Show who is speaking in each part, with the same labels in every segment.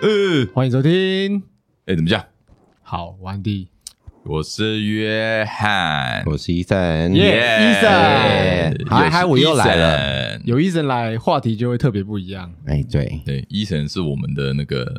Speaker 1: 是，
Speaker 2: 欢迎收听。嗯
Speaker 1: 哎，怎么讲？
Speaker 2: 好，我安迪，
Speaker 1: 我是约翰，
Speaker 3: 我是伊森，
Speaker 2: 耶
Speaker 3: Ethan 嗨嗨我又来
Speaker 1: 了。
Speaker 2: 有医生来，话题就会特别不一样。
Speaker 3: 哎，对，
Speaker 1: 对，伊森是我们的那个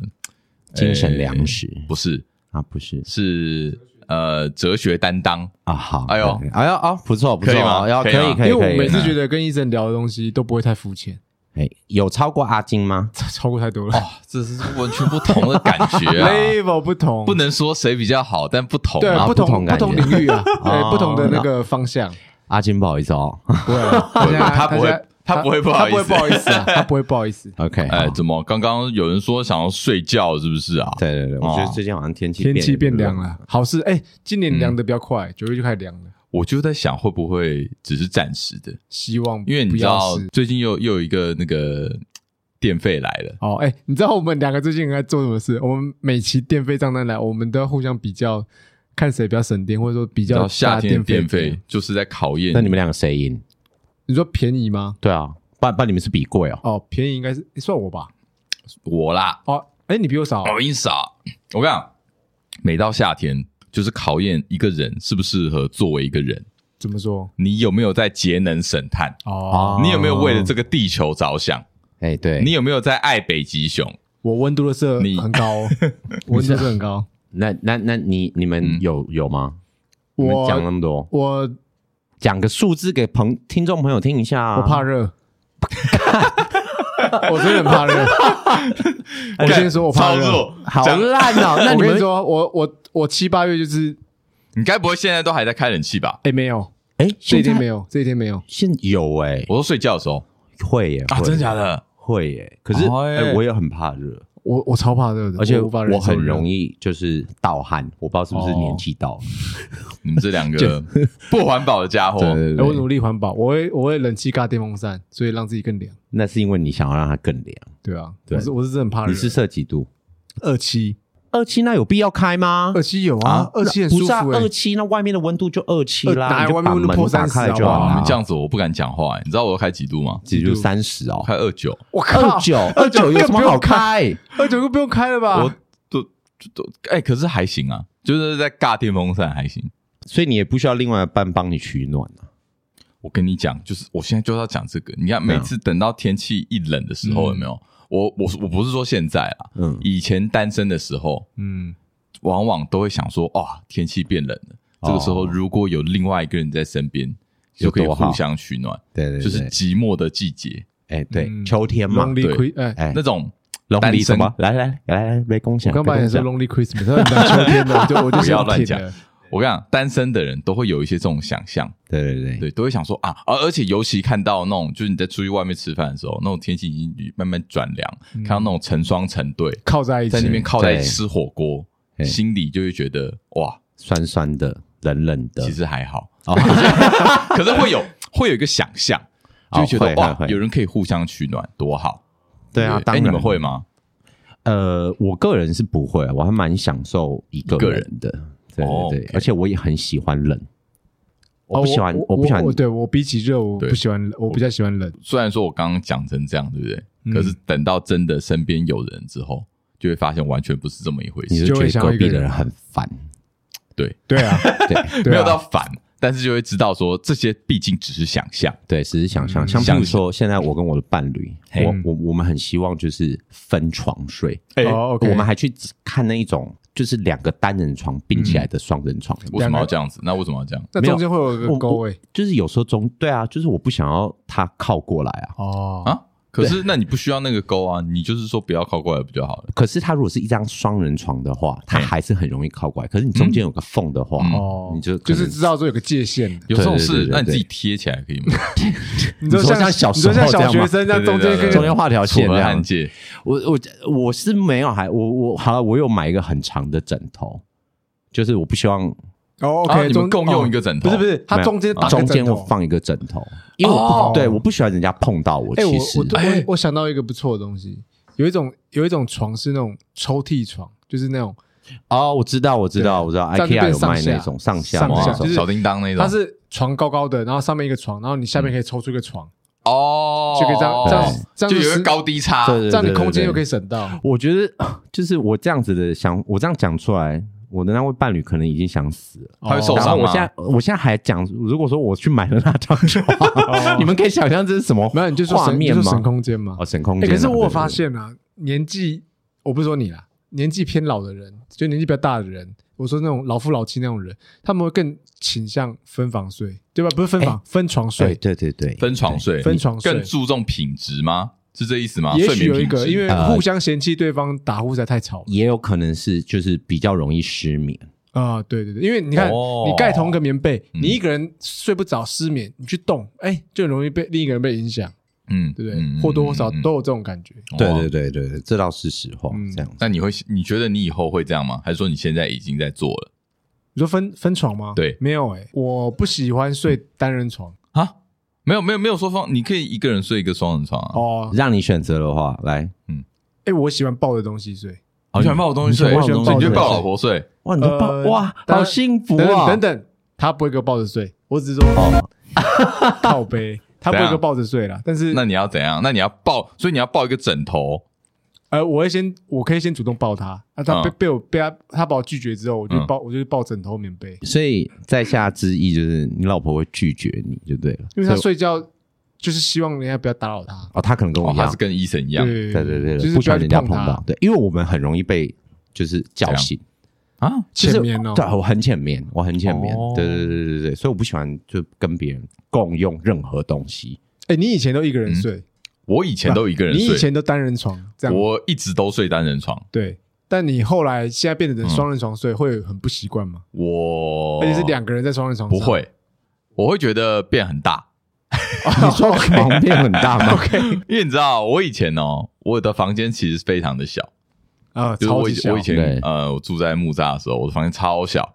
Speaker 3: 精神粮食
Speaker 1: 哎不是，
Speaker 3: 啊，不是
Speaker 1: 是呃哲学担当。
Speaker 3: 啊，好，
Speaker 1: 哎呦
Speaker 3: 哎呦，哦，不错，不错
Speaker 1: 可以吗
Speaker 3: 哦，要
Speaker 1: 可
Speaker 3: 可
Speaker 1: 以吗
Speaker 3: 以，可以，
Speaker 2: 因为
Speaker 3: 可
Speaker 2: 我每
Speaker 3: 以
Speaker 2: 次觉得跟医生聊的东西都不会太肤浅，
Speaker 3: 哎，有超过阿金吗？
Speaker 2: 超过太多了。
Speaker 1: 哇，这是完全不同的感觉啊！
Speaker 2: level 不同，
Speaker 1: 不能说谁比较好，但不同
Speaker 2: 对
Speaker 1: 啊。
Speaker 3: 啊
Speaker 2: 不
Speaker 3: 不
Speaker 2: 同
Speaker 3: 同
Speaker 2: 不
Speaker 3: 感觉
Speaker 2: 同领域 啊，对
Speaker 3: 哦
Speaker 2: 不同的那个方向。
Speaker 3: 阿金，不好意思哦
Speaker 2: 不会啊，他现在
Speaker 1: 他不会
Speaker 2: 现在
Speaker 1: 他不会不好意思
Speaker 2: 他不会不好意 思啊，他不会不好意思。
Speaker 3: ，OK，
Speaker 1: 哎
Speaker 3: 好，
Speaker 1: 怎么刚刚有人说想要睡觉，是不是啊？
Speaker 3: 对对对，我觉
Speaker 1: 哦
Speaker 3: 得最近好像天气
Speaker 2: 天气变凉
Speaker 3: 了，
Speaker 2: 了，好事哎，今年凉的比较快，九月就开始凉了，
Speaker 1: 我就在想会不会只是暂时的，
Speaker 2: 希望
Speaker 1: 因为你
Speaker 2: 不
Speaker 1: 知
Speaker 2: 要
Speaker 1: 道
Speaker 2: 是
Speaker 1: 最近又又有一个那个电费来了。
Speaker 2: 哦，哎、你知道我们两个最近在做什么事？我们每期电费账单来，我们都要互相比较，看谁比较省电，或者说比
Speaker 1: 然
Speaker 2: 较
Speaker 1: 后夏天
Speaker 2: 电
Speaker 1: 的电
Speaker 2: 费
Speaker 1: 费。就是在考验
Speaker 3: 那你们两个谁赢？
Speaker 2: 你说便宜吗？
Speaker 3: 对啊，不不，你们是比贵哦，
Speaker 2: 哦，便宜应该是、诶算我吧。
Speaker 1: 我啦，
Speaker 2: 哦，哎、你比我少、
Speaker 1: 我跟你少。我跟你讲，每到夏天就是考验一个人适不适合作为一个人，
Speaker 2: 怎么说？
Speaker 1: 你有没有在节能省碳，
Speaker 2: 哦，
Speaker 3: 哦
Speaker 1: 你有没有为了这个地球着想，
Speaker 3: 哎，对，
Speaker 1: 你有没有在爱北极熊？
Speaker 2: 我温度的设
Speaker 1: 你
Speaker 2: 很高、 哦，我温度的设很高。
Speaker 3: 那那那你你们有有吗？你们讲那
Speaker 2: 我
Speaker 3: 么多，
Speaker 2: 我
Speaker 3: 讲个数字给朋听众朋友听一下啊，
Speaker 2: 我怕 热，我真的很怕热。我哎先说，我怕
Speaker 1: 操
Speaker 2: 热。
Speaker 1: 作
Speaker 3: 好
Speaker 1: 讲
Speaker 3: 烂哦，那
Speaker 2: 我
Speaker 3: 你
Speaker 2: 跟
Speaker 3: 们
Speaker 2: 你说，我我我七八月就是
Speaker 1: 你该不会现在都还在开冷气吧？
Speaker 2: 哎、没有，
Speaker 3: 哎，
Speaker 2: 这一
Speaker 3: 现
Speaker 2: 天没
Speaker 3: 在
Speaker 2: 有，这一天没有。
Speaker 3: 现有哎，
Speaker 1: 我说睡觉的时候
Speaker 3: 会耶，
Speaker 1: 啊，
Speaker 3: 会
Speaker 1: 真的假的？
Speaker 3: 会耶，可是
Speaker 1: 哎
Speaker 3: 哎，我也很怕热。
Speaker 2: 我我超怕热的，
Speaker 3: 而且
Speaker 2: 我无法忍
Speaker 3: 我
Speaker 2: 受
Speaker 3: 很
Speaker 2: 热
Speaker 3: 容易就是盗汗，我不知道是不是年纪到了。
Speaker 1: 你们这两 个不环保的家伙，
Speaker 3: 对
Speaker 2: 哎我努力环保，我会我会冷气加电风扇，所以让自己更凉。
Speaker 3: 那是因为你想要让它更凉。
Speaker 2: 对啊，
Speaker 3: 对
Speaker 2: 我是我是真的很怕热。
Speaker 3: 你是设几度？
Speaker 2: 二七，
Speaker 3: 二七那有必要开吗？
Speaker 2: 二七有啊，二七很舒
Speaker 3: 不是啊
Speaker 2: 服哎
Speaker 3: 二。七那外面的温度就二七
Speaker 2: 呃
Speaker 3: 啦，
Speaker 2: 哪有
Speaker 3: 你就
Speaker 2: 外面温度
Speaker 3: 把
Speaker 2: 破
Speaker 3: 门打
Speaker 2: 30
Speaker 3: 开就
Speaker 2: 好不
Speaker 3: 好
Speaker 2: 好
Speaker 1: 你
Speaker 3: 了
Speaker 1: 们。这样子我不敢讲话、你知道我都开几度吗？
Speaker 3: 几度三十哦，
Speaker 1: 开二九，
Speaker 2: 我靠
Speaker 3: 二，九二九有什么好开？
Speaker 2: 二九就不用开了吧？
Speaker 1: 我都就都哎、可是还行啊，就是在尬电风扇还行。
Speaker 3: 所以你也不需要另外一半帮你取暖啊。
Speaker 1: 我跟你讲，就是我现在就要讲这个。你
Speaker 3: 嗯
Speaker 1: 看，每次等到天气一冷的时候，
Speaker 2: 嗯
Speaker 1: 有没有？我我我不是说现在啊，
Speaker 3: 嗯，
Speaker 1: 以前单身的时候，
Speaker 2: 嗯，
Speaker 1: 往往都会想说，哇，天气变冷了。这个时候，
Speaker 3: 哦
Speaker 1: 如果有另外一个人在身边，就
Speaker 3: 有
Speaker 1: 可以
Speaker 3: 多好
Speaker 1: 互相取暖。
Speaker 3: 对对
Speaker 1: 就是
Speaker 3: 对，
Speaker 1: 寂寞的季节，
Speaker 3: 哎对
Speaker 2: 嗯，
Speaker 3: 秋天嘛，
Speaker 2: Lonely
Speaker 1: 对
Speaker 2: Christmas，哎，
Speaker 3: 哎，
Speaker 1: 那种
Speaker 3: 龙
Speaker 1: 单
Speaker 3: 里
Speaker 1: 身
Speaker 3: 什么？来来来来，别共享，
Speaker 2: 我刚
Speaker 3: 别
Speaker 2: 把你
Speaker 3: 共
Speaker 2: 说
Speaker 3: 享
Speaker 2: Lonely Christmas，然后你讲秋天的，我就我就
Speaker 1: 不要乱
Speaker 2: 想
Speaker 1: 讲
Speaker 2: 舔了。
Speaker 1: 我跟你讲，单身的人都会有一些这种想象，
Speaker 3: 对对对，
Speaker 1: 对，都会想说啊，而而且尤其看到那种，就是你在出去外面吃饭的时候，那种天气已经慢慢转凉，看到那种成双成对
Speaker 2: 靠在一起，啊
Speaker 1: 在那边靠在一
Speaker 3: 嗯对
Speaker 1: 起吃火锅，
Speaker 3: 对
Speaker 1: 心里就会觉得哇，
Speaker 3: 酸酸的，冷冷的
Speaker 1: 其，实还好，
Speaker 3: 哦
Speaker 1: 可是会有会有一个想象，就
Speaker 3: 哦
Speaker 1: 会觉得
Speaker 3: 会
Speaker 1: 哇
Speaker 3: 会，会
Speaker 1: 有人可以互相取暖，多好。
Speaker 3: 对啊，当
Speaker 1: 哎，
Speaker 3: 然
Speaker 1: 你们会吗？
Speaker 3: 呃，我个人是不会，我还蛮享受一个人的，对
Speaker 1: 哦
Speaker 3: 对对，
Speaker 1: OK
Speaker 3: 而且我也很喜欢冷，
Speaker 2: 哦。
Speaker 3: 我不喜欢，我不喜欢，
Speaker 2: 对我比起热，我
Speaker 1: 对
Speaker 2: 不喜欢，我比较喜欢冷。
Speaker 1: 虽然说我刚刚讲成这样，对不对？
Speaker 2: 嗯
Speaker 1: 可是等到真的身边有人之后，就会发现完全不是这么一回
Speaker 3: 你
Speaker 1: 事，
Speaker 3: 就
Speaker 2: 就会
Speaker 3: 觉得
Speaker 2: 想要
Speaker 3: 隔
Speaker 2: 一个
Speaker 3: 壁的
Speaker 2: 人
Speaker 3: 人很烦，
Speaker 1: 对，
Speaker 2: 对啊，
Speaker 3: 对
Speaker 2: 对啊
Speaker 1: 没有到烦，但是就会知道说这些毕竟只是想象。
Speaker 3: 对，只是想象，
Speaker 2: 嗯
Speaker 3: 像比
Speaker 1: 想
Speaker 3: 如说现在我跟我的伴侣，
Speaker 1: 嘿
Speaker 3: 我我我们很希望就是分床睡，
Speaker 1: 哎
Speaker 2: 哦，OK，
Speaker 3: 我们还去看那一种就是两个单人床并起来的双人床，
Speaker 1: 为什么要这样子？那为什么要这 样？
Speaker 2: 那
Speaker 3: 没有
Speaker 2: 中间会有一
Speaker 3: 我
Speaker 2: 个欸沟
Speaker 3: 我
Speaker 2: 位
Speaker 3: 就是有时候中对啊，就是我不想要他靠过来啊。
Speaker 2: 哦，
Speaker 1: 啊？可是那你不需要那个勾啊，你就是说不要靠过来不就好了？
Speaker 3: 可是他如果是一张双人床的话，他
Speaker 1: 嘿
Speaker 3: 还是很容易靠过来。可是你中间有个缝的话，
Speaker 1: 嗯
Speaker 2: 哦，
Speaker 3: 啊你就可
Speaker 2: 就
Speaker 3: 能
Speaker 2: 是知道说有个界限。
Speaker 1: 有这种
Speaker 3: 对对
Speaker 1: 事
Speaker 3: 对，对
Speaker 1: 那你自己
Speaker 3: 对
Speaker 1: 贴起来可以 吗？
Speaker 2: 你
Speaker 3: 说
Speaker 2: 像
Speaker 3: 像小
Speaker 2: 你说
Speaker 3: 时
Speaker 2: 像
Speaker 3: 候这
Speaker 2: 小
Speaker 3: 样
Speaker 2: 学
Speaker 3: 吗
Speaker 2: 生这样
Speaker 1: 对对
Speaker 2: 中间
Speaker 1: 对
Speaker 2: 跟
Speaker 1: 对
Speaker 3: 中间画条线
Speaker 1: 楚
Speaker 3: 这
Speaker 1: 河
Speaker 3: 样
Speaker 1: 汉。界，
Speaker 3: 我我我是没有还我我好了，我有买一个很长的枕头，就是我不希望
Speaker 1: 啊
Speaker 2: 哦，OK，
Speaker 1: 你们
Speaker 2: 中
Speaker 1: 共用一个枕头
Speaker 2: 哦不是不是，它
Speaker 3: 没有啊
Speaker 2: 中间打个
Speaker 3: 中间
Speaker 2: 枕头
Speaker 3: 我。放一个枕头，因为我不、
Speaker 2: 哦
Speaker 3: 对我不喜欢人家碰到我。
Speaker 2: 哎，我
Speaker 3: 其实
Speaker 2: 我
Speaker 1: 哎
Speaker 2: 我我想到一个不错的东西，有一种有一种床是那种抽屉床，就是那种
Speaker 3: 哦，我知道我知道我知道
Speaker 2: 这样就
Speaker 3: ，IKEA
Speaker 2: 变
Speaker 3: 有卖那种
Speaker 2: 上
Speaker 3: 上
Speaker 2: 下
Speaker 3: 下
Speaker 2: 上
Speaker 3: 那
Speaker 1: 哇
Speaker 2: 下
Speaker 3: 种
Speaker 2: 就是
Speaker 1: 小叮当那种，
Speaker 2: 它是床高高的，然后上面一个床，然后你下面可以抽出一个床，
Speaker 1: 哦，
Speaker 2: 就可以这样
Speaker 3: 这样
Speaker 2: 这样
Speaker 1: 就有一
Speaker 2: 是
Speaker 1: 个高低差，
Speaker 3: 对对对
Speaker 2: 这样你空间
Speaker 3: 对
Speaker 2: 又可以省到。
Speaker 3: 我觉得就是我这样子的想，我这样讲出来，我的那位伴侣可能已经想死了。
Speaker 1: 他会受
Speaker 3: 哦然后
Speaker 1: 伤
Speaker 3: 我
Speaker 1: 吗
Speaker 3: 现在，我现在还讲，如果说我去买了那张 床，你们可以想象这是什么
Speaker 2: 没有，你就说
Speaker 3: 画
Speaker 2: 省，你
Speaker 3: 面
Speaker 2: 就
Speaker 3: 吗
Speaker 2: 省？空间嘛
Speaker 3: 哦，。省空
Speaker 2: 哎，
Speaker 3: 间啊。
Speaker 2: 可是我有
Speaker 3: 对
Speaker 2: 发，现啊，年纪我不是说你啦，年纪偏老的人，就年纪比较大的人，我说那种老夫老妻那种人，他们会更倾向分房睡，对吧？不是分房，分床
Speaker 3: 哎对
Speaker 2: 睡，
Speaker 3: 对对对对，
Speaker 1: 分床睡，
Speaker 2: 分床睡
Speaker 1: 更注重品质吗？是这意思吗？
Speaker 2: 也
Speaker 1: 啊睡
Speaker 2: 许
Speaker 1: 眠
Speaker 2: 有一
Speaker 1: 品质嗯啊
Speaker 2: 个，因为
Speaker 3: 呃
Speaker 2: 互相嫌弃对方打呼实在太吵了
Speaker 3: 也有可能是就是比较容易失眠。
Speaker 2: 啊、对对对，因为你看，
Speaker 1: 哦
Speaker 2: 你盖同一个棉被，
Speaker 1: 嗯
Speaker 2: 你一个人睡不着失眠，你去动，哎，就很容易被另一个人被影响，
Speaker 1: 嗯，
Speaker 2: 对不对？
Speaker 1: 嗯
Speaker 2: 或多或少。
Speaker 1: 嗯嗯嗯
Speaker 2: 都有这啊种感觉。
Speaker 1: 哦
Speaker 3: 对对对对对，这倒是实话
Speaker 2: 嗯。
Speaker 3: 这样子，
Speaker 1: 那你会，你觉得你以后会这样吗？还是说你现在已经在做了
Speaker 2: 你说分分床吗？
Speaker 1: 对
Speaker 2: 没有哎、我不喜欢睡单人床
Speaker 1: 啊？没有，没有，没有说放，你可以一个人睡一个双人床啊。
Speaker 2: 哦，
Speaker 3: 让你选择的话，来，
Speaker 2: 哎，我喜欢抱着东西睡。
Speaker 1: 你喜欢抱我东西睡，
Speaker 2: 我哦喜欢
Speaker 1: 所以你就
Speaker 2: 抱
Speaker 1: 抱
Speaker 2: 着
Speaker 1: 老婆睡。
Speaker 3: 哇，你都抱
Speaker 2: 呃
Speaker 3: 哇，
Speaker 2: 当
Speaker 3: 好
Speaker 2: 然
Speaker 3: 幸福
Speaker 2: 等等
Speaker 3: 啊！
Speaker 2: 等等，他不会给我抱着睡，我只是说
Speaker 1: 哦
Speaker 2: 靠背，他不
Speaker 1: 怎
Speaker 2: 会给
Speaker 1: 样
Speaker 2: 我抱着睡啦。但 是
Speaker 1: 那你要怎样？那你要抱，所以你要抱一个枕头。
Speaker 2: 呃，我会先，我可以先主动抱他，那、他被、
Speaker 1: 嗯
Speaker 2: 被我被他他把我拒绝之后，我就
Speaker 1: 嗯
Speaker 2: 抱、我就抱枕头棉被，
Speaker 3: 所以在下之意就是，你老婆会拒绝你就对了，
Speaker 2: 因为他
Speaker 3: 所以
Speaker 2: 睡觉就是希望人家不要打扰他。
Speaker 3: 哦，她可能跟我
Speaker 1: 哦
Speaker 3: 一，
Speaker 1: 他
Speaker 3: 样
Speaker 1: 是，跟医生一样
Speaker 2: 对
Speaker 3: 对对对，
Speaker 2: 就是
Speaker 3: 不
Speaker 2: 不
Speaker 3: 喜
Speaker 2: 要
Speaker 3: 欢
Speaker 2: 去
Speaker 3: 人家
Speaker 2: 碰
Speaker 3: 碰到
Speaker 2: 他，。
Speaker 3: 对，因为我们很容易被就是叫醒，
Speaker 1: 啊？
Speaker 3: 就是
Speaker 2: 前面哦，
Speaker 3: 对，我很浅眠，我很浅眠
Speaker 1: 哦，
Speaker 3: 对对对对对，所以我不喜欢就跟别人共用任何东西。
Speaker 2: 哎，你以前都一个人睡，
Speaker 1: 我以前都嗯一个人
Speaker 2: 你以
Speaker 1: 睡，
Speaker 2: 前都单人床这样，
Speaker 1: 我一直都睡单人床。
Speaker 2: 对，但你后来现在
Speaker 1: 嗯
Speaker 2: 变成双人床睡，会很不习惯吗？
Speaker 1: 我
Speaker 2: 而且是两个人在双人床
Speaker 1: 哦不
Speaker 2: 上，
Speaker 1: 会，我会觉得变很大。哦
Speaker 3: 你说我旁边很 大吗
Speaker 1: 因为你知道，我以前哦，我的房间其实非常的小，
Speaker 2: 啊，
Speaker 1: 就是
Speaker 2: 超
Speaker 1: 我
Speaker 2: 级
Speaker 1: 以
Speaker 2: 小
Speaker 1: 我以前
Speaker 3: 对
Speaker 1: 呃，我住在木栅的时候，我的房间超小，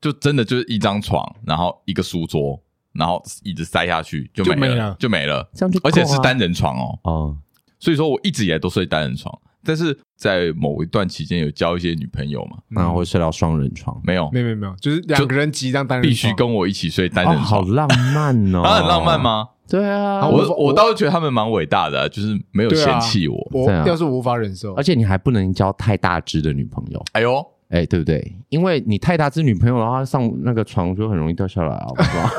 Speaker 1: 就真的就是一张床，然后一个书桌，然后椅子塞下去就
Speaker 2: 就
Speaker 1: 没
Speaker 2: 没
Speaker 1: 了
Speaker 2: 了，
Speaker 1: 就没了，
Speaker 3: 这样就够
Speaker 1: 而
Speaker 3: 啊
Speaker 1: 且是单人床哦，
Speaker 3: 哦，
Speaker 1: 所以说我一直以来都睡单人床，但是在某一段期间有交一些女朋友嘛，
Speaker 3: 然后会睡到双人床，
Speaker 1: 没有，
Speaker 2: 嗯没有没有没有，就是两个人挤一张单人
Speaker 1: 必
Speaker 2: 床，
Speaker 1: 须跟我一起睡单
Speaker 3: 哦，
Speaker 1: 人
Speaker 3: 好
Speaker 1: 床，
Speaker 3: 浪漫 哦，
Speaker 1: 然后很浪漫？吗？
Speaker 3: 对啊
Speaker 2: 好，
Speaker 1: 我
Speaker 2: 我
Speaker 1: 我倒是觉得他们蛮伟大的啊，就是没有
Speaker 2: 对
Speaker 1: 嫌
Speaker 2: 啊
Speaker 1: 弃我。
Speaker 2: 我
Speaker 3: 这样
Speaker 2: 要是我无法忍受
Speaker 3: 而，且你还不能交太大只的女朋友，
Speaker 1: 哎呦，
Speaker 3: 哎，对不对？因为你太大只女朋友的话，上那个床就很容易掉下来啊，好不 好？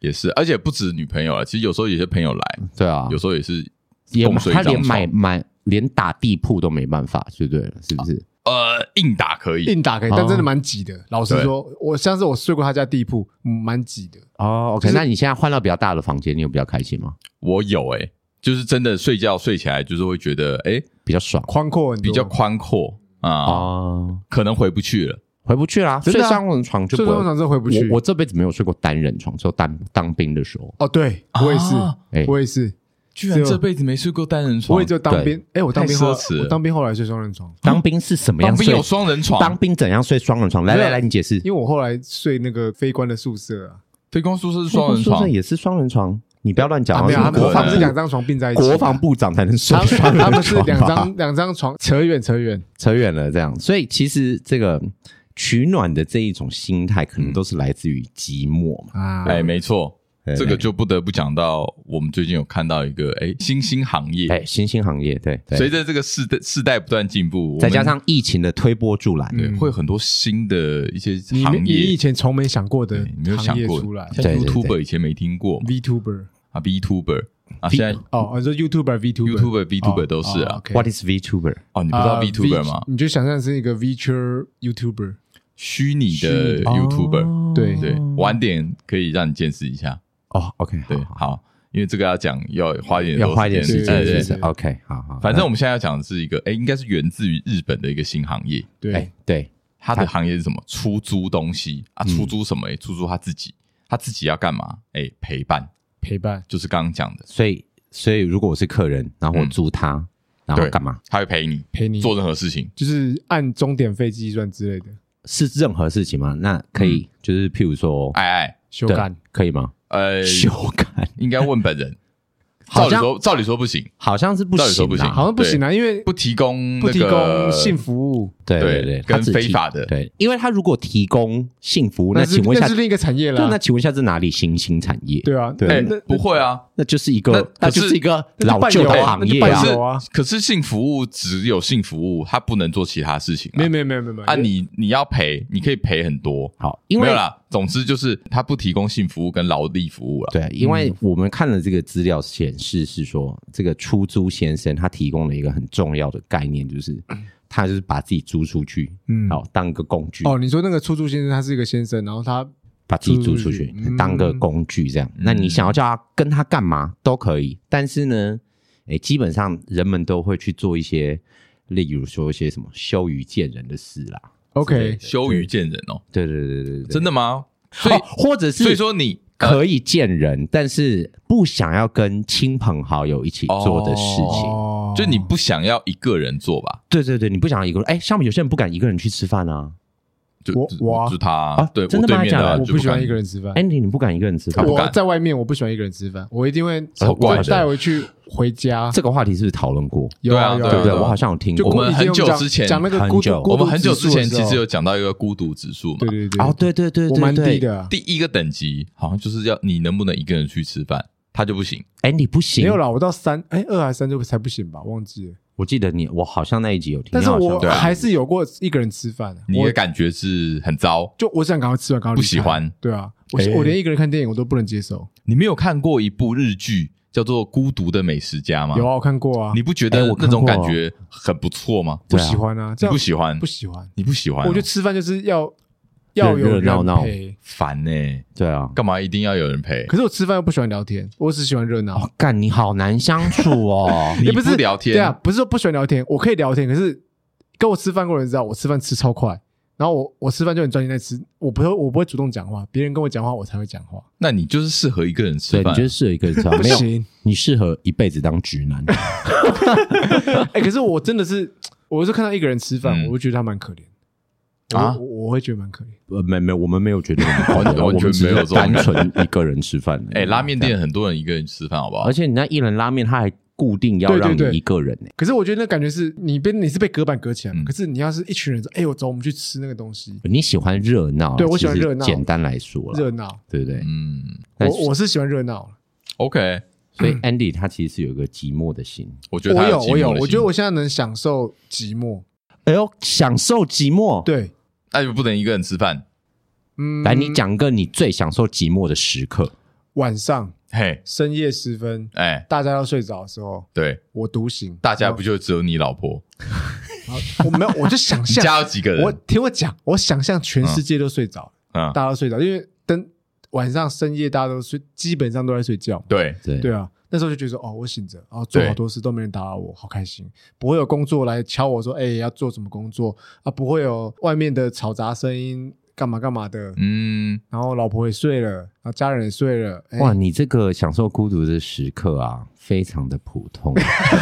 Speaker 1: 也是，而且不止女朋友了，啊其实有时候有些朋友来，
Speaker 3: 对啊，
Speaker 1: 有时候也是
Speaker 3: 也
Speaker 1: 共睡一
Speaker 3: 他
Speaker 1: 张
Speaker 3: 连
Speaker 1: 床
Speaker 3: 买买连打地铺都没办法，就对了，是不是？
Speaker 1: 呃硬打可以，
Speaker 2: 硬打可以，
Speaker 3: 哦
Speaker 2: 但真的蛮挤的。老实
Speaker 1: 对
Speaker 2: 说，我像是我睡过他家地铺，嗯蛮挤的。
Speaker 3: 哦
Speaker 2: 就
Speaker 3: ，OK，
Speaker 2: 是
Speaker 3: 那你现在换到比较大的房间，你有比较开心吗？
Speaker 1: 我有哎、就是真的睡觉睡起来就是会觉得哎、
Speaker 3: 比较爽
Speaker 2: 宽阔很多
Speaker 1: 比较宽阔啊，
Speaker 3: 哦，
Speaker 1: 可能回不去了。
Speaker 3: 回不去啦，
Speaker 2: 真
Speaker 3: 睡
Speaker 2: 的啊
Speaker 3: 双人床就
Speaker 2: 睡
Speaker 3: 不
Speaker 2: 双人
Speaker 3: 会。
Speaker 2: 床真的回不去。
Speaker 3: 我我这辈子没有睡过单人床，只有当当兵的时候。
Speaker 2: 哦，对我也是，
Speaker 1: 啊
Speaker 3: 哎，
Speaker 2: 我也是，
Speaker 1: 居
Speaker 2: 只有
Speaker 1: 辈子没睡过单人
Speaker 2: 我也就当兵。哎，我当兵后
Speaker 1: 哦太奢侈了
Speaker 2: 我当兵后来睡双人床，
Speaker 3: 当兵是什么
Speaker 1: 当
Speaker 3: 样睡？
Speaker 1: 兵有双人床，
Speaker 3: 当兵怎样睡双人床？来
Speaker 2: 没有
Speaker 3: 来来，你解释。
Speaker 2: 因为我后来睡那个飞官的宿舍啊，
Speaker 1: 推光宿舍是双人
Speaker 3: 宿舍
Speaker 1: 床，
Speaker 3: 也是双人床，你不要乱
Speaker 1: 哦
Speaker 3: 讲。
Speaker 2: 啊没有，
Speaker 3: 什
Speaker 2: 他
Speaker 3: 么
Speaker 2: 们
Speaker 1: 国
Speaker 2: 他
Speaker 1: 防部
Speaker 2: 们是两张床并在一起的，
Speaker 3: 国防部长才能睡
Speaker 2: 他 们
Speaker 3: 双人床吧
Speaker 2: 他们是两张两张床，扯远扯远。
Speaker 3: 扯远了这样，所以其实这个取暖的这一种心态，可能都是来自于寂寞嘛。
Speaker 2: 啊，
Speaker 1: 哎，没错，
Speaker 3: 对
Speaker 1: 这个就不得不讲到我们最近有看到一个哎新兴行业，
Speaker 3: 哎，新兴行业对
Speaker 1: 随
Speaker 3: 对，
Speaker 1: 着这个世代世代不断进步，我们
Speaker 3: 再加上疫情的推波助澜，
Speaker 1: 对
Speaker 2: 嗯
Speaker 1: 会有很多新的一些
Speaker 2: 你
Speaker 1: 行
Speaker 2: 你以
Speaker 1: 业。哎
Speaker 2: 前从没想过的
Speaker 1: 对你没有
Speaker 2: 行
Speaker 1: 想
Speaker 2: 业
Speaker 1: 过
Speaker 2: 出来，
Speaker 1: 像
Speaker 3: 对对对
Speaker 1: YouTuber 以前没听过嘛
Speaker 2: VTuber
Speaker 1: 啊，VTuber 啊，现在
Speaker 2: 哦，我说哦 YouTuber、VTuber、
Speaker 1: YouTuber、VTuber 都是啊。
Speaker 2: o k
Speaker 3: What is VTuber？
Speaker 1: 哦，你不知道 VTuber 吗？
Speaker 2: 啊你就想象是一个 Vtuber YouTuber，
Speaker 1: 虚拟哦
Speaker 2: 虚拟
Speaker 1: 的
Speaker 2: 的哦
Speaker 1: YouTuber，
Speaker 2: 对
Speaker 1: 对，晚点可以让你见识一下。
Speaker 3: 哦，OK，好
Speaker 1: 对，好，因为这个要讲要花一点
Speaker 3: 要花一点
Speaker 1: 多
Speaker 3: 时
Speaker 1: 间对对
Speaker 3: 间，是不
Speaker 1: 对
Speaker 3: 是
Speaker 2: 对对对
Speaker 3: ？OK，好好，
Speaker 1: 反正我们现在要讲的是一个，哎，应该是源自于日本的一个新行业。
Speaker 3: 那哎
Speaker 2: 对，
Speaker 3: 对，
Speaker 1: 它的行业是什么？出租东西啊，
Speaker 2: 嗯
Speaker 1: 出租什么？诶出租他自己，他自己要干嘛？哎，陪伴，
Speaker 2: 陪伴，
Speaker 1: 就是刚刚讲的，
Speaker 3: 所以所以如果我是客人，然后我
Speaker 1: 嗯
Speaker 3: 租他，然后
Speaker 1: 对
Speaker 3: 干嘛？
Speaker 1: 他会陪你
Speaker 2: 陪你
Speaker 1: 做任何事情。
Speaker 2: 就是按钟点费计算之类的，
Speaker 3: 是任何事情吗？那可以，就是譬如说，
Speaker 1: 嗯哎哎，
Speaker 2: 修
Speaker 3: 对，
Speaker 2: 改
Speaker 3: 可以吗？
Speaker 1: 呃，
Speaker 3: 修 改
Speaker 1: 应该问本 人。照
Speaker 3: 好
Speaker 1: 理
Speaker 3: 像
Speaker 1: 说，照理说不行，
Speaker 3: 好像是不
Speaker 1: 到底说
Speaker 3: 行
Speaker 1: 不行
Speaker 3: 啦，
Speaker 2: 好像不行啊，因为
Speaker 1: 不提供
Speaker 2: 不
Speaker 1: 那
Speaker 2: 提
Speaker 1: 个
Speaker 2: 供性服务，
Speaker 3: 对
Speaker 1: 对
Speaker 3: 对对，它
Speaker 1: 跟
Speaker 3: 只
Speaker 1: 非
Speaker 3: 提
Speaker 1: 法的
Speaker 3: 对，因为他如果提供性服务，那
Speaker 2: 是
Speaker 3: 请问一
Speaker 2: 那
Speaker 3: 下
Speaker 2: 是，另一个产业
Speaker 3: 对，那
Speaker 2: 啦，
Speaker 3: 请问一下这哪里新兴产业？
Speaker 2: 对啊，
Speaker 3: 对
Speaker 1: 哎
Speaker 2: 那，
Speaker 1: 不会啊，
Speaker 3: 那就是一
Speaker 1: 那
Speaker 3: 个，那
Speaker 1: 可是
Speaker 3: 就是一个
Speaker 2: 那就
Speaker 3: 老
Speaker 2: 伴
Speaker 3: 旧
Speaker 2: 游
Speaker 3: 的
Speaker 2: 啊
Speaker 3: 行
Speaker 2: 那就
Speaker 3: 业
Speaker 2: 伴
Speaker 3: 啊
Speaker 2: 游。
Speaker 1: 是
Speaker 2: 有啊
Speaker 1: 可是性服务只有性服务，它不能做其他事情啊。
Speaker 2: 没有没有没有没有没有
Speaker 1: 啊，你你要赔，你可以赔很多。
Speaker 3: 好，因
Speaker 1: 没
Speaker 3: 为
Speaker 1: 有啦，总之就是它不提供性服务跟劳力服务了。
Speaker 3: 对，因为我们看了这个资料显示是说，这个出租先生他提供了一个很重要的概念，就是他就是把自己租出去，
Speaker 2: 嗯
Speaker 3: 好当个工具，
Speaker 2: 哦，你说那个出租先生他是一个先生，然后他
Speaker 3: 把自己租出去
Speaker 2: 租出去
Speaker 3: 当个
Speaker 2: 嗯
Speaker 3: 工具这样。那你想要叫他跟他干嘛都可以，但是呢，诶，基本上人们都会去做一些，例如说一些什么羞于见人的事啦。
Speaker 2: OK，
Speaker 1: 羞于见人哦，
Speaker 3: 对对对对对，
Speaker 1: 真
Speaker 3: 的，
Speaker 1: 的吗？所以
Speaker 3: 哦或者是
Speaker 1: 所以说你呃
Speaker 3: 可以见人，但是不想要跟亲朋好友一起做的事情。
Speaker 2: 哦，
Speaker 1: 就你不想要一个人做吧？
Speaker 3: 对对对，你不想一个人，哎，像有些人不敢一个人去吃饭啊。
Speaker 1: 就
Speaker 2: 我
Speaker 1: 就
Speaker 2: 我啊
Speaker 1: 就他啊
Speaker 3: 啊
Speaker 1: 对我
Speaker 3: 真的
Speaker 1: 对
Speaker 3: 吗
Speaker 1: 面的啊
Speaker 3: 假
Speaker 2: 我
Speaker 3: 的
Speaker 1: 就
Speaker 2: 不喜欢
Speaker 1: 敢
Speaker 2: 一个人吃饭。
Speaker 3: 哎，你你不敢一个人吃
Speaker 1: 他，
Speaker 3: 饭
Speaker 1: 不敢
Speaker 2: 我在外面我不喜欢一个人吃饭，我一定会
Speaker 1: 超怪的
Speaker 2: 带回去回家。
Speaker 3: 这个话题是不是讨论过？
Speaker 2: 有啊
Speaker 1: 对
Speaker 2: 有
Speaker 1: 啊
Speaker 2: 啊
Speaker 3: 对不
Speaker 2: 有
Speaker 3: 对？
Speaker 2: 啊
Speaker 1: 啊
Speaker 3: 我好像有听
Speaker 2: 就
Speaker 1: 我
Speaker 3: 过。
Speaker 1: 们
Speaker 2: 孤独
Speaker 1: 很久
Speaker 2: 这样
Speaker 1: 之前
Speaker 2: 讲那个
Speaker 3: 很
Speaker 2: 孤独
Speaker 3: 久
Speaker 2: 孤独
Speaker 1: 我们很久之前
Speaker 2: 指数
Speaker 1: 其
Speaker 2: 的时候
Speaker 1: 实有讲到一个孤独指数嘛，
Speaker 2: 对对对
Speaker 3: 哦，，对对对
Speaker 2: 我
Speaker 3: 对，
Speaker 2: 蛮
Speaker 3: 对
Speaker 2: 低。的啊，
Speaker 1: 第一个等级好像就是要你能不能一个人去吃饭，他就不行。
Speaker 3: 哎，你不
Speaker 2: 没
Speaker 3: 行
Speaker 2: 有，啦，我到三哎二还是三就才不行吧，忘记了。
Speaker 3: 我记得你，我好像那一集有听，
Speaker 2: 但是
Speaker 3: 你好像
Speaker 2: 我
Speaker 1: 对啊
Speaker 2: 还是有过一个人吃饭的，
Speaker 1: 你
Speaker 2: 我
Speaker 1: 的感觉是很糟。
Speaker 2: 就我想赶快吃完，赶快离开
Speaker 1: 不喜欢。
Speaker 2: 对啊，我
Speaker 3: 哎
Speaker 2: 我连一个人看电影我都不能接受。
Speaker 1: 你没有看过一部日剧叫做《孤独的美食家》吗？
Speaker 2: 有啊，我看过啊，
Speaker 1: 你不觉
Speaker 3: 哎
Speaker 1: 得
Speaker 3: 我
Speaker 1: 那
Speaker 3: 看
Speaker 1: 种
Speaker 3: 过
Speaker 1: 感觉很不错吗？
Speaker 2: 不
Speaker 3: 对啊
Speaker 2: 喜欢啊，
Speaker 1: 你
Speaker 2: 这样
Speaker 1: 不喜欢
Speaker 2: 不，喜欢。
Speaker 1: 你不喜欢哦，
Speaker 2: 我觉得吃饭就是要要有
Speaker 3: 热热闹
Speaker 2: 人
Speaker 3: 闹
Speaker 2: 陪，
Speaker 1: 烦呢。
Speaker 3: 对啊，
Speaker 1: 干嘛一定要有人陪？。
Speaker 2: 可是我吃饭又不喜欢聊天，我只喜欢热闹。
Speaker 3: 哦，干你好难相处哦
Speaker 1: 你
Speaker 2: 也不是
Speaker 1: 聊
Speaker 2: 对啊，
Speaker 1: 天，
Speaker 2: 不是说不喜欢聊天，我可以聊天，可是跟我吃饭过的人知道，我吃饭吃超快，然后我我吃饭就很专心在吃，我不会我不会主动讲话，别人跟我讲话我才会讲话，
Speaker 1: 那你就是适合一个人吃
Speaker 3: 对，你
Speaker 1: 饭
Speaker 3: 就。是适合一个人吃饭，
Speaker 2: 不
Speaker 3: 没有，
Speaker 2: 行。
Speaker 3: 你适合一辈子当直男。
Speaker 2: 哎、可是我真的是，我是看到一个人吃饭，
Speaker 1: 嗯
Speaker 2: 我会觉得他蛮可怜我
Speaker 1: 啊
Speaker 2: 我我会觉得蛮可怜。
Speaker 3: 呃，没没，我们没有觉得你 们
Speaker 1: 完全
Speaker 3: 我们只是
Speaker 1: 没有这种
Speaker 3: 单纯一个人吃饭。
Speaker 2: 嗯
Speaker 1: 哎，拉面店很多人一个人吃饭，好不好
Speaker 3: 而？且你那一人拉面，他还固定要
Speaker 2: 对对
Speaker 3: 让
Speaker 2: 对
Speaker 3: 你一个人欸呢、
Speaker 2: 可是我觉得那感觉是你被你是被隔板隔起来嘛，
Speaker 1: 嗯
Speaker 2: 可是你要是一群人说，哎、我走，我们去吃那个东西，
Speaker 3: 你喜欢热闹啊，
Speaker 2: 对我喜欢
Speaker 3: 其实
Speaker 2: 热闹
Speaker 3: 简单来说
Speaker 2: 热
Speaker 3: 了，
Speaker 2: 闹。
Speaker 3: 对不对？
Speaker 1: 嗯
Speaker 3: 但
Speaker 2: 我我是喜欢热闹，
Speaker 1: ，OK，
Speaker 3: 所以 Andy 他其实是有一个寂寞的心。
Speaker 1: 我觉得
Speaker 2: 我
Speaker 1: 他
Speaker 2: 有
Speaker 1: 寂寞
Speaker 2: 我有，
Speaker 1: 的
Speaker 2: 我
Speaker 1: 心
Speaker 2: 觉得我现在能享受寂寞。
Speaker 3: 哎呦，享受寂寞。，
Speaker 2: 对，
Speaker 1: 那就不能一个人吃饭。
Speaker 2: 嗯，
Speaker 3: 来，你讲个你最享受寂寞的时刻。
Speaker 2: 晚上
Speaker 1: 嘿，
Speaker 2: 深夜时分，
Speaker 1: 哎，
Speaker 2: 大家都睡着的时候，
Speaker 1: 对，
Speaker 2: 我独醒，
Speaker 1: 大家不就只有你老婆？
Speaker 2: 然后，然后我没有，我就想
Speaker 1: 你家
Speaker 2: 象，
Speaker 1: 有几个
Speaker 2: 啊我
Speaker 1: 人？
Speaker 2: 听我讲，我想象全世界都睡着，
Speaker 1: 嗯，
Speaker 2: 大家都睡着，因为灯晚上深夜大家都睡，基本上都在睡觉嘛，
Speaker 1: 对，
Speaker 3: 对
Speaker 2: 对啊。那时候就觉得说哦，我醒着，然后做
Speaker 1: 对
Speaker 2: 好多事都没人打扰我，好开心。不会有工作来敲我说，哎、要做什么工作啊？不会有外面的嘈杂声音，干嘛干嘛的。
Speaker 1: 嗯，
Speaker 2: 然后老婆也睡了，然后家人也睡了。哎
Speaker 3: 哇，你这个享受孤独的时刻啊，非常的普通。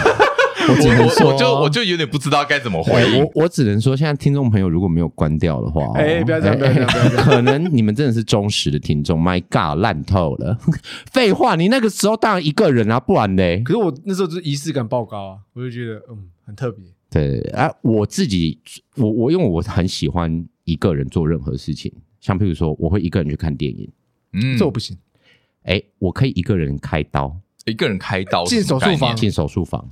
Speaker 1: 我
Speaker 3: 只能说
Speaker 1: 我我就我就有点不知道该怎么回应。
Speaker 3: 我我只能说，现在听众朋友如果没有关掉的话，
Speaker 2: 哎不要这样不要这样不要这
Speaker 3: 样， 可能你们真的是忠实的听众。My God，烂透了！ 废话，你那个时候当然一个人啊，不然嘞。
Speaker 2: 可是我那时候就是仪式感爆高啊，我就觉得嗯很特别。
Speaker 3: 对，哎、我自己，我我因为我很喜欢一个人做任何事情，像譬如说，我会一个人去看电影，
Speaker 1: 嗯
Speaker 2: 这我不行，
Speaker 3: 哎、我可以一个人开刀
Speaker 1: 一个人开刀
Speaker 2: 进
Speaker 1: 是什么
Speaker 2: 手术
Speaker 1: 概念
Speaker 2: 房
Speaker 3: 进手术房，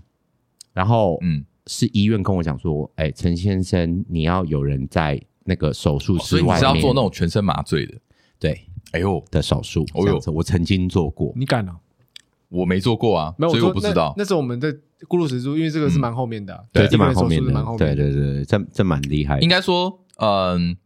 Speaker 3: 然后
Speaker 1: 嗯，
Speaker 3: 是医院跟我讲说，哎、陈先生，你要有人在那个手术
Speaker 1: 哦所
Speaker 3: 室
Speaker 1: 以你
Speaker 3: 外
Speaker 1: 是要
Speaker 3: 面，
Speaker 1: 做那种全身麻醉的。
Speaker 3: 对
Speaker 1: 哎呦，
Speaker 3: 的手术，
Speaker 1: 哦哟嗯
Speaker 3: 这样子，我曾经做过。
Speaker 2: 你敢啊？
Speaker 1: 我没做过啊，
Speaker 2: 没有，
Speaker 1: 所以我
Speaker 2: 说
Speaker 1: 不
Speaker 2: 那
Speaker 1: 知道。嗯
Speaker 2: 那时候我们在孤独时速，因为这个是蛮后面的啊，
Speaker 3: 对，
Speaker 2: 这
Speaker 3: 这
Speaker 2: 个
Speaker 3: 蛮
Speaker 2: 手
Speaker 3: 后
Speaker 2: 术
Speaker 3: 面
Speaker 2: 是
Speaker 3: 的，
Speaker 2: 蛮后
Speaker 3: 对
Speaker 2: 面的。
Speaker 3: 对对，对这这蛮厉害的，
Speaker 1: 应该说，嗯，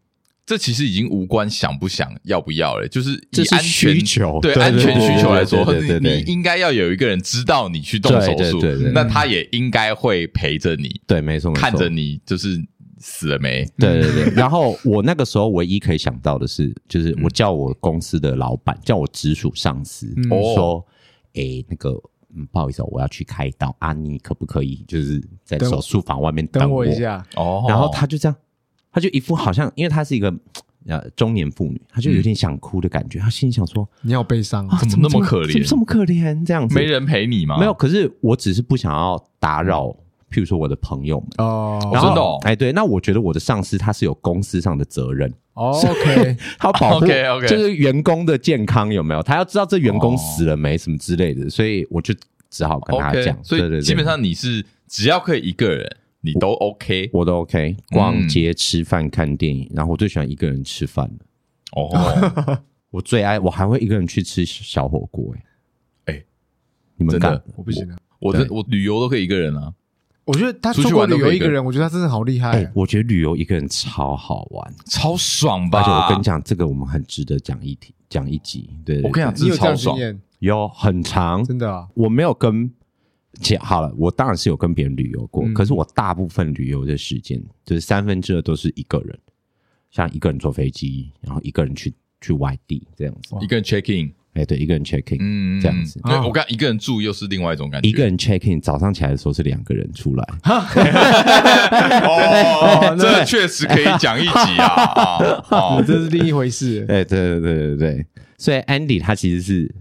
Speaker 1: 这其实已经无关想不想要不要了，就是以
Speaker 3: 这是
Speaker 1: 安全
Speaker 3: 需求
Speaker 1: 对
Speaker 3: 对
Speaker 1: 安全需求来说，
Speaker 3: 对对对对
Speaker 1: 你
Speaker 3: 对
Speaker 1: 你应该要有一个人知道你去动手术
Speaker 3: 对对对对，
Speaker 1: 那他也应该会陪着你，
Speaker 3: 对，没错，没错
Speaker 1: 看着你就是死了没。
Speaker 3: 对对 对。然后我那个时候唯一可以想到的是，就是我叫我公司的老板，叫我直属上司，
Speaker 2: 嗯
Speaker 3: 我说，哎，那个。嗯，不好意思哦，我要去开刀啊！你可不可以就是在
Speaker 2: 等我
Speaker 3: 手术房外面
Speaker 2: 等
Speaker 3: 我
Speaker 2: 我一？下，
Speaker 1: 哦，
Speaker 3: 然后他就这样，他就一副好像，因为她是一个呃中年妇女，她就有点想哭的感觉。她心里想说：
Speaker 2: 你好悲伤啊
Speaker 3: 啊，
Speaker 1: 怎么
Speaker 3: 么
Speaker 1: 那么可怜
Speaker 3: 怎么这么可怜？这样子
Speaker 1: 没人陪你吗？
Speaker 3: 没有，，可是我只是不想要打扰，譬譬如说我的朋友们。
Speaker 2: 哦
Speaker 1: 然后真的哦
Speaker 3: 哎，对，那我觉得我的上司他是有公司上的责任，
Speaker 2: 哦 OK，
Speaker 3: 他保护
Speaker 1: OK，OK
Speaker 3: 就是员工的健康有没有？他要知道这员工
Speaker 1: 哦
Speaker 3: 死了没什么之类的，所以我就只好跟他
Speaker 1: OK，
Speaker 3: 讲。
Speaker 1: 所
Speaker 3: 对对
Speaker 1: 以
Speaker 3: 对
Speaker 1: 基本上你是只要可以一个人，你都 OK
Speaker 3: 我都 OK，逛街、吃饭、看电影，然后我最喜欢一个人吃饭了。
Speaker 1: 哦。
Speaker 3: 我最爱，我还会一个人去吃小火锅、哎、
Speaker 1: 哎
Speaker 3: 你们
Speaker 1: 真的
Speaker 3: 敢？
Speaker 2: 我不行啊。
Speaker 1: 我这
Speaker 3: 对
Speaker 1: 我旅游都可以一个人啊，
Speaker 2: 我觉得他
Speaker 1: 出
Speaker 2: 出
Speaker 1: 去
Speaker 2: 国
Speaker 1: 玩都
Speaker 2: 旅
Speaker 1: 可
Speaker 2: 游
Speaker 1: 以
Speaker 2: 一个
Speaker 1: 跟
Speaker 2: 人，我觉得他真的好厉
Speaker 3: 哎、
Speaker 2: 害啊。
Speaker 3: 我觉得旅游一个人超好玩，
Speaker 1: 超爽吧？
Speaker 3: 而且我跟你，讲，这个我们很值得讲一题，讲一集。对
Speaker 1: 我跟你讲，
Speaker 3: 你
Speaker 2: 你
Speaker 1: 这
Speaker 2: 有
Speaker 1: 是
Speaker 2: 这样
Speaker 1: 超
Speaker 2: 的经
Speaker 1: 爽。
Speaker 2: 验？
Speaker 3: 有很长，
Speaker 2: 真的啊？
Speaker 3: 我没有跟。且好了，我当然是有跟别人旅游过，
Speaker 2: 嗯
Speaker 3: 可是我大部分旅游的时间，就是三分之二都是一个人，像一个人坐飞机，然后一个人去去外地这样子。
Speaker 1: 一个人 check in，
Speaker 3: 哎、对，一个人 check in，
Speaker 1: 嗯，嗯
Speaker 3: 这样子哦
Speaker 1: 嗯对，
Speaker 2: 啊
Speaker 1: 我刚一个人住又是另外一种感觉。
Speaker 3: 一个人 check in，早上起来的时候是两个人出来，
Speaker 1: 哦，这
Speaker 3: 对
Speaker 1: 个确实可以讲一集啊 啊！哦，
Speaker 2: 嗯这是另一回 事。
Speaker 3: 哎，对对对对对，所以 Andy 他其实是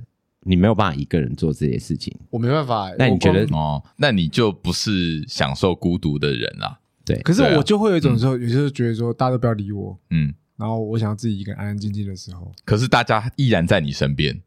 Speaker 3: 你没有办法一个人做这些事情，
Speaker 2: 我没办法欸。
Speaker 3: 那你
Speaker 2: 我光
Speaker 3: 觉得
Speaker 1: 哦，那你就不是享受孤独的人啦。
Speaker 3: 对，
Speaker 2: 可是
Speaker 1: 对啊
Speaker 2: 我就会有一种时候，有时候觉得说大家都不要理我，
Speaker 1: 嗯，
Speaker 2: 然后我想要自己一个人安安静静的时候，
Speaker 1: 可是大家依然在你身边，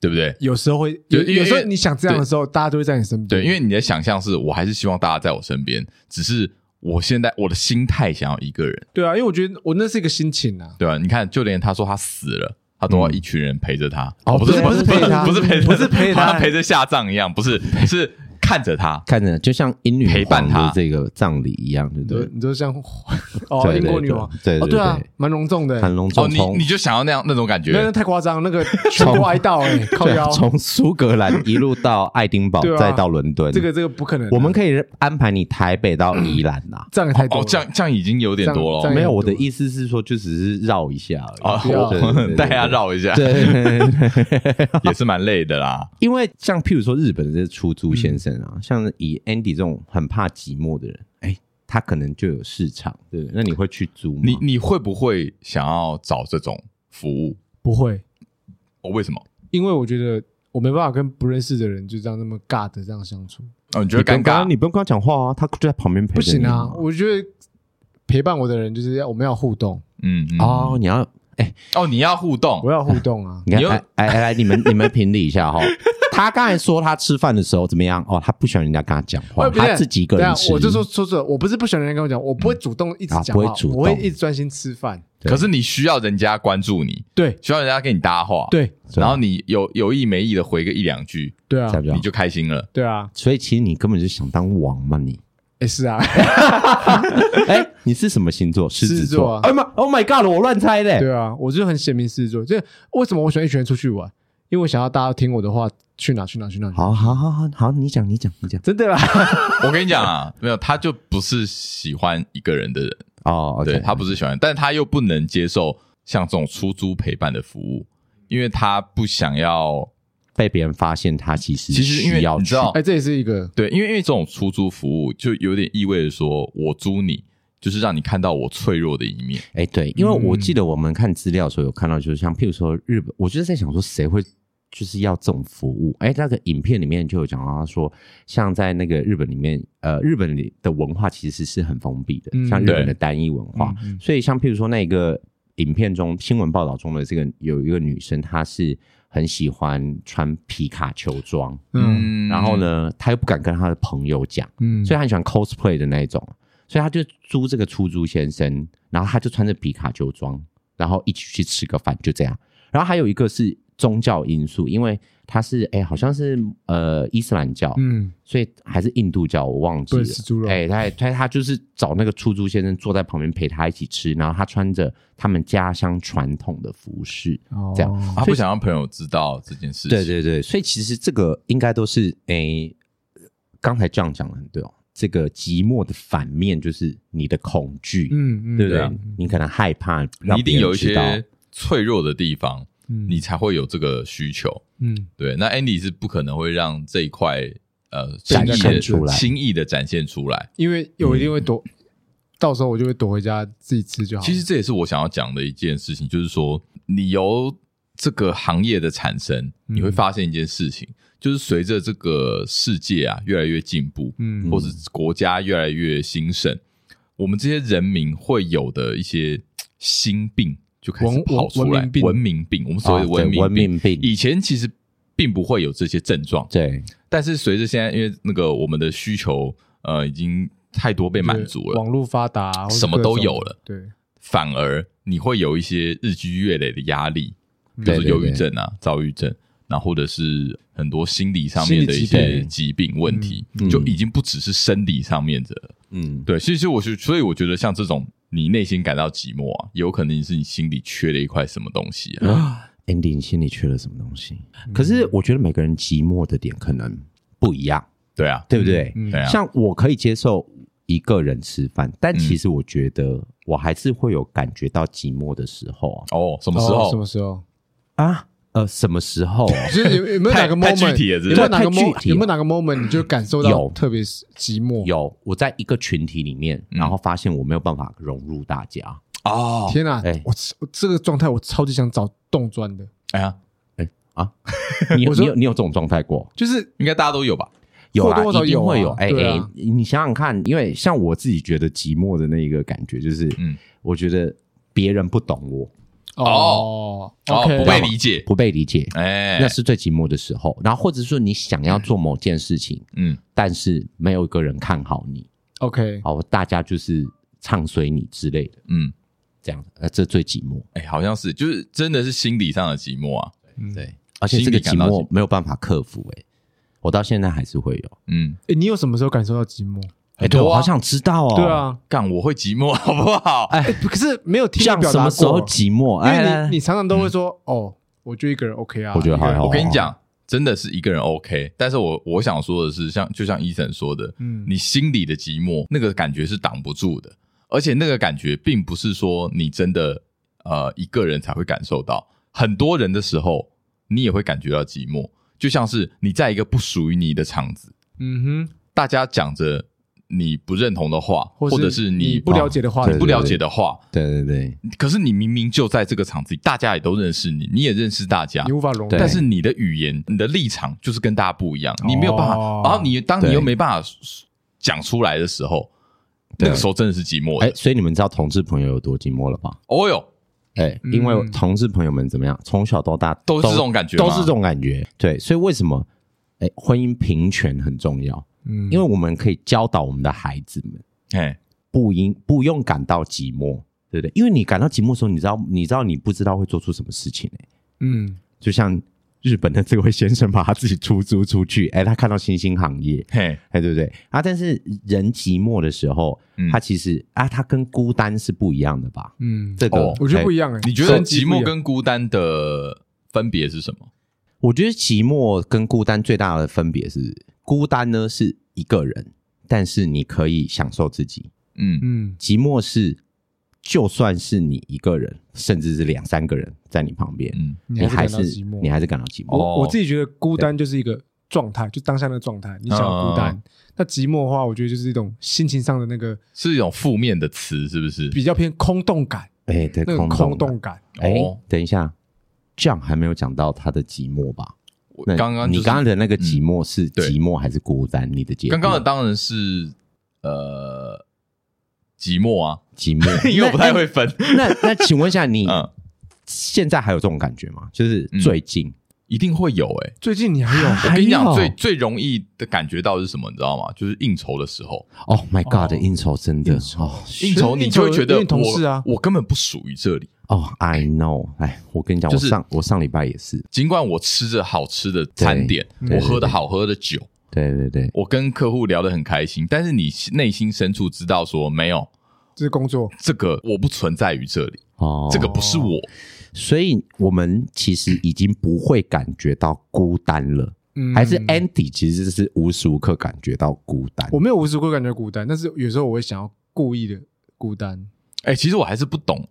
Speaker 1: 对不对？
Speaker 2: 有时候会
Speaker 1: 就
Speaker 2: 有
Speaker 1: 因为
Speaker 2: 有时候你想这样的时候，大家都会在你身边。
Speaker 3: 嗯
Speaker 1: 对，因为你的想象是我还是希望大家在我身边，只是我现在我的心态想要一个人，
Speaker 2: 对啊，因为我觉得我那是一个心情啊。
Speaker 1: 对吧、你看，就连他说他死了。他都要一群人陪着他，
Speaker 3: 哦
Speaker 1: 不是
Speaker 3: 对
Speaker 1: 不是
Speaker 3: 不是陪他
Speaker 1: 不是陪
Speaker 2: 不是陪他
Speaker 1: 好像陪着下葬一样，不是是看着他，
Speaker 3: 看着就像英女
Speaker 1: 陪伴
Speaker 3: 皇的
Speaker 1: 他
Speaker 3: 这个葬礼一样，对不
Speaker 2: 你就
Speaker 3: 对？
Speaker 2: 你就像 哦，
Speaker 3: 对对
Speaker 2: 英国女王，
Speaker 3: 对对
Speaker 2: 哦
Speaker 3: 对
Speaker 2: 对啊
Speaker 3: 对，
Speaker 2: 蛮隆重的欸，
Speaker 3: 很隆
Speaker 1: 哦，
Speaker 3: 重，
Speaker 1: 你
Speaker 3: 从
Speaker 1: 你就想要那样那种感觉，
Speaker 2: 没有那太夸张，那 个全国哀悼哎，靠
Speaker 3: 对啊
Speaker 2: 腰，
Speaker 3: 从苏格兰一路到爱丁堡
Speaker 2: 对，啊
Speaker 3: 再到伦敦，
Speaker 2: 这个这个不可能啊，
Speaker 3: 我们可以安排你台北到宜兰呐。
Speaker 2: 这样也太多
Speaker 1: 哦
Speaker 2: 了，，
Speaker 1: 这样这样已经有点多了
Speaker 2: 这样
Speaker 3: 嗯没有，我的意思是说，就只是绕一下
Speaker 1: 哦
Speaker 3: 而已。对对对对
Speaker 1: 我
Speaker 3: 对
Speaker 1: 带他绕一下，
Speaker 3: 对对对 对
Speaker 1: 也是蛮累的 啦。
Speaker 3: 因为像譬如说日本的这些出租先生啊，像以 Andy 这种很怕寂寞的人，哎、他可能就有市场，对不对？那你会去租吗？
Speaker 1: 你你会不会想要找这种服务？
Speaker 2: 不会，
Speaker 1: 哦，为什么？
Speaker 2: 因为我觉得我没办法跟不认识的人就这样那么尬的这样相处，
Speaker 1: 哦，你觉
Speaker 3: 你
Speaker 1: 得
Speaker 3: 不用
Speaker 1: 尴
Speaker 3: 跟他
Speaker 1: 尬？
Speaker 3: 你不用跟他讲话啊，他就在旁边陪
Speaker 2: 不
Speaker 3: 着你
Speaker 2: 行
Speaker 3: 嘛
Speaker 2: 啊，我觉得陪伴我的人就是要我们要互动，
Speaker 1: 嗯嗯
Speaker 3: 哦，你要
Speaker 1: 哦，你要互动
Speaker 2: 我要互动 啊，
Speaker 3: 你
Speaker 1: 你
Speaker 3: 要
Speaker 1: 要
Speaker 3: 哎哎哎来，你们你们评理一 下哈、他刚才说他吃饭的时候怎么样？哦，他不喜欢人家跟他讲
Speaker 2: 我
Speaker 3: 话，
Speaker 2: 哎不是
Speaker 3: 他自己一个人
Speaker 2: 等一
Speaker 3: 吃。
Speaker 2: 下我就说说这，我不是不喜欢人家跟我讲，我不会主动一直
Speaker 3: 啊
Speaker 2: 讲话，
Speaker 3: 不会主动
Speaker 2: 我会一直专心吃饭。
Speaker 3: 对
Speaker 1: 可是你需要人家关注你，
Speaker 2: 对
Speaker 1: 需要人家跟你搭话，，
Speaker 2: 对
Speaker 1: 然后你有有意没意的回个一两句，
Speaker 2: 对啊
Speaker 3: 这样比较好
Speaker 1: 你就开心了。
Speaker 2: 对啊，
Speaker 3: 所以其实你根本就想当王嘛你。
Speaker 2: 也是啊，
Speaker 3: 哎、你是什么星座？狮
Speaker 2: 狮子
Speaker 3: 子座
Speaker 2: 座啊。
Speaker 3: 哎妈，Oh my God，我乱猜的、
Speaker 2: 对啊，我就很显明狮子座。就是为什么我喜欢一群人出去玩？因为我想要大家听我的话，去哪去哪去哪。
Speaker 3: 好好好好好，你讲你讲你讲。
Speaker 2: 真的啦，
Speaker 1: 我跟你讲 啊，没有，他就不是喜欢一个人的人，
Speaker 3: 哦，OK，
Speaker 1: 对他不是喜欢，但他又不能接受像这种出租陪伴的服务，因为他不想要。
Speaker 3: 被别人发现他其实
Speaker 1: 其实因为
Speaker 3: 需要
Speaker 1: 你
Speaker 3: 去
Speaker 1: 知道
Speaker 2: 哎，这也是一个
Speaker 1: 对，因为因为这种出租服务就有点意味着说，我租你就是让你看到我脆弱的一面。
Speaker 3: 哎、对，因为我记得我们看资料的时候有看到，就是像譬如说日本，我就是在想说谁会就是要这种服务？哎、那个影片里面就有讲到他说，像在那个日本里面，呃，日本里的文化其实是很封闭的，
Speaker 2: 嗯
Speaker 3: 像日本的
Speaker 1: 对
Speaker 3: 单一文化，
Speaker 2: 嗯嗯
Speaker 3: 所以像譬如说那个影片中新闻报道中的这个有一个女生，她是很喜欢穿皮卡丘装，
Speaker 2: 嗯
Speaker 3: 然后？呢，她又不敢跟她的朋友讲。
Speaker 2: 嗯
Speaker 3: 所以他很喜欢 cosplay 的那一种，所以他就租这个出租先生，然后他就穿着皮卡丘装，然后一起去吃个饭，就这样。然后还有一个是宗教因素，因为他是哎、好像是呃伊斯兰教，
Speaker 2: 嗯
Speaker 3: 所以还是印度教，我忘记
Speaker 2: 不
Speaker 3: 了
Speaker 2: 能。吃猪肉
Speaker 3: 哎、他他他就是找那个出租先生坐在旁边陪他一起吃，然后他穿着他们家乡传统的服饰，
Speaker 2: 哦
Speaker 3: 这样
Speaker 1: 他不想让朋友知道这件事情。
Speaker 3: 嗯对对对，所以其实这个应该都是诶，刚才这样讲的很对哦。这个寂寞的反面就是你的恐惧，
Speaker 2: 嗯嗯
Speaker 3: 对不对？
Speaker 1: 对啊
Speaker 3: 你可能害怕，
Speaker 1: 你一定有一些
Speaker 3: 让
Speaker 1: 脆弱的地方，
Speaker 2: 嗯
Speaker 1: 你才会有这个需求。
Speaker 2: 嗯
Speaker 1: 对，那 Andy 是不可能会让这一块呃
Speaker 3: 展
Speaker 1: 心意
Speaker 3: 现
Speaker 1: 的
Speaker 3: 出来
Speaker 1: 心意的展现出来。
Speaker 2: 因为我一定会躲，
Speaker 1: 嗯
Speaker 2: 到时候我就会躲回家自己吃就好。
Speaker 1: 其实这也是我想要讲的一件事情，就是说你由这个行业的产生，
Speaker 2: 嗯
Speaker 1: 你会发现一件事情，就是随着这个世界啊越来越进步，
Speaker 2: 嗯
Speaker 1: 或是国家越来越兴盛，我们这些人民会有的一些嘖心病就开始
Speaker 2: 文
Speaker 1: 跑出来，
Speaker 2: 文文明
Speaker 1: 病
Speaker 2: 病
Speaker 1: 我们所谓的
Speaker 3: 啊对
Speaker 1: 文
Speaker 3: 文
Speaker 1: 明
Speaker 3: 明
Speaker 1: 病
Speaker 3: 病，
Speaker 1: 以前其实并不会有这些症状，
Speaker 3: 对，
Speaker 1: 但是随着现在，因为那个我们的需求，呃，已经太多被满足
Speaker 2: 对
Speaker 1: 了，
Speaker 2: 网络发达啊，或是
Speaker 1: 什么
Speaker 2: 各
Speaker 1: 都
Speaker 2: 种
Speaker 1: 有了，
Speaker 2: 对，
Speaker 1: 反而你会有一些日积月累的压力，比
Speaker 3: 对
Speaker 1: 如说
Speaker 3: 嗯对
Speaker 1: 忧郁
Speaker 3: 对
Speaker 1: 症啊、躁郁症，然后或者是很多心理上
Speaker 2: 心
Speaker 1: 面
Speaker 2: 理
Speaker 1: 的一
Speaker 2: 疾
Speaker 1: 些
Speaker 2: 病
Speaker 1: 疾病问题，
Speaker 3: 嗯
Speaker 1: 就已经不只是生理上面的了。
Speaker 3: 嗯，
Speaker 1: 对，其实我是，所以我觉得像这种你内心感到寂寞啊，有可能是你心里缺了一块什么东西
Speaker 3: 嗯
Speaker 1: 啊。
Speaker 3: Andy，你心里缺了什么东西？可是我觉得每个人寂寞的点可能不一样，
Speaker 1: 对啊，
Speaker 3: 对不对？
Speaker 2: 嗯
Speaker 1: 对啊，
Speaker 3: 像我可以接受一个人吃饭，
Speaker 2: 嗯
Speaker 3: 但其实我觉得我还是会有感觉到寂寞的时候
Speaker 1: 哦，什么时
Speaker 2: 哦什
Speaker 1: 候？
Speaker 2: 么时候？
Speaker 3: 啊。啊，呃，什么 时候啊？
Speaker 2: 就是有有没有哪个
Speaker 1: 太太
Speaker 2: moment
Speaker 1: 具体了是不是
Speaker 2: 有没有哪个
Speaker 3: 太具
Speaker 2: moment
Speaker 3: 体
Speaker 2: 有没有哪个 moment 你就感受到
Speaker 3: 有
Speaker 2: 特别寂寞？
Speaker 3: 有，我在一个群体里面，
Speaker 2: 嗯
Speaker 3: 然后发现我没有办法融入大 家。
Speaker 1: 哦，
Speaker 2: 天哪
Speaker 3: 哎，
Speaker 2: 我我这个状态我超级想找洞钻的，
Speaker 1: 哎呀，
Speaker 3: 啊，你有
Speaker 2: 我说
Speaker 3: 你有你有这种状态过？
Speaker 2: 就是
Speaker 1: 应该大家都有吧？
Speaker 3: 有啊，
Speaker 2: 或多或少
Speaker 3: 一定
Speaker 2: 有啊
Speaker 3: 会有。哎
Speaker 2: 对
Speaker 3: 哎
Speaker 2: 啊，
Speaker 3: 你想想看，因为像我自己觉得寂寞的那一个感觉，就是，
Speaker 1: 嗯
Speaker 3: 嗯，我觉得别人不懂我，
Speaker 2: 哦
Speaker 1: 哦，
Speaker 2: ，OK，
Speaker 1: 不被理解，
Speaker 3: 不被理解，
Speaker 1: 哎
Speaker 3: 那，是最寂寞的时候。然后或者说你想要做某件事情，
Speaker 1: 嗯，
Speaker 3: 但是没有一个人看好你，
Speaker 2: OK，
Speaker 3: 哦，大家就是唱衰你之类的，
Speaker 1: 嗯，
Speaker 3: 这样，呃，这最寂寞。
Speaker 1: 哎、好像是，就是真的是心理上的寂寞啊。
Speaker 2: 嗯，
Speaker 3: 对，而且这个寂
Speaker 1: 心里感到寂
Speaker 3: 寞没有办法克服，哎，我到现在还是会有。
Speaker 1: 嗯，
Speaker 2: 哎，你有什么时候感受到寂寞？
Speaker 3: 哎，
Speaker 1: 很
Speaker 3: 对
Speaker 1: 多啊
Speaker 3: 我好想知道哦。
Speaker 2: 对，啊，
Speaker 1: 干我会寂寞， 好不好？
Speaker 3: 哎
Speaker 2: 哎，可是没有听
Speaker 3: 像
Speaker 2: 你表
Speaker 3: 什
Speaker 2: 达
Speaker 3: 么时候
Speaker 2: 过，
Speaker 3: 寂寞？
Speaker 2: 因
Speaker 3: 哎，来
Speaker 2: 为
Speaker 3: 来嗯
Speaker 2: 你你常常都会说哦，我就一个人 OK 啊，
Speaker 3: 我觉得
Speaker 2: 一个人
Speaker 3: 还好
Speaker 1: 我跟你讲，真的是一个人 OK，但是我我想说的是，像就像医生说的，
Speaker 2: 嗯
Speaker 1: 你心里的寂寞那个感觉是挡不住的，而且那个感觉并不是说你真的呃一个人才会感受到，很多人的时候你也会感觉到寂寞，就像是你在一个不属于你的场子，
Speaker 2: 嗯哼，
Speaker 1: 大家讲着你不认同的话，或者是啊
Speaker 2: 你不了解的话
Speaker 3: 哦，对
Speaker 1: 不了解的话，
Speaker 3: 对对对，
Speaker 1: 可是你明明就在这个场子里，大家也都认识你，你也认识大家
Speaker 2: 你，无法融入
Speaker 3: 对
Speaker 1: 但是你的语言、你的立场就是跟大家不一样，你没有办法。
Speaker 2: 哦
Speaker 1: 然后你当你
Speaker 3: 对
Speaker 1: 又没办法讲出来的时候，
Speaker 3: 对
Speaker 1: 那个时候真的是寂寞
Speaker 3: 哎、
Speaker 1: 的。
Speaker 3: 所以你们知道同志朋友有多寂寞了吧？
Speaker 1: 哦哟，
Speaker 3: 哎、
Speaker 2: 嗯
Speaker 3: 因为同志朋友们怎么样，从小到大
Speaker 1: 都是这种感觉吗
Speaker 3: 都是这种感觉。对，所以为什么哎、婚姻平权很重要？
Speaker 2: 嗯
Speaker 3: 因为我们可以教导我们的孩子们，
Speaker 1: 哎，
Speaker 3: 不应不用感到寂寞，对不对？因为你感到寂寞的时候，你知道你知道你不知道会做出什么事情、哎，
Speaker 2: 嗯
Speaker 3: 就像日本的这位先生把他自己出租出去， 哎、他看到新兴行业，
Speaker 1: 嘿，
Speaker 3: 哎，对不对？啊，但是人寂寞的时候，
Speaker 1: 嗯
Speaker 3: 他其实啊，他跟孤单是不一样的吧？
Speaker 2: 嗯，
Speaker 3: 这个、
Speaker 1: 哦
Speaker 2: 我觉得
Speaker 3: 哎
Speaker 2: 不一样哎，
Speaker 1: 你觉得
Speaker 2: 升
Speaker 1: 寂
Speaker 2: 级
Speaker 1: 寞
Speaker 2: 不一样
Speaker 1: 跟孤单的分别是什么？
Speaker 3: 我觉得寂寞跟孤单最大的分别是，孤单呢是一个人，但是你可以享受自己；
Speaker 1: 嗯
Speaker 2: 嗯
Speaker 3: 寂寞是，就算是你一个人，甚至是两三个人在你旁边，
Speaker 1: 嗯，
Speaker 2: 你
Speaker 3: 还
Speaker 2: 还
Speaker 3: 是
Speaker 2: 是感到寂寞
Speaker 3: 你还是感到寂寞。
Speaker 1: 哦
Speaker 2: 我我自己觉得孤单就是一个状态，就当下那个状态，你想要孤
Speaker 1: 哦
Speaker 2: 单。那寂寞的话，我觉得就是一种心情上的那个
Speaker 1: 是一种负面的词，是不是？
Speaker 2: 比较偏空洞感，
Speaker 3: 哎、对，
Speaker 2: 那个空
Speaker 3: 空
Speaker 2: 洞。感。
Speaker 3: 哎、
Speaker 1: 哦
Speaker 3: 等一下，这样还没有讲到他的寂寞吧？
Speaker 1: 我
Speaker 3: 那
Speaker 1: 刚刚就是嗯
Speaker 3: 你刚刚的那个寂寞是
Speaker 1: 对
Speaker 3: 寂寞还是孤单？你的解
Speaker 1: 刚刚的
Speaker 3: 的
Speaker 1: 当然是呃寂寞啊，
Speaker 3: 寂寞，
Speaker 1: 因为我不太会分。
Speaker 3: 那。那那请问一下，你
Speaker 1: 嗯，
Speaker 3: 现在还有这种感觉吗？就是最近。
Speaker 1: 一定会有哎。
Speaker 2: 最近你还有
Speaker 1: 我跟你
Speaker 3: 还
Speaker 1: 讲，
Speaker 3: 有
Speaker 1: 最最容易的感觉到的是什么？你知道吗？就是应酬的时候，
Speaker 3: Oh my god！、
Speaker 2: 哦
Speaker 3: 应酬真的哦
Speaker 1: 应酬你就会觉
Speaker 2: 因
Speaker 1: 得
Speaker 2: 为同事啊
Speaker 1: 我我根本不属于这里。
Speaker 3: 哦，I know！哎，我跟你讲，
Speaker 1: 就是
Speaker 3: 我上我上礼拜也是，
Speaker 1: 尽管我吃着好吃的餐点，
Speaker 3: 对
Speaker 1: 我喝的好喝的酒，
Speaker 3: 对对对，
Speaker 1: 我跟客户聊得很开心，但是你内心深处知道说没有
Speaker 2: 这是工作，
Speaker 1: 这个我不存在于这里，
Speaker 3: 哦，
Speaker 1: 这个不是我。
Speaker 3: 所以我们其实已经不会感觉到孤单了，
Speaker 2: 嗯，
Speaker 3: 还是 Andy 其实是无时无刻感觉到孤单。
Speaker 2: 我没有无时无刻感觉孤单，但是有时候我会想要故意的孤单。
Speaker 1: 哎、其实我还是不懂，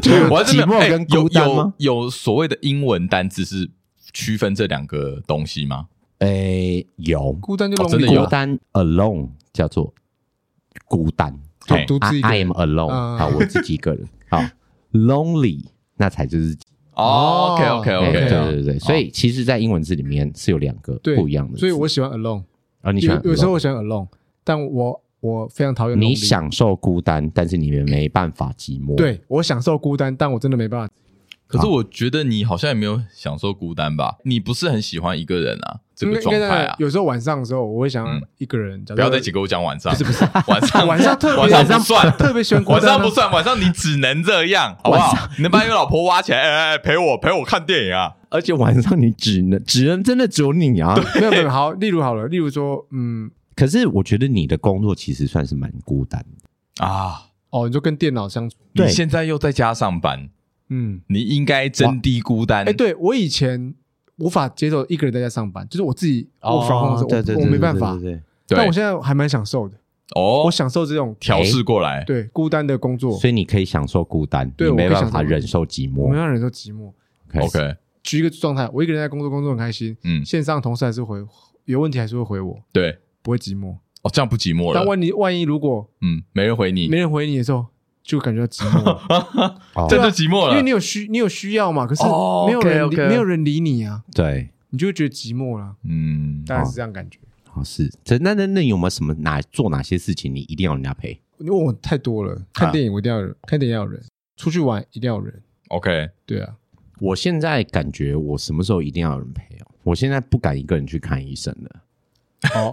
Speaker 3: 就是
Speaker 1: 我还是没有
Speaker 3: 寂寞
Speaker 1: 哎
Speaker 3: 跟孤单吗
Speaker 1: 有有有所谓的英文单字是区分这两个东西吗？
Speaker 3: 哎，有
Speaker 2: 孤单就
Speaker 1: 哦
Speaker 2: lonely 啊
Speaker 1: 真的有
Speaker 3: 孤
Speaker 2: 吧
Speaker 3: 单 alone 叫做孤单，
Speaker 1: 对
Speaker 3: 好
Speaker 2: 独自一个
Speaker 3: 哎 I I
Speaker 2: 人啊
Speaker 3: am alone，、
Speaker 2: 嗯
Speaker 3: 好，我自己一个人，好 lonely 那才就是
Speaker 1: 哦，OK OK
Speaker 3: 哎
Speaker 1: OK，
Speaker 3: 对对对
Speaker 2: 啊
Speaker 3: 对，所以其实，在英文字里面是有两个
Speaker 2: 对
Speaker 3: 不一样的字，
Speaker 2: 所以我喜欢 alone，
Speaker 3: 啊，你喜
Speaker 2: 有
Speaker 3: 欢
Speaker 2: 有时候
Speaker 3: alone
Speaker 2: 我喜欢 alone，但我我非常讨厌
Speaker 3: 你
Speaker 2: lonely
Speaker 3: 享受孤单，但是你们没办法寂寞，，
Speaker 2: 对我享受孤单，但我真的没办法。
Speaker 1: 可是我觉得你好像也没有享受孤单吧？你不是很喜欢一个人啊？这个
Speaker 2: 应该
Speaker 1: 状
Speaker 2: 应该
Speaker 1: 态啊？
Speaker 2: 有时候晚上的时候，我会想
Speaker 1: 嗯
Speaker 2: 一个人。假
Speaker 1: 不要
Speaker 2: 设
Speaker 1: 再给我讲晚上，不是不是 晚上
Speaker 2: 晚上特 别
Speaker 1: 晚上不算，
Speaker 2: 特别喜欢孤
Speaker 1: 晚
Speaker 2: 单啊
Speaker 1: 上不算，晚上你只能这样，好不好？你能把你老婆挖起来，哎哎，陪我陪我看电影啊！
Speaker 3: 而且晚上你只能只能真的只有你啊。
Speaker 2: 没有没有好，例如好了，例如说，嗯，
Speaker 3: 可是我觉得你的工作其实算是蛮孤单的，
Speaker 1: 啊，
Speaker 2: 哦，你就跟电脑相处，
Speaker 1: 你
Speaker 3: 对
Speaker 1: 现在又在家上班，
Speaker 2: 嗯，
Speaker 1: 你应该真低孤单
Speaker 2: 哎、。
Speaker 3: 嗯
Speaker 2: 对我以前无法接受一个人在家上班，就是我自己哦我发工的时候，
Speaker 3: 哦对对
Speaker 2: 我
Speaker 3: 对，
Speaker 2: 我没办法
Speaker 3: 对，对对
Speaker 2: 但
Speaker 1: 对
Speaker 2: 我，现在还蛮享受的，
Speaker 1: 哦
Speaker 2: 我，享受这种
Speaker 1: 调试过来，
Speaker 2: 对孤单的工作
Speaker 3: 对，所以你可以享受孤单，
Speaker 2: 对
Speaker 3: 你没
Speaker 2: 我可
Speaker 3: 办
Speaker 2: 以享
Speaker 3: 法
Speaker 2: 受
Speaker 3: 忍受寂
Speaker 2: 我
Speaker 3: 寞
Speaker 2: 们。让人都寂寞。
Speaker 1: ，OK，
Speaker 2: 举一个状态，我一个人在工作，工作很开心，
Speaker 1: 嗯，
Speaker 2: 线上同事还是回，有问题还是会回我，
Speaker 1: 对，
Speaker 2: 不会寂寞。
Speaker 1: 哦，这样不寂寞
Speaker 2: 但
Speaker 1: 了，
Speaker 2: 万一万一如果
Speaker 1: 嗯，没人回你，
Speaker 2: 没人回你的时候，就感觉到寂 寞了，
Speaker 3: 哦
Speaker 2: 啊
Speaker 1: 这就寂寞
Speaker 2: 因为
Speaker 1: 了
Speaker 2: 你。有需你有需要嘛，可是
Speaker 1: 哦
Speaker 2: 没有人理
Speaker 1: OK，OK
Speaker 2: 没有人理你啊，
Speaker 3: 对，
Speaker 2: 你就会觉得寂寞啦，
Speaker 1: 嗯，
Speaker 2: 大概是这样感觉。
Speaker 3: 好是。这那那那你有没有什么哪做哪些事情你一定要人家陪？
Speaker 2: 你问我太多
Speaker 3: 啊
Speaker 2: 了，看电影我一定要有人，看电影要有人，出去玩一定要有人，
Speaker 1: OK，
Speaker 2: 对啊，
Speaker 3: 我现在感觉我什么时候一定要有人陪哦？我现在不敢一个人去看医生了，
Speaker 2: 哦，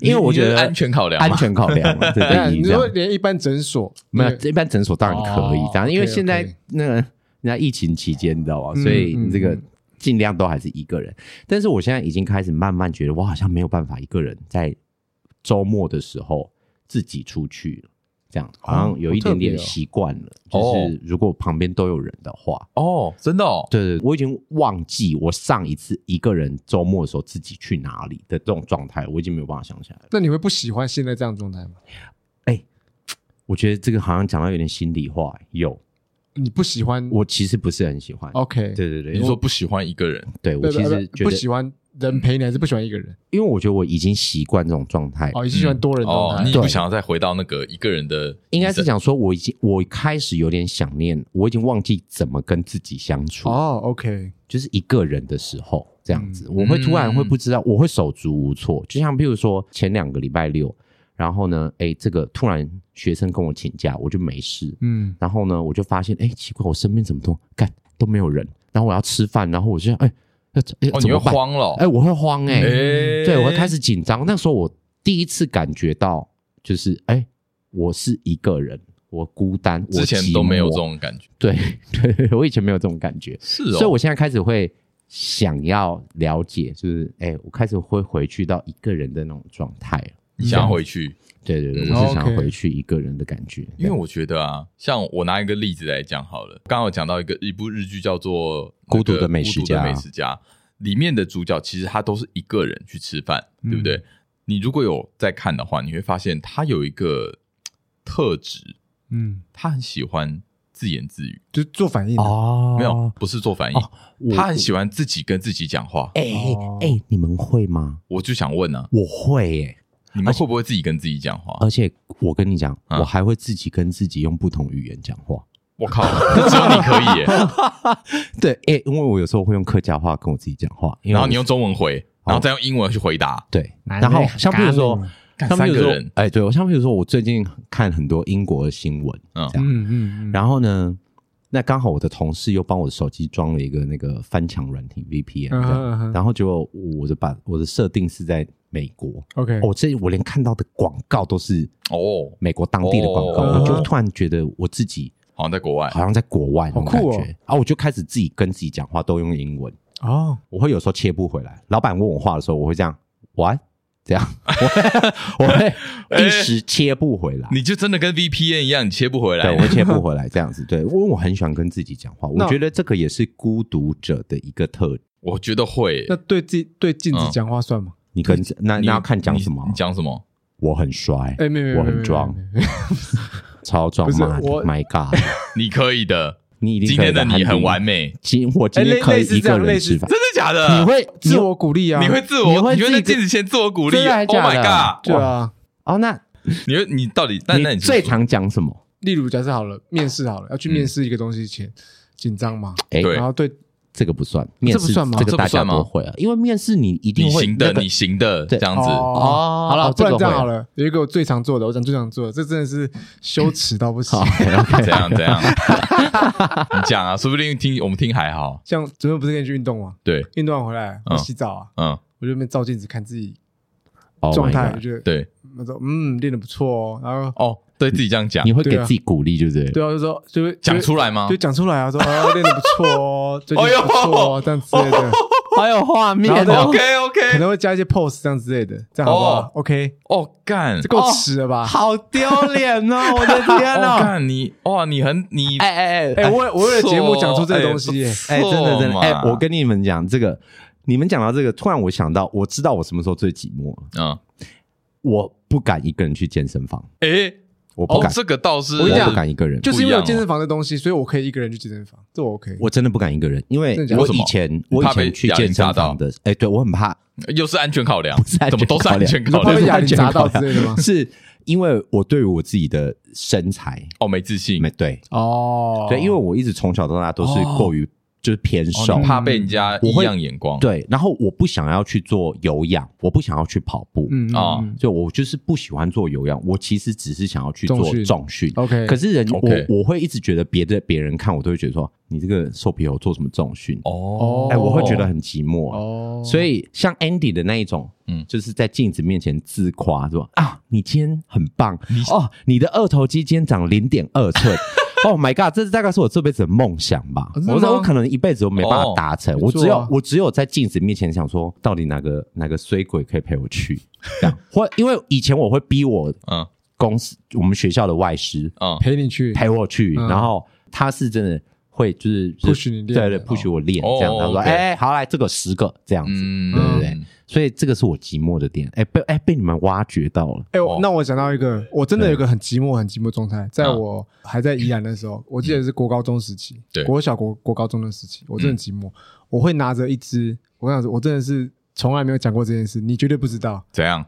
Speaker 3: 因为我觉
Speaker 1: 你
Speaker 3: 得
Speaker 1: 是安全考量嘛，
Speaker 3: 安全考量嘛，对
Speaker 2: 对啊，
Speaker 3: 对，
Speaker 2: 你
Speaker 3: 这样
Speaker 2: 说连一般诊所
Speaker 3: 没有
Speaker 2: 那，个
Speaker 3: 一般诊所当然可以
Speaker 2: 哦，
Speaker 3: 当然因为
Speaker 2: OK，OK
Speaker 3: 现在那个人家疫情期间，你知道吧？
Speaker 2: 嗯
Speaker 3: 所以
Speaker 2: 嗯
Speaker 3: 这个
Speaker 2: 嗯
Speaker 3: 尽量都还是一个人。但是我现在已经开始慢慢觉得，我好像没有办法一个人在周末的时候自己出去了，这样好像有一点
Speaker 2: 好特别
Speaker 3: 点
Speaker 2: 哦
Speaker 3: 习惯了。
Speaker 1: 哦
Speaker 3: 就是如果旁边都有人的话，
Speaker 1: 哦，真的哦，
Speaker 3: 对对，我已经忘记我上一次一个人周末的时候自己去哪里的这种状态，我已经没有办法想起来了。
Speaker 2: 那你会不喜欢现在这样的状态吗？
Speaker 3: 我觉得这个好像讲到有点心里话，有
Speaker 2: 你不喜欢
Speaker 3: 我其实不是很喜欢。
Speaker 2: 哦，OK，
Speaker 3: 对对对，
Speaker 1: 你说不喜欢一个人，
Speaker 3: 对我
Speaker 2: 对
Speaker 3: 其
Speaker 2: 对
Speaker 1: 呃
Speaker 2: 对
Speaker 3: 实觉
Speaker 2: 不
Speaker 3: 得，嗯
Speaker 2: 喜欢人陪你，还是不喜欢一个人？
Speaker 3: 因为我觉得我已经习惯这种状态，
Speaker 2: 哦，你是喜欢多人的状
Speaker 1: 哦，
Speaker 2: 态
Speaker 1: 你也不
Speaker 3: 嗯对
Speaker 1: 想要再回到那个一个人的，
Speaker 3: 应该是讲说我已经我开始有点想念，我已经忘记怎么跟自己相处，
Speaker 2: 哦，OK，
Speaker 3: 就是一个人的时候这样
Speaker 1: 嗯
Speaker 3: 子，我会突然会不知道，我会手足无措。就像譬如说前两个礼拜六，然后呢，哎，这个突然学生跟我请假，我就没事，
Speaker 2: 嗯，
Speaker 3: 然后呢，我就发现，哎，奇怪，我身边怎么都干都没有人，然后我要吃饭，然后我就想，哎，那哎
Speaker 1: 哦，
Speaker 3: 怎
Speaker 1: 你会
Speaker 3: 么办？
Speaker 1: 慌了哦，
Speaker 3: 哎，我会慌哎、
Speaker 1: 哎
Speaker 3: 对，我会开始紧张。那时候我第一次感觉到，就是哎、我是一个人，我孤单，我
Speaker 1: 之前
Speaker 3: 寂
Speaker 1: 都没有
Speaker 3: 寞
Speaker 1: 这。种感觉，
Speaker 3: 对 对，我以前没有这种感觉，
Speaker 1: 是哦
Speaker 3: 所以我现在开始会想要了解，就是哎、我开始会回去到一个人的那种状态了。
Speaker 1: 你想要回去，
Speaker 3: 对对对，
Speaker 1: 嗯
Speaker 3: 我是想要
Speaker 2: OK
Speaker 3: 回去一个人的感觉，
Speaker 1: 因为我觉得啊，像我拿一个例子来讲好了，刚刚有讲到一个一部日剧叫做那个《
Speaker 3: 孤独的美食
Speaker 1: 孤独的
Speaker 3: 家
Speaker 1: 美食家》，里面的主角其实他都是一个人去吃饭，
Speaker 2: 嗯
Speaker 1: 对不对？你如果有在看的话，你会发现他有一个特质，
Speaker 2: 嗯，
Speaker 1: 他很喜欢自言自语，
Speaker 2: 就是做反应啊的，
Speaker 3: 哦
Speaker 1: 没有，不是做反应，
Speaker 3: 哦我
Speaker 1: 他很喜欢自己跟自己讲话。
Speaker 3: 哎
Speaker 2: 哦
Speaker 3: 哎，你们会吗？
Speaker 1: 我就想问啊，
Speaker 3: 我会耶、
Speaker 1: 你们会不会自己跟自己讲话？
Speaker 3: 而且我跟你讲，
Speaker 1: 啊
Speaker 3: 我还会自己跟自己用不同语言讲话。
Speaker 1: 我靠， 只有你可 以耶，
Speaker 3: 对，诶、因为我有时候会用客家话跟我自己讲话，因为
Speaker 1: 然后你
Speaker 3: 我
Speaker 1: 用中文回，然后再用英文去回答。
Speaker 3: 对，
Speaker 2: 难
Speaker 3: 然后
Speaker 2: 欸
Speaker 3: 像比如说
Speaker 2: 咖喱，
Speaker 1: 干
Speaker 3: 像比
Speaker 1: 三
Speaker 3: 如
Speaker 1: 个
Speaker 3: 说
Speaker 1: 人，
Speaker 3: 哎、对我像比如说，我最近看很多英国的新闻，
Speaker 1: 嗯
Speaker 3: 嗯，这样，
Speaker 2: 嗯嗯嗯，
Speaker 3: 然后呢，那刚好我的同事又帮我的手机装了一个那个翻墙软体 VPN，、
Speaker 2: 嗯哼
Speaker 3: 这样
Speaker 2: 嗯哼
Speaker 3: 然后结果我的把我的设定是在美国，
Speaker 2: OK，
Speaker 3: 我、这我连看到的广告都是
Speaker 1: 哦，
Speaker 3: 美国当地的广告，
Speaker 2: 哦
Speaker 3: 我就突然觉得我自己。
Speaker 1: 好像在国外。
Speaker 3: 好像在国外那种感
Speaker 2: 好酷
Speaker 3: 觉，
Speaker 2: 哦
Speaker 3: 然后、我就开始自己跟自己讲话，都用英文。
Speaker 2: 哦，
Speaker 3: 我会有时候切不回来，老板问我话的时候，我会这样玩，这样，我会我会一时切不回来，
Speaker 1: 哎你就真的跟 VPN 一样，你切不回
Speaker 3: 对，
Speaker 1: 来
Speaker 3: 我。会切不回来这样子。对，因为我很喜欢跟自己讲话，
Speaker 2: 那
Speaker 3: 我觉得这个也是孤独者的一个特质。
Speaker 1: 我觉得会。
Speaker 2: 那对自己对镜子
Speaker 1: 嗯
Speaker 2: 讲话算吗？
Speaker 3: 你跟那
Speaker 1: 你
Speaker 3: 那要看讲什么
Speaker 1: 你，你讲什么？
Speaker 3: 我很帅，
Speaker 2: 哎，没有没有，
Speaker 3: 我
Speaker 2: 没有
Speaker 3: 很装，
Speaker 2: 没有没有没有
Speaker 3: 超装
Speaker 2: 不是
Speaker 3: 嘛
Speaker 2: 我
Speaker 3: ，My God，
Speaker 1: 你可以的。
Speaker 3: 你一定
Speaker 1: 今
Speaker 3: 可以
Speaker 1: 天的你很完，美，
Speaker 3: 今我今
Speaker 2: 哎
Speaker 3: 天
Speaker 2: 类
Speaker 3: 可以
Speaker 2: 类似
Speaker 3: 一
Speaker 2: 这
Speaker 3: 个
Speaker 2: 样类
Speaker 3: 人
Speaker 2: 似
Speaker 3: 吃饭
Speaker 1: 真，的假的？
Speaker 3: 你会
Speaker 2: 自我鼓励啊，
Speaker 1: 呃你会自我，
Speaker 3: 你会
Speaker 1: 你会
Speaker 3: 自己
Speaker 1: 在镜子前自我鼓励。
Speaker 3: 真的还
Speaker 1: Oh
Speaker 3: 假
Speaker 1: my
Speaker 3: 的
Speaker 1: god！
Speaker 2: 对啊。
Speaker 3: 哦，那
Speaker 1: 你会你到底？那那
Speaker 3: 你
Speaker 1: 你是
Speaker 3: 最
Speaker 1: 说
Speaker 3: 常讲什么？
Speaker 2: 例如，假设好了，面试好了，要去面试一个东西前，紧张嘛，
Speaker 3: 哎，
Speaker 1: 对
Speaker 2: 然后对
Speaker 3: 这个不算，面
Speaker 2: 这
Speaker 3: 试
Speaker 2: 不算吗
Speaker 3: 个大家
Speaker 1: 这不算吗
Speaker 3: 都会啊，因为面试你一定
Speaker 1: 你
Speaker 3: 会
Speaker 1: 行的，
Speaker 3: 那个
Speaker 1: 你行的这
Speaker 3: 对
Speaker 1: 样子，
Speaker 3: 哦
Speaker 2: 好了，
Speaker 3: 哦
Speaker 2: 不
Speaker 3: 这
Speaker 2: 然
Speaker 3: 个
Speaker 2: 这样
Speaker 3: 会
Speaker 2: 好了，有一个我最常做的，我讲最常做的，这真的是羞耻到不行
Speaker 3: 好。，OK，哦
Speaker 1: 怎样怎 样？ 你讲啊，说不定听我们听还好。
Speaker 2: 像昨天不是跟你去运动吗？
Speaker 1: 对，
Speaker 2: 运动完回来
Speaker 1: 嗯
Speaker 2: 我洗澡啊，
Speaker 1: 嗯，
Speaker 2: 我就在那边照镜子看自己
Speaker 3: Oh my
Speaker 2: 状态，我
Speaker 3: God
Speaker 2: 觉得
Speaker 1: 对，
Speaker 2: 我说嗯练的不错哦，然后
Speaker 1: 哦，对自己这样讲
Speaker 3: 你，会
Speaker 2: 对
Speaker 3: 给
Speaker 2: 啊
Speaker 3: 自己鼓励，对不对？
Speaker 2: 对啊就说就会
Speaker 1: 讲出来吗
Speaker 2: 就？讲出来啊，说哦练的不错哦，最近
Speaker 1: 哎呦
Speaker 2: 不错哦这样之类的，
Speaker 3: 好有画面
Speaker 2: 然后
Speaker 1: OK OK，
Speaker 2: 可能会加一些 pose 这样之类的，这样好不
Speaker 1: 哦
Speaker 2: 好？OK，
Speaker 1: 哦干，
Speaker 2: 这够迟了 吧？
Speaker 3: 好丢脸哦！我的天
Speaker 1: 哦
Speaker 3: 哦！
Speaker 1: 干你哇，你很你
Speaker 3: 哎哎
Speaker 2: 哎，我我为了节目讲出这个东西耶，
Speaker 3: 哎，真的真的哎，我
Speaker 1: 跟
Speaker 3: 跟你们讲这个，你们讲到这个，突然我想到，我知道我什么时候最寂寞了，
Speaker 1: 嗯
Speaker 3: 我不敢一个人去健身房，
Speaker 1: 哎
Speaker 3: 我不
Speaker 1: 哦，
Speaker 3: 敢，
Speaker 1: 这个倒是
Speaker 3: 我不敢一个人，
Speaker 2: 就是
Speaker 1: 不
Speaker 2: 因
Speaker 1: 一
Speaker 2: 为
Speaker 1: 样
Speaker 2: 有
Speaker 1: 哦
Speaker 2: 健身房的东西，所以我可以一个人去健身房，这我 OK。
Speaker 3: 我真的不敢一个人，因为
Speaker 2: 真的假的
Speaker 3: 我
Speaker 1: 为什么
Speaker 3: 以前
Speaker 1: 你
Speaker 3: 我
Speaker 1: 怕
Speaker 3: 以
Speaker 1: 被
Speaker 3: 前去
Speaker 1: 压力
Speaker 3: 健身
Speaker 1: 炸到
Speaker 3: 房的，哎，对我很怕
Speaker 1: 又是安全考量，
Speaker 3: 是安全
Speaker 1: 怎么都是安全考
Speaker 2: 考量
Speaker 1: 量
Speaker 2: 被哑铃砸到之类的 吗
Speaker 3: 是因为我对于我自己的身材，
Speaker 1: 哦，没自信
Speaker 3: 没，对
Speaker 2: 哦
Speaker 3: 对，因为我一直从小到大都是
Speaker 1: 哦
Speaker 3: 过于就是偏
Speaker 1: 哦
Speaker 3: 瘦，
Speaker 1: 你怕被人家异样眼光，
Speaker 3: 对，然后我不想要去做有氧，我不想要去跑步，
Speaker 2: 嗯
Speaker 1: 哦
Speaker 2: 嗯
Speaker 3: 就我就是不喜欢做有氧，我其实只是想要去做
Speaker 2: 重训
Speaker 3: 重训。
Speaker 2: OK，
Speaker 3: 可是人
Speaker 1: OK
Speaker 3: 我我会一直觉得别的别人看我都会觉得说你这个瘦皮猴做什么重训？
Speaker 1: 哦
Speaker 3: 哎、我会觉得很寂寞。啊
Speaker 2: 哦，
Speaker 3: 所以像 Andy 的那一种，
Speaker 1: 嗯
Speaker 3: 嗯，就是在镜子面前自夸，说啊，你今天很棒哦，你的二头肌今天长零点 二寸。Oh my god！这大概是我这辈子的梦想吧。
Speaker 2: 哦真的吗
Speaker 3: 我说我可能一辈子都没办法达成，
Speaker 2: 哦
Speaker 3: 我只
Speaker 2: 不
Speaker 3: 有、
Speaker 2: 错啊
Speaker 3: 我只有在镜子面前想说，到底哪个哪个衰鬼可以陪我去？这样，或因为以前我会逼我
Speaker 1: 嗯
Speaker 3: 公司我们学校的外师
Speaker 1: 嗯
Speaker 2: 陪你去，
Speaker 3: 陪我去，
Speaker 2: 嗯
Speaker 3: 然后他是真的会就是就
Speaker 2: push
Speaker 3: 是
Speaker 2: 你练
Speaker 3: 对对
Speaker 2: 哦
Speaker 3: push 我练这样，
Speaker 1: 哦
Speaker 3: 他说
Speaker 1: OK
Speaker 3: 哎、好来这个十个这样子，
Speaker 1: 嗯，
Speaker 3: 对不对？所以这个是我寂寞的点，哎、被哎、被你们挖掘到了，
Speaker 2: 哎、
Speaker 1: 哦
Speaker 2: 我那我想到一个，我真的有一个很寂寞、很寂寞状态，在
Speaker 1: 嗯
Speaker 2: 我还在宜兰的时候，我记得是国高中时期，
Speaker 1: 对
Speaker 2: 国小国国高中的时期，我真的寂寞。我会拿着一支，我想说，我真的是从来没有讲过这件事，你绝对不知道。
Speaker 1: 怎样？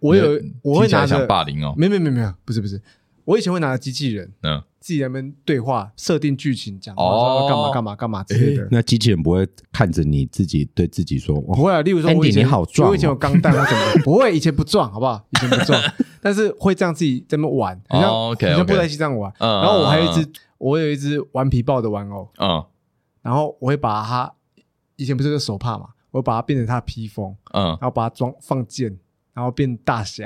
Speaker 2: 我有
Speaker 1: 你的，
Speaker 2: 我会
Speaker 1: 听起来
Speaker 2: 拿
Speaker 1: 想
Speaker 2: 着，
Speaker 1: 霸凌哦，
Speaker 2: 没有没有没有没有，不是不是，我以前会拿着机器人，
Speaker 1: 嗯，
Speaker 2: 自己在那边对话、设定剧情、讲话，
Speaker 1: 哦
Speaker 2: 说要干嘛干嘛干嘛之类的。
Speaker 3: 那机器人不会看着你自己对自己说，
Speaker 2: 不
Speaker 3: 哦、
Speaker 2: 会啊，例如说
Speaker 3: Andy，
Speaker 2: 我以前
Speaker 3: 你好壮哦
Speaker 2: 我以前有钢弹或什么的， 不会，以前不壮，好不好？以前不 壮，但是会这样自己在那边玩，很像
Speaker 1: 哦，OK，
Speaker 2: 很像
Speaker 1: OK
Speaker 2: 布袋戏这样玩。
Speaker 1: 嗯
Speaker 2: 然后我还有一
Speaker 3: 啊
Speaker 2: 只，我有一只顽皮豹的玩偶，
Speaker 1: 嗯
Speaker 2: 然后我会把它，以前不是有个手帕嘛，我会把它变成它的披风，
Speaker 3: 哦
Speaker 1: 嗯
Speaker 2: 然，后把它装放箭，然后变大 侠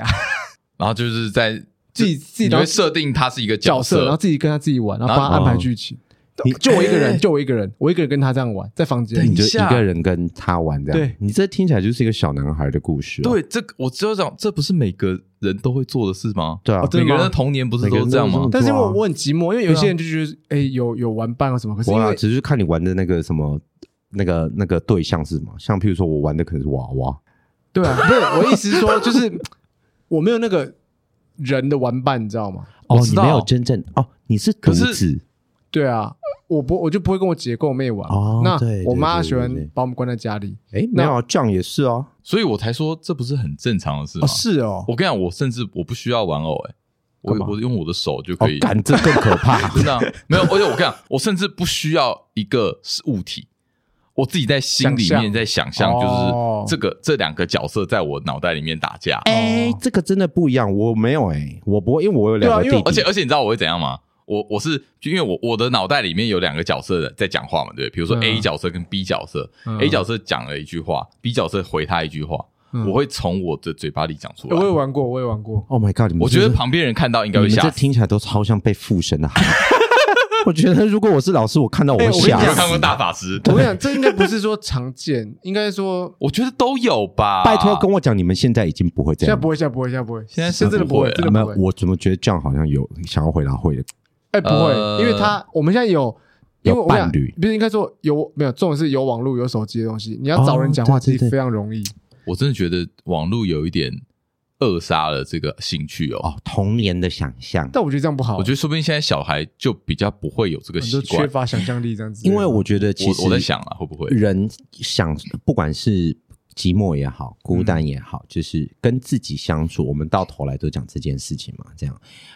Speaker 1: 然后就是在
Speaker 2: 自己自己
Speaker 1: 你
Speaker 2: 然
Speaker 1: 会
Speaker 2: 后
Speaker 1: 设定他是一个
Speaker 2: 角色，
Speaker 1: 色，
Speaker 2: 然后自己跟他自己玩，然后帮他
Speaker 3: 然后
Speaker 2: 安排剧情
Speaker 3: 啊你。
Speaker 2: 就我一个
Speaker 1: 哎
Speaker 2: 人，就我一个人，我一个人跟他这样玩，在房间
Speaker 3: 你
Speaker 2: 里。
Speaker 3: 就
Speaker 1: 等一下
Speaker 3: 一个人跟他玩这样，
Speaker 2: 对
Speaker 3: 你这听起来就是一个小男孩的故事、哦，
Speaker 1: 对这个我只有讲，这不是每个人都会做的事吗？
Speaker 3: 对啊
Speaker 2: 哦，真
Speaker 1: 每个
Speaker 2: 的吗
Speaker 1: 人的童年不是都是这样吗
Speaker 3: 每个人都是这？
Speaker 2: 但是因为
Speaker 3: 对啊
Speaker 2: 我很寂寞，因为有些人就觉得，哎，有有玩伴或什么，可是因
Speaker 3: 我
Speaker 2: 为
Speaker 3: 啊，只是看你玩的那个什么。那个那个对象是什么？像譬如说，我玩的可能是娃娃，
Speaker 2: 对啊，不是我意思是说，就是我没有那个人的玩伴，你知道吗？
Speaker 1: 我
Speaker 3: 哦，
Speaker 1: 知
Speaker 3: 你
Speaker 1: 道
Speaker 3: 没有真正哦，你是独
Speaker 1: 可
Speaker 3: 子
Speaker 2: 对啊，我不我就不会跟我姐跟我妹玩。
Speaker 3: 哦
Speaker 2: 那
Speaker 3: 对
Speaker 2: 我妈
Speaker 3: 对对
Speaker 2: 喜欢
Speaker 3: 对对
Speaker 2: 把我们关在家里。
Speaker 3: 哎，没
Speaker 2: 那
Speaker 3: 有啊，这样也是哦，
Speaker 1: 所以我才说这不是很正常的事吗
Speaker 2: 哦，？是哦，
Speaker 1: 我跟你讲，我甚至我不需要玩偶，哎，我
Speaker 2: 干嘛
Speaker 1: 我用我的手就
Speaker 3: 哦
Speaker 1: 可以，，
Speaker 3: 感这更可怕
Speaker 1: ，真的啊没有。而且我跟你讲，我甚至不需要一个物体，我自己在心里
Speaker 2: 想
Speaker 1: 面
Speaker 2: 象
Speaker 1: 在想象，就是
Speaker 2: 哦
Speaker 1: 这个这两个角色在我脑袋里面打架。
Speaker 3: 哎，这个真的不一样，我没有哎，我不会，因为我有两
Speaker 2: 对
Speaker 3: 个
Speaker 2: 啊因
Speaker 3: 弟
Speaker 2: 为
Speaker 3: 弟，
Speaker 1: 而且而且你知道我会怎样吗？我我是就因为我我的脑袋里面有两个角色在讲话嘛，对不对，比如说
Speaker 2: 嗯
Speaker 1: A 角色跟 B 角色、
Speaker 2: 嗯
Speaker 1: a 角色哎讲了一句话，B 角色回他一句话，
Speaker 2: 嗯
Speaker 1: 我会从我的嘴巴里讲出
Speaker 2: 哎
Speaker 1: 来。
Speaker 2: 我也玩过，我也玩过。
Speaker 3: Oh my god！你们
Speaker 1: 我觉
Speaker 3: 真
Speaker 1: 得
Speaker 3: 的
Speaker 1: 旁边人看到应该会
Speaker 3: 你们
Speaker 1: 吓
Speaker 3: 这
Speaker 1: 死。
Speaker 3: 听起来都超像被附身的孩子。 我觉得如果我是老师，我看到我
Speaker 2: 哎
Speaker 3: 会
Speaker 2: 我跟你
Speaker 1: 你
Speaker 3: 吓
Speaker 1: 有没有
Speaker 3: 死。
Speaker 1: 看过大法师？
Speaker 2: 我跟你讲，这应该不是说常见，应该说
Speaker 1: 我觉得都有吧。
Speaker 3: 拜托跟我讲，你们现在已经不会这
Speaker 2: 现在
Speaker 3: 样。
Speaker 2: 不会，现在不会，现在不会，
Speaker 1: 现在是
Speaker 2: 是真的
Speaker 1: 不会
Speaker 2: 会，
Speaker 1: 啊
Speaker 2: 真
Speaker 3: 没
Speaker 2: 的
Speaker 3: 有
Speaker 2: 不会。
Speaker 3: 我怎么觉得这样好像有想要回答会的？
Speaker 2: 哎，不会
Speaker 1: 呃，
Speaker 2: 因为他我们现在有。因为我
Speaker 3: 有伴侣
Speaker 2: 想不是应该说有没有这种是有网络有手机的东西，你要找人讲话
Speaker 3: 哦对
Speaker 2: 其
Speaker 3: 对
Speaker 2: 实
Speaker 3: 对
Speaker 2: 非常容易。
Speaker 1: 我真的觉得网络有一点扼杀了这个兴趣哦。
Speaker 3: 哦，童年的想象。
Speaker 2: 但我觉得这样不好，
Speaker 1: 我觉得说不定现在小孩就比较不会有这个
Speaker 2: 你
Speaker 1: 习
Speaker 2: 就缺
Speaker 1: 惯。
Speaker 2: 乏想象力这样子。哦
Speaker 3: 因为我觉得其实嗯
Speaker 1: 我我在想啊，会不会？
Speaker 3: 人想，不管是寂寞也好，孤单也好，就是跟自己相处。我们到头来都讲这件事情嘛，这样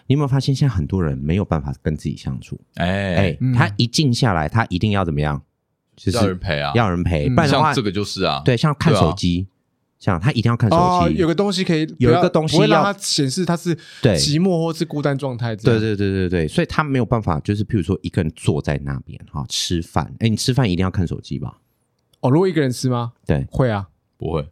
Speaker 3: 你有没有发现，现在很多人没有办法跟自己相处？
Speaker 1: 哎
Speaker 3: 哎、
Speaker 2: 嗯
Speaker 3: 他一静下来，他一定要怎么样？就是
Speaker 1: 要人陪啊，
Speaker 3: 要人陪，
Speaker 2: 嗯
Speaker 3: 不然的话
Speaker 1: 像，这个就是啊，
Speaker 3: 对，像看
Speaker 1: 对啊
Speaker 3: 手机，这样他一定要看
Speaker 2: 哦
Speaker 3: 手，机。
Speaker 2: 有个东西可以
Speaker 3: 有
Speaker 2: 不要
Speaker 3: 一个东西
Speaker 2: 不会让
Speaker 3: 要
Speaker 2: 它显示它是
Speaker 3: 对
Speaker 2: 寂寞或是孤单状态这
Speaker 3: 对
Speaker 2: 样。
Speaker 3: 对对对对，所以他没有办法，就是譬如说一个人坐在那边哈吃饭，哎，你吃饭一定要看手机吧？
Speaker 2: 哦，如果一个人吃吗？
Speaker 3: 对
Speaker 2: 会啊，
Speaker 1: 不会，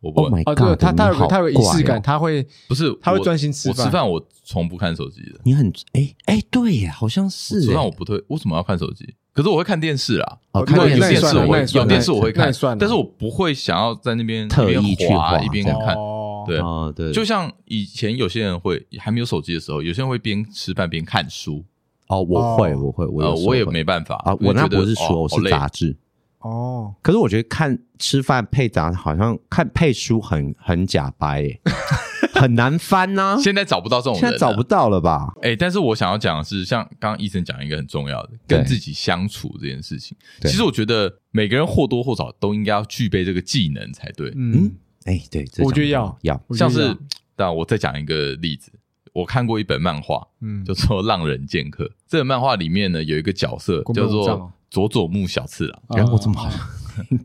Speaker 1: 我不
Speaker 3: ，Oh
Speaker 1: 会，
Speaker 3: my
Speaker 2: 哦，
Speaker 3: god，
Speaker 2: 对，他他有
Speaker 3: 你好
Speaker 2: 个他有个仪
Speaker 3: 怪
Speaker 2: 式
Speaker 3: 哦
Speaker 2: 感，他会
Speaker 1: 不是，
Speaker 2: 他会
Speaker 1: 我
Speaker 2: 专心吃
Speaker 1: 我
Speaker 2: 饭
Speaker 1: 吃饭我从不看手机的，
Speaker 3: 你很哎哎，对耶，好像是哎
Speaker 1: 吃
Speaker 3: 耶
Speaker 1: 饭我不会，为什么要看手机？可是我会看电视啊，
Speaker 3: 哦
Speaker 2: 哦
Speaker 3: 看
Speaker 1: 有
Speaker 2: 那
Speaker 1: 有
Speaker 3: 电
Speaker 2: 那
Speaker 1: 电
Speaker 2: 也
Speaker 3: 视
Speaker 2: 算
Speaker 1: 视
Speaker 2: 了
Speaker 1: 我
Speaker 2: 那
Speaker 1: 会
Speaker 2: 也算
Speaker 1: 有
Speaker 2: 了
Speaker 1: 电视我会
Speaker 2: 那
Speaker 1: 看
Speaker 2: 也算了，
Speaker 1: 但是我不会想要在那边
Speaker 3: 特
Speaker 1: 一边
Speaker 3: 意去
Speaker 1: 滑
Speaker 3: 滑
Speaker 1: 一边
Speaker 3: 这样
Speaker 1: 看。
Speaker 2: 哦，
Speaker 1: 对
Speaker 3: 哦对，
Speaker 1: 就
Speaker 3: 就
Speaker 1: 像以前有些人会还没有手机的时候，有些人会边吃饭边看书，
Speaker 3: 哦我会
Speaker 2: 哦
Speaker 3: 我会我有
Speaker 1: 呃，
Speaker 3: 时候
Speaker 1: 我也
Speaker 3: 会
Speaker 1: 没办法
Speaker 3: 啊，我那不是说我是
Speaker 1: 打
Speaker 3: 杂志，
Speaker 2: 哦，
Speaker 3: 可是我觉得看吃饭配杂好像看配书很很假掰耶， 很难翻呐，
Speaker 1: 现在找不到这种人，
Speaker 3: 啊
Speaker 1: 啊
Speaker 3: 现在找不。到了吧？
Speaker 1: 哎、但是我想要讲的是，像刚刚医生讲一个很重要的，
Speaker 3: 对
Speaker 1: 跟自己相处这件事情。其
Speaker 3: 对
Speaker 1: 实我觉得每个人或多或少都应该要具备这个技能才对。
Speaker 2: 嗯
Speaker 3: 嗯，，哎对，这
Speaker 2: 我觉得
Speaker 3: 讲
Speaker 2: 要
Speaker 3: 得 要
Speaker 2: 我觉
Speaker 1: 像
Speaker 2: 得
Speaker 1: 是，那我再讲一个例子，我看过一本漫画，
Speaker 2: 嗯，
Speaker 1: 叫做《浪人剑客》。这本漫画里面呢，有一个角色
Speaker 2: 宫本
Speaker 1: 叫
Speaker 2: 武藏
Speaker 1: 做
Speaker 2: 哦
Speaker 1: 佐佐木小次郎，
Speaker 3: 原哎来我这么好
Speaker 2: 啊，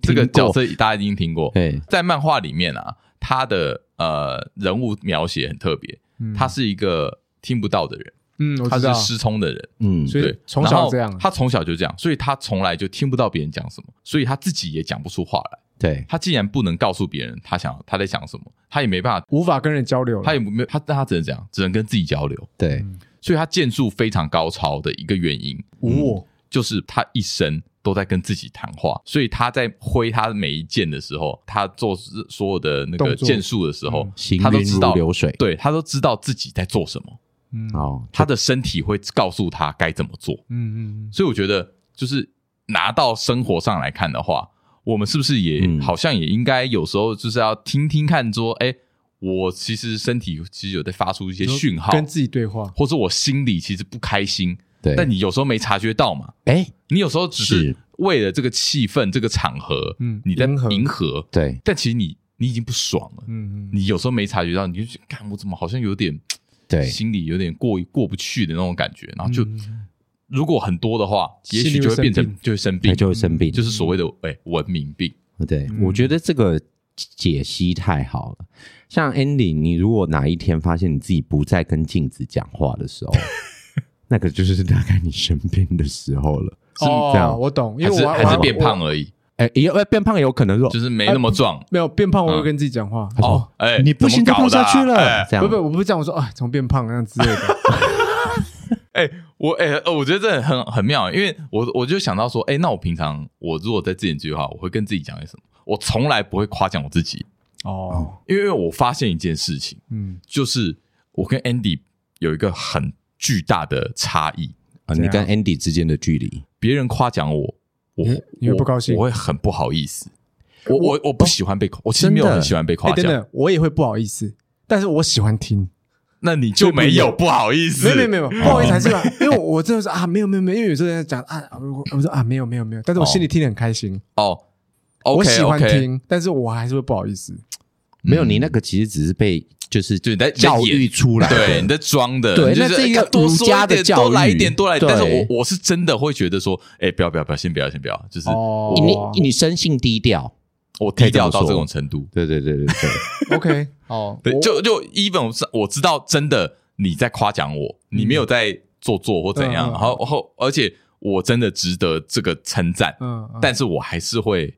Speaker 1: 这个
Speaker 3: 听过
Speaker 1: 角色大家一定听过。
Speaker 3: 对
Speaker 1: 在漫画里面啊，他的呃人物描写很特别，
Speaker 2: 嗯
Speaker 1: 他是一个听不到的人，
Speaker 2: 嗯，我
Speaker 1: 他
Speaker 2: 知
Speaker 1: 是
Speaker 2: 道，
Speaker 1: 失聪的人，
Speaker 3: 嗯
Speaker 2: 所以
Speaker 1: 对，
Speaker 2: 从小
Speaker 1: 然后
Speaker 2: 这样
Speaker 1: 他从小就这样，所以他从来就听不到别人讲什么，所以他自己也讲不出话来。
Speaker 3: 对
Speaker 1: 他既然不能告诉别人他想他在想什么，他也没办法，
Speaker 2: 无法跟人交流了，
Speaker 1: 他也没有他，但他只能这样，只能跟自己交流。
Speaker 3: 对
Speaker 1: 所以他剑术非常高超的一个原因，
Speaker 2: 无我，
Speaker 1: 就是他一生都在跟自己谈话，所以他在挥他每一剑的时候，他做所有的那个
Speaker 2: 动作
Speaker 1: 剑术的时候
Speaker 2: 嗯，
Speaker 3: 行
Speaker 1: 他都
Speaker 3: 云
Speaker 1: 知
Speaker 3: 如
Speaker 1: 道，
Speaker 3: 流水
Speaker 1: 对他都知道自己在做什么，
Speaker 2: 嗯
Speaker 3: 哦，
Speaker 1: 他的身体会告诉他该怎么做。
Speaker 2: 嗯嗯
Speaker 1: 所以我觉得，就是拿到生活上来看的话，我们是不是也、
Speaker 3: 嗯
Speaker 1: 好像也应该有时候就是要听听看说，哎，我其实身体其实有在发出一些
Speaker 2: 嗯，
Speaker 1: 讯号，
Speaker 2: 跟自己对话，
Speaker 1: 或者我心里其实不开心，
Speaker 3: 对，
Speaker 1: 但你有时候没察觉到嘛。
Speaker 3: 哎
Speaker 1: 你有时候只是
Speaker 3: 是
Speaker 1: 为了这个气氛、这个场合，
Speaker 2: 嗯
Speaker 1: 你在
Speaker 2: 迎合
Speaker 1: 迎合，
Speaker 3: 对
Speaker 1: 但其实你你已经不爽了。
Speaker 2: 嗯嗯，
Speaker 1: 你有时候没察觉到，你就觉得，看我怎么好像有点
Speaker 3: 对
Speaker 1: 心里有点过过不去的那种感觉，然后就、
Speaker 2: 嗯嗯嗯
Speaker 1: 如果很多的话，也
Speaker 2: 心里
Speaker 1: 许就会
Speaker 2: 会生
Speaker 1: 变成
Speaker 2: 病
Speaker 1: 就会生病
Speaker 3: 那，就会生病，
Speaker 1: 就是所谓的哎、文明病。
Speaker 3: 对，
Speaker 2: 嗯
Speaker 3: 我觉得这个解析太好了。像 Andy，你如果哪一天发现你自己不再跟镜子讲话的时候，那个就是大概你生病的时候了。是
Speaker 2: 哦，
Speaker 3: 这样，
Speaker 2: 我懂，因
Speaker 1: 还
Speaker 2: 为
Speaker 1: 是
Speaker 2: 我哎
Speaker 1: 还是变，胖
Speaker 2: 我
Speaker 1: 而已，
Speaker 3: 哎，也呃变胖有可能说
Speaker 1: 就是没那么壮、
Speaker 2: 没有变胖，我
Speaker 1: 嗯
Speaker 2: 会跟自己讲话，
Speaker 1: 哦。哎、
Speaker 3: 你不行，
Speaker 1: 怎
Speaker 3: 再
Speaker 1: 么搞
Speaker 3: 胖
Speaker 1: 的啊
Speaker 3: 下去了，
Speaker 1: 哎
Speaker 3: 这样
Speaker 2: 不不，我不是这样，我说啊，怎么变胖那样之 类的，
Speaker 1: 哎、我哎、呃我觉得这很很妙，因为我我就想到说，哎、那我平常我如果在自言自语的话，我会跟自己讲些什么？我从来不会夸奖我自己，
Speaker 2: 哦，
Speaker 1: 因为我发现一件事情，
Speaker 2: 嗯，
Speaker 1: 就是我跟 Andy 有一个很巨大的差异。
Speaker 3: 啊
Speaker 2: 怎
Speaker 3: 你
Speaker 2: 样
Speaker 3: 跟 Andy 之间的距离，
Speaker 1: 别人夸奖我，我
Speaker 2: 你你会
Speaker 1: 我
Speaker 2: 不高兴
Speaker 1: 我会很不好意思。我我我不喜欢被夸，我其实
Speaker 3: 真
Speaker 1: 没
Speaker 3: 的
Speaker 1: 有很喜欢被
Speaker 2: 哎，
Speaker 1: 夸
Speaker 2: 等
Speaker 1: 奖。
Speaker 2: 等，我也会不好意思，但是我喜欢听。
Speaker 1: 那你就没有不好意思？
Speaker 2: 没有没有没有，不好意思，还是吧，因为我我真的是啊，没有没有没有，因为有时候人家讲啊，我我说啊，没有没有没有，但是我心里听得很开心，
Speaker 1: 哦
Speaker 2: 我喜
Speaker 1: ，OK
Speaker 2: 欢
Speaker 1: OK，
Speaker 2: 听，但是我还是会不好意思。
Speaker 3: 没有你那个其实只是被就是
Speaker 1: 就你嗯在
Speaker 3: 教
Speaker 1: 在演
Speaker 3: 育出来的，
Speaker 1: 对你在装的，
Speaker 3: 对
Speaker 1: 你就是
Speaker 3: 那是一个
Speaker 1: 哎多说
Speaker 3: 儒家
Speaker 1: 一
Speaker 3: 的
Speaker 1: 点，
Speaker 3: 教育
Speaker 1: 多来一点，多来一点。但
Speaker 3: 对
Speaker 1: 是我我是真的会觉得说，哎，不要不要不要，先不要先不要，就是
Speaker 2: 哦
Speaker 3: 你你生性低调，
Speaker 1: 我低调到
Speaker 3: 可以这么说
Speaker 1: 这种程度。
Speaker 3: 对对对对 对，
Speaker 2: OK，哦，
Speaker 3: 哎
Speaker 1: 对，
Speaker 2: 我
Speaker 1: 就就 even 我知我知道真的你在夸奖我，你没有在做作或怎样，
Speaker 2: 嗯嗯
Speaker 1: 然后然后而且我真的值得这个称赞，
Speaker 2: 嗯，嗯
Speaker 1: 但是我还是会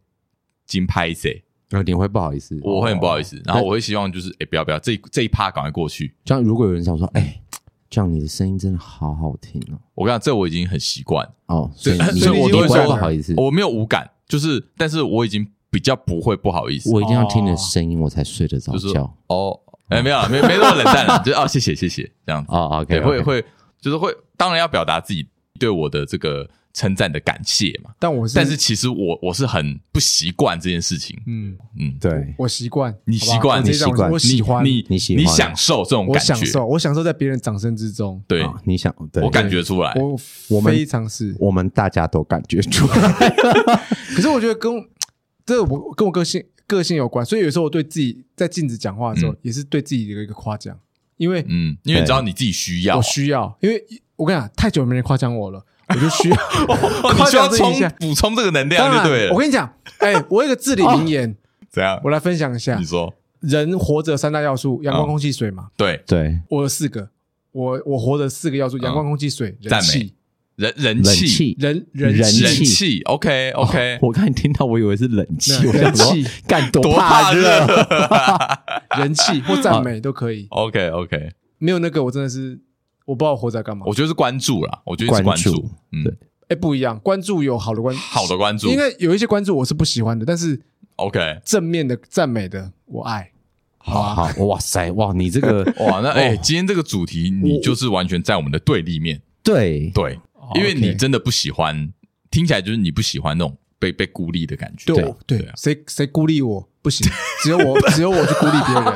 Speaker 1: 金拍谁，
Speaker 3: 然后你会不好意思，
Speaker 1: 我哦会很不好意思，然后我会希望就是哎、不要不要，这一这一趴赶快过去。
Speaker 3: 这样如果有人想说，哎，这样你的声音真的好好听哦。
Speaker 1: 我跟你讲，这我已经很习惯，
Speaker 3: 哦，所以
Speaker 1: 对
Speaker 3: 你
Speaker 1: 所以我
Speaker 3: 你
Speaker 1: 都会
Speaker 3: 不会
Speaker 1: 说哦
Speaker 3: 不好意思，
Speaker 1: 我没有无感，就是但是我已经比较不会不好意思，
Speaker 3: 我一定要听你的声音，我才睡得着
Speaker 1: 就是
Speaker 3: 觉。
Speaker 1: 哦，哎、没有啦没没那么冷淡了，就是哦谢 谢谢谢这样子，
Speaker 3: 哦
Speaker 1: 对
Speaker 3: ，OK，
Speaker 1: 会会就是会，当然要表达自己对我的这个称赞的感谢嘛。
Speaker 2: 但我是，
Speaker 1: 但是其实我我是很不习惯这件事情，
Speaker 2: 嗯，
Speaker 1: 嗯，
Speaker 3: 对，
Speaker 2: 我习惯，
Speaker 1: 你
Speaker 2: 好不好
Speaker 1: 习惯
Speaker 2: 我直接讲
Speaker 3: 你习惯
Speaker 2: 我喜欢，
Speaker 1: 你
Speaker 3: 你喜欢
Speaker 1: 享受这种
Speaker 2: 我
Speaker 1: 感觉，
Speaker 2: 享受，我享受在别人掌声之中，
Speaker 1: 对、
Speaker 3: 啊你想，对
Speaker 1: 我感觉出来，
Speaker 2: 我
Speaker 3: 我们
Speaker 2: 非常是，
Speaker 3: 我们大家都感觉出来。
Speaker 2: 可是我觉得跟这我跟我个性个性有关，所以有时候我对自己在镜子讲话的时候，也是对自己的一个夸奖，因为
Speaker 1: 嗯，因为你知道你自己需要
Speaker 2: 我，需要，因为我跟你讲，太久没人夸 奖我了，我就需要
Speaker 1: 哦你
Speaker 2: 夸
Speaker 1: 需要
Speaker 2: 奖自己
Speaker 1: 充
Speaker 2: 一下。
Speaker 1: 补充这个能量
Speaker 2: 当
Speaker 1: 就对
Speaker 2: 然，
Speaker 1: 了。
Speaker 2: 我跟你讲， 哎，我有一个至理名言，
Speaker 1: 怎样？
Speaker 2: 我来分享一下
Speaker 1: 你。说哦
Speaker 2: 人活着三大要素：阳光、空气、水嘛。
Speaker 1: 对，
Speaker 3: 对，
Speaker 2: 我有四个，我我活着四个要素：阳光、空气、水、人
Speaker 1: 哦赞美
Speaker 2: 气、
Speaker 1: 人人
Speaker 3: 冷
Speaker 1: 气，
Speaker 3: 气。
Speaker 2: 人人
Speaker 3: 人
Speaker 2: 气
Speaker 1: 人
Speaker 3: 气
Speaker 1: 气，OK OK，
Speaker 3: 我刚才听到，我以为是冷气，
Speaker 2: 那
Speaker 3: 我想说
Speaker 2: 人气，
Speaker 3: 干多
Speaker 1: 多
Speaker 3: 怕
Speaker 1: 怕热
Speaker 3: 热。
Speaker 2: 人气或
Speaker 1: 啊
Speaker 2: 赞美都可以。
Speaker 1: ，OK OK，
Speaker 2: 没有那个，我真的是我不知道我活在干嘛
Speaker 1: 我。觉得是关注啦，我觉得是关
Speaker 3: 关
Speaker 1: 注
Speaker 3: 注，
Speaker 1: 嗯，
Speaker 3: 对
Speaker 2: 哎，不一样，关注有好的关，
Speaker 1: 好的关注
Speaker 2: 应该有一些关注我是不喜欢的，但是
Speaker 1: ，OK，
Speaker 2: 正面的赞美的我爱。好啊，
Speaker 3: 好，哇塞，哇，你 这个
Speaker 1: 哇，那哎，
Speaker 3: 哦
Speaker 1: 今天这个主题你就是完全在我们的对立面，
Speaker 3: 对
Speaker 1: 对，哦因为
Speaker 2: OK
Speaker 1: 你真的不喜欢，听起来就是你不喜欢那种被被孤立的感觉，
Speaker 2: 对我
Speaker 1: 对
Speaker 2: 对
Speaker 1: 啊，
Speaker 2: 谁谁孤立我不行，只有 我只有我去孤立别人，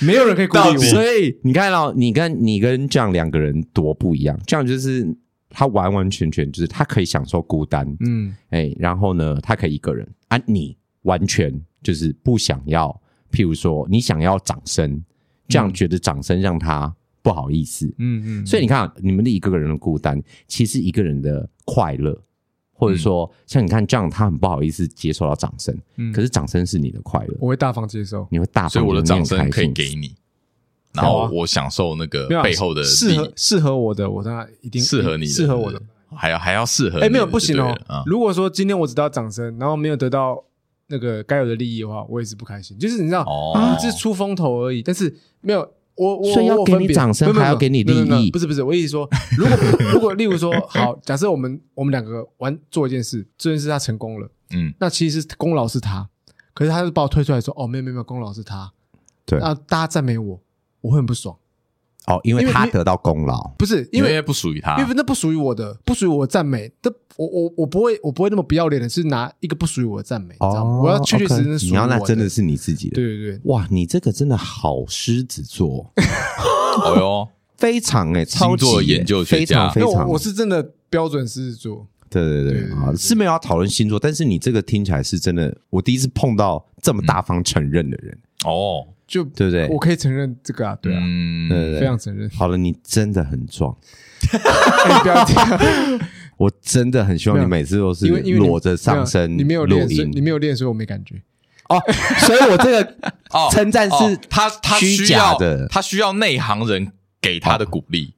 Speaker 2: 没有人可以孤
Speaker 1: 到
Speaker 2: 立
Speaker 1: 底
Speaker 2: 我。
Speaker 3: 所以你看到、你跟你跟这样两个人多不一样，这样就是他完完全全就是他可以享受孤单，
Speaker 2: 嗯，
Speaker 3: 哎、然后呢，他可以一个人啊，你完全就是不想要，譬如说你想要掌声，这样觉得掌声让他不好意思，
Speaker 2: 嗯嗯，
Speaker 3: 所以你看啊，你们的一个人的孤单，其实一个人的快乐，或者
Speaker 1: 嗯
Speaker 3: 说像你看这样，他很不好意思接受到掌声，
Speaker 2: 嗯
Speaker 3: 可是掌声是你的快乐，
Speaker 2: 我会大方接受。
Speaker 3: 你会大方，
Speaker 1: 所以我的
Speaker 3: 你会
Speaker 1: 掌声
Speaker 3: 很
Speaker 1: 可以
Speaker 3: 开心
Speaker 1: 给你，然后我享受那个
Speaker 2: 啊没有啊
Speaker 1: 背后的
Speaker 2: 适
Speaker 1: 力
Speaker 2: 合适合我的，我当然一定
Speaker 1: 适合你的，
Speaker 2: 适合我
Speaker 1: 对。
Speaker 2: 的
Speaker 1: 不对，还要还要适合你的就对了。
Speaker 2: 哎，没有不行哦
Speaker 1: 啊。
Speaker 2: 如果说今天我只得到掌声，然后没有得到那个该有的利益的话，我也是不开心。就是你知道，
Speaker 1: 哦
Speaker 2: 啊只是出风头而已，但是没有。我我
Speaker 3: 所以要
Speaker 2: 我
Speaker 3: 给你
Speaker 2: 分别
Speaker 3: 掌声
Speaker 2: 没有没有
Speaker 3: 还要给你利益
Speaker 2: 没有没有没有不是不是，我意思说，如果 如果例如说，好，假设我们我们两个玩做一件事，这件事他成功了，
Speaker 1: 嗯，
Speaker 2: 那其实功劳是他，可是他就把我推出来说，哦，没有没有没有，功劳是他，
Speaker 3: 对
Speaker 2: 那大家赞美我，我会很不爽，
Speaker 3: 哦，因为
Speaker 2: 因为
Speaker 3: 他
Speaker 2: 你
Speaker 3: 得到功劳，
Speaker 2: 不是因
Speaker 1: 因
Speaker 2: 为
Speaker 1: 为不属于他
Speaker 3: 啊
Speaker 2: 因为那不属于我的，不属于我的赞美。这我我我不会，我不会那么不要脸的，是拿一个不属于我的赞美，你知道吗？我要确确实
Speaker 3: 哦 OK，
Speaker 2: 实属于
Speaker 3: 你要那
Speaker 2: 我
Speaker 3: 真的，是你自己的。
Speaker 2: 对对对，
Speaker 3: 哇，你这个真的好狮 子座，
Speaker 1: 哦哟，
Speaker 3: 非常哎、超级
Speaker 1: 星座
Speaker 3: 欸
Speaker 1: 研究学
Speaker 3: 非
Speaker 1: 家
Speaker 3: 常非
Speaker 2: 那
Speaker 3: 常，
Speaker 2: 我我是真的标准狮子座，
Speaker 3: 对对对
Speaker 2: 对
Speaker 3: 啊，是没有要讨论星座，但是你这个听起来是真的，我第一次碰到这
Speaker 2: 嗯
Speaker 3: 么大方承认的人，
Speaker 1: 哦，
Speaker 2: 就
Speaker 3: 对不对
Speaker 2: 我？可以承认这个啊，对啊，
Speaker 1: 嗯
Speaker 3: 对对
Speaker 2: 非
Speaker 3: 对。
Speaker 2: 常承认。
Speaker 3: 好了，你真的很壮，
Speaker 2: 哎你不要这 样，
Speaker 3: 我真的很希望
Speaker 2: 没
Speaker 3: 你
Speaker 2: 有
Speaker 3: 每次都是
Speaker 2: 因为因为你
Speaker 3: 裸着上身
Speaker 2: 你没有
Speaker 3: 录
Speaker 2: 练，所以
Speaker 3: 音
Speaker 2: 你没有练，所以我没感觉。
Speaker 3: 哦，所以我这 个
Speaker 1: 哦
Speaker 3: 称赞是
Speaker 1: 哦他他
Speaker 3: 虚
Speaker 1: 需
Speaker 3: 假
Speaker 1: 要
Speaker 3: 的
Speaker 1: 他需要内行人给他的鼓励，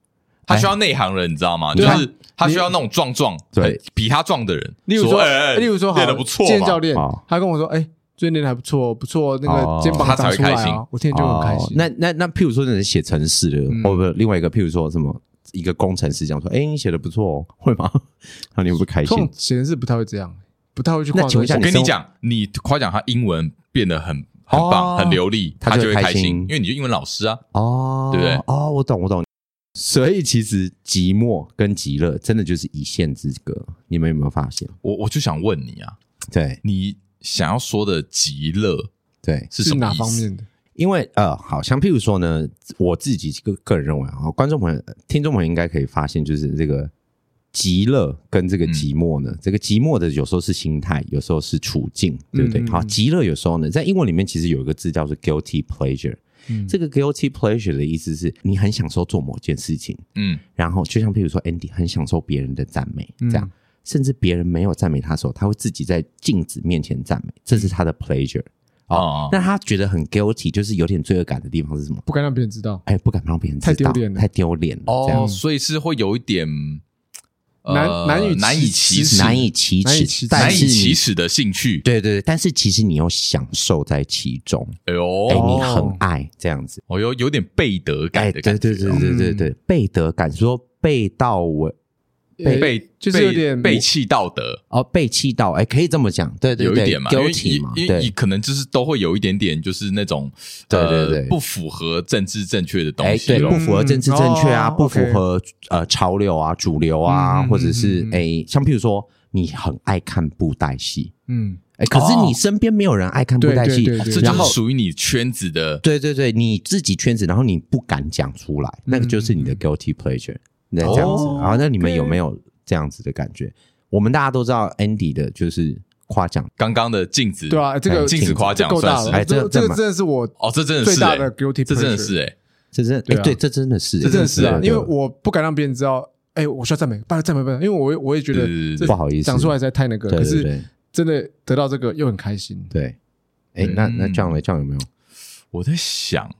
Speaker 1: 他需要内行人，你知道吗？就
Speaker 2: 对啊
Speaker 1: 是他需要那种壮壮，
Speaker 3: 对
Speaker 1: 很比他壮的人，
Speaker 2: 例如说，
Speaker 1: 哎哎
Speaker 2: 例如说，好
Speaker 1: 练的不错
Speaker 2: 健身
Speaker 1: 嘛
Speaker 2: 教练
Speaker 3: 哦
Speaker 2: 他跟我说，哎，最近练的还不错，不错，那
Speaker 3: 哦
Speaker 2: 个肩膀
Speaker 1: 他才
Speaker 2: 长
Speaker 1: 会
Speaker 2: 出来
Speaker 1: 开心
Speaker 2: 啊，我听着就很开
Speaker 3: 哦
Speaker 2: 心。
Speaker 3: 那那那，譬如说，那人写程式的，
Speaker 2: 嗯
Speaker 3: 或不，另外一个，譬如说什么一个工程师讲说，哎，你写的不错哦，会吗？ 然后你会不会开
Speaker 2: 这
Speaker 3: 心？
Speaker 2: 种显示不太会这样，不太会去夸
Speaker 3: 那请问一下
Speaker 1: 我
Speaker 3: 你
Speaker 1: 跟
Speaker 3: 生
Speaker 1: 你
Speaker 3: 活
Speaker 1: 讲，你夸奖他英文变得很很棒、
Speaker 3: 哦
Speaker 1: 很流利，
Speaker 3: 他
Speaker 1: 他
Speaker 3: 就
Speaker 1: 就
Speaker 3: 会
Speaker 1: 会
Speaker 3: 开
Speaker 1: 开
Speaker 3: 心
Speaker 1: 心，因为你就英文老师啊。
Speaker 3: 哦，
Speaker 1: 对不对？
Speaker 3: 哦，我懂，我懂。所以其实寂寞跟极乐真的就是一线之隔，你们有没有发现？
Speaker 1: 我我就想问你啊，
Speaker 3: 对
Speaker 1: 你想要说的极乐
Speaker 3: 对，
Speaker 1: 是
Speaker 2: 是
Speaker 1: 什
Speaker 2: 哪
Speaker 1: 么意
Speaker 2: 方
Speaker 1: 思？
Speaker 2: 面的？
Speaker 3: 因为呃，好像譬如说呢，我自己个个人认为啊，观众朋友、呃听众朋友应该可以发现，就是这个极乐跟这个寂寞呢，这个寂寞的有时候是心态，有时候是处境，对不对？
Speaker 2: 嗯嗯
Speaker 3: 好，极乐有时候呢，在英文里面其实有一个字叫做 guilty pleasure，、
Speaker 2: 嗯
Speaker 3: 这个 guilty pleasure 的意思是你很享受做某件事情，
Speaker 1: 嗯，
Speaker 3: 然后就像譬如说 Andy 很享受别人的赞美，这样，
Speaker 2: 嗯
Speaker 3: 甚至别人没有赞美他的时候，他会自己在镜子面前赞美，这是他的 pleasure。哦
Speaker 1: 哦，
Speaker 3: 那他觉得很 guilty，就是有点罪恶感的地方是什么？
Speaker 2: 不敢让别人知道，
Speaker 3: 哎，不敢让别人知
Speaker 2: 太
Speaker 3: 道，
Speaker 2: 丢脸了
Speaker 3: 太丢脸了，这
Speaker 1: 哦，
Speaker 3: 样
Speaker 1: 所以是会有一点
Speaker 2: 难
Speaker 1: 呃
Speaker 2: 难以
Speaker 1: 难以
Speaker 2: 启
Speaker 1: 启
Speaker 2: 齿
Speaker 1: 齿、
Speaker 3: 难以启
Speaker 2: 难以
Speaker 3: 齿
Speaker 2: 启，齿
Speaker 3: 但
Speaker 1: 难
Speaker 3: 是
Speaker 1: 以
Speaker 3: 你
Speaker 1: 启，齿的兴趣。
Speaker 3: 对对对，但是其实你又享受在其中，
Speaker 1: 哎
Speaker 3: 哎，
Speaker 1: 呦，
Speaker 3: 你很爱这样子，
Speaker 1: 哦有有点背德感的
Speaker 3: 哎，对
Speaker 1: 感觉
Speaker 3: 对
Speaker 1: 哦，
Speaker 3: 对对对
Speaker 2: 嗯
Speaker 3: 对，背德感，说背到我
Speaker 2: 对
Speaker 1: 被
Speaker 2: 哎就是有点
Speaker 1: 背弃道德，
Speaker 3: 哦，背气到，哎，可以这么讲，对对
Speaker 1: 有一
Speaker 3: 对
Speaker 1: 点嘛，因为你
Speaker 3: ，guilty 嘛，
Speaker 1: 因为
Speaker 3: 对
Speaker 1: 你，可能就是都会有一点点，就是那种
Speaker 3: 对
Speaker 1: 呃
Speaker 3: 对对
Speaker 1: 不符合政治正确的东
Speaker 3: 哎，
Speaker 1: 西
Speaker 3: 对，
Speaker 1: 咯
Speaker 3: 不。符合政治正确啊，
Speaker 2: 嗯哦
Speaker 3: 不符
Speaker 2: OK
Speaker 3: 合呃潮流啊、主流啊，
Speaker 2: 嗯嗯
Speaker 3: 或者是
Speaker 2: 嗯嗯
Speaker 3: 哎、像譬如说你很爱看布袋戏，
Speaker 2: 嗯，
Speaker 3: 哎，可是
Speaker 1: 哦
Speaker 3: 你身边没有人爱看布袋戏，
Speaker 2: 对对对
Speaker 1: 这
Speaker 3: 然
Speaker 1: 就
Speaker 3: 后
Speaker 1: 是。属于你圈子的
Speaker 3: 对对对，你自己圈子，然后你不敢讲出来，
Speaker 2: 嗯
Speaker 3: 那个就是你的 guilty pleasure，那这样子。
Speaker 1: 哦
Speaker 3: 然后那你们有没有这样子的感觉？我们大家都知道 Andy 的就是夸奖，
Speaker 1: 刚刚的镜子，嗯
Speaker 2: 对啊，这
Speaker 3: 哎
Speaker 2: 个
Speaker 1: 镜子夸奖
Speaker 2: 这够大
Speaker 1: 算是
Speaker 2: 了，
Speaker 3: 哎这
Speaker 2: 这
Speaker 3: 个
Speaker 2: 个这
Speaker 3: 这
Speaker 2: 个
Speaker 3: 么
Speaker 2: 真的是我
Speaker 1: 哦，这真的是
Speaker 2: 最大
Speaker 1: 欸
Speaker 2: 的 guilty，
Speaker 1: 这真的
Speaker 2: pleasure
Speaker 1: 是哎，
Speaker 3: 这真
Speaker 2: 对
Speaker 3: 哎
Speaker 2: 啊
Speaker 3: 对，这真的是，
Speaker 2: 这真的是啊，
Speaker 3: 对
Speaker 2: 因为
Speaker 3: 对
Speaker 2: 我不敢让别人知道，哎，我需要赞美，不然赞美不然，因为我也我也觉得
Speaker 1: 对对对
Speaker 2: 这
Speaker 3: 不好意思
Speaker 2: 讲出来实在太那个，
Speaker 3: 对
Speaker 2: 可
Speaker 3: 对
Speaker 2: 是
Speaker 3: 对
Speaker 2: 真的得到这个又很开心，
Speaker 3: 对，哎，那那
Speaker 1: 嗯
Speaker 3: 这样嘞，这样有没有？
Speaker 1: 我在想，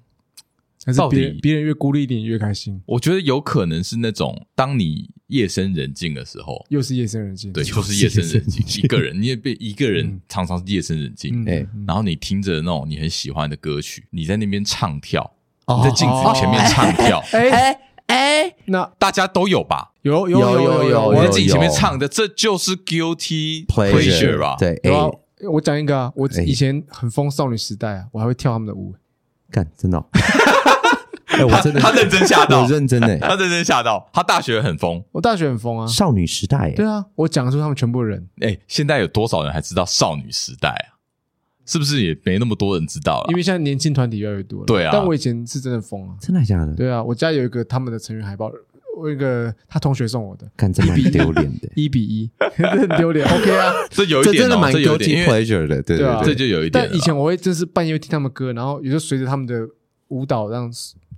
Speaker 2: 还是
Speaker 1: 到底
Speaker 2: 别人别人越孤立你越开心，
Speaker 1: 我觉得有可能是那种当你夜深人静的时候，
Speaker 2: 又是夜深人静，
Speaker 1: 对，就是夜深人静， 一个人，你也被一个人
Speaker 2: 嗯
Speaker 1: 常常是夜深人静
Speaker 2: 嗯，，
Speaker 3: 哎
Speaker 2: 嗯
Speaker 1: 然后你听着那种你很喜欢的歌曲，你在那边唱跳，
Speaker 2: 哦
Speaker 1: 你在镜子前
Speaker 3: 哦
Speaker 1: 面唱跳，
Speaker 2: 哎，
Speaker 3: 哎，
Speaker 2: 那
Speaker 1: 大家都有吧？
Speaker 2: 有有
Speaker 3: 有有
Speaker 2: 有
Speaker 3: 有哎
Speaker 1: 我
Speaker 2: 我
Speaker 1: 在
Speaker 3: 有
Speaker 1: 镜子前面唱的，这就是 guilty
Speaker 3: pleasure
Speaker 1: pleasure 吧？，
Speaker 3: 对，
Speaker 2: 有啊
Speaker 3: 哎，
Speaker 2: 我讲一个啊，我
Speaker 3: 哎
Speaker 2: 以前很疯少女时代啊，我还会跳他们的舞，
Speaker 3: 干，真 的哦，哎，我
Speaker 1: 他
Speaker 3: 真的，
Speaker 1: 他认真吓到
Speaker 3: 我，认真哎，
Speaker 1: 他认真吓到，他大学很疯。
Speaker 2: 我大学很疯啊，
Speaker 3: 少女时代，哎
Speaker 2: 对啊，我讲出他们全部人，
Speaker 1: 哎，现在有多少人还知道少女时代啊？是不是也没那么多人知道了？
Speaker 2: 因为现在年轻团体越来越多了，
Speaker 1: 对啊
Speaker 2: 但我以前是真的疯啊，
Speaker 3: 真的假的？
Speaker 2: 对啊，我家有一个他们的成员海报，我有一个他同学送我的，，
Speaker 3: 干，这蛮丢脸的
Speaker 2: 一比 一，很丢脸。OK 啊，
Speaker 1: 这有一
Speaker 3: 这
Speaker 1: 点
Speaker 3: 真的
Speaker 1: 哦，
Speaker 3: 蛮
Speaker 1: 这有一点，
Speaker 3: guilty
Speaker 1: 因为
Speaker 3: pleasure 的，对
Speaker 2: 对啊
Speaker 1: 这
Speaker 3: 对，
Speaker 1: 就有一点
Speaker 2: 但
Speaker 1: 了。
Speaker 2: 以前我会就是半夜会听他们歌，然后也就随着他们的舞蹈这样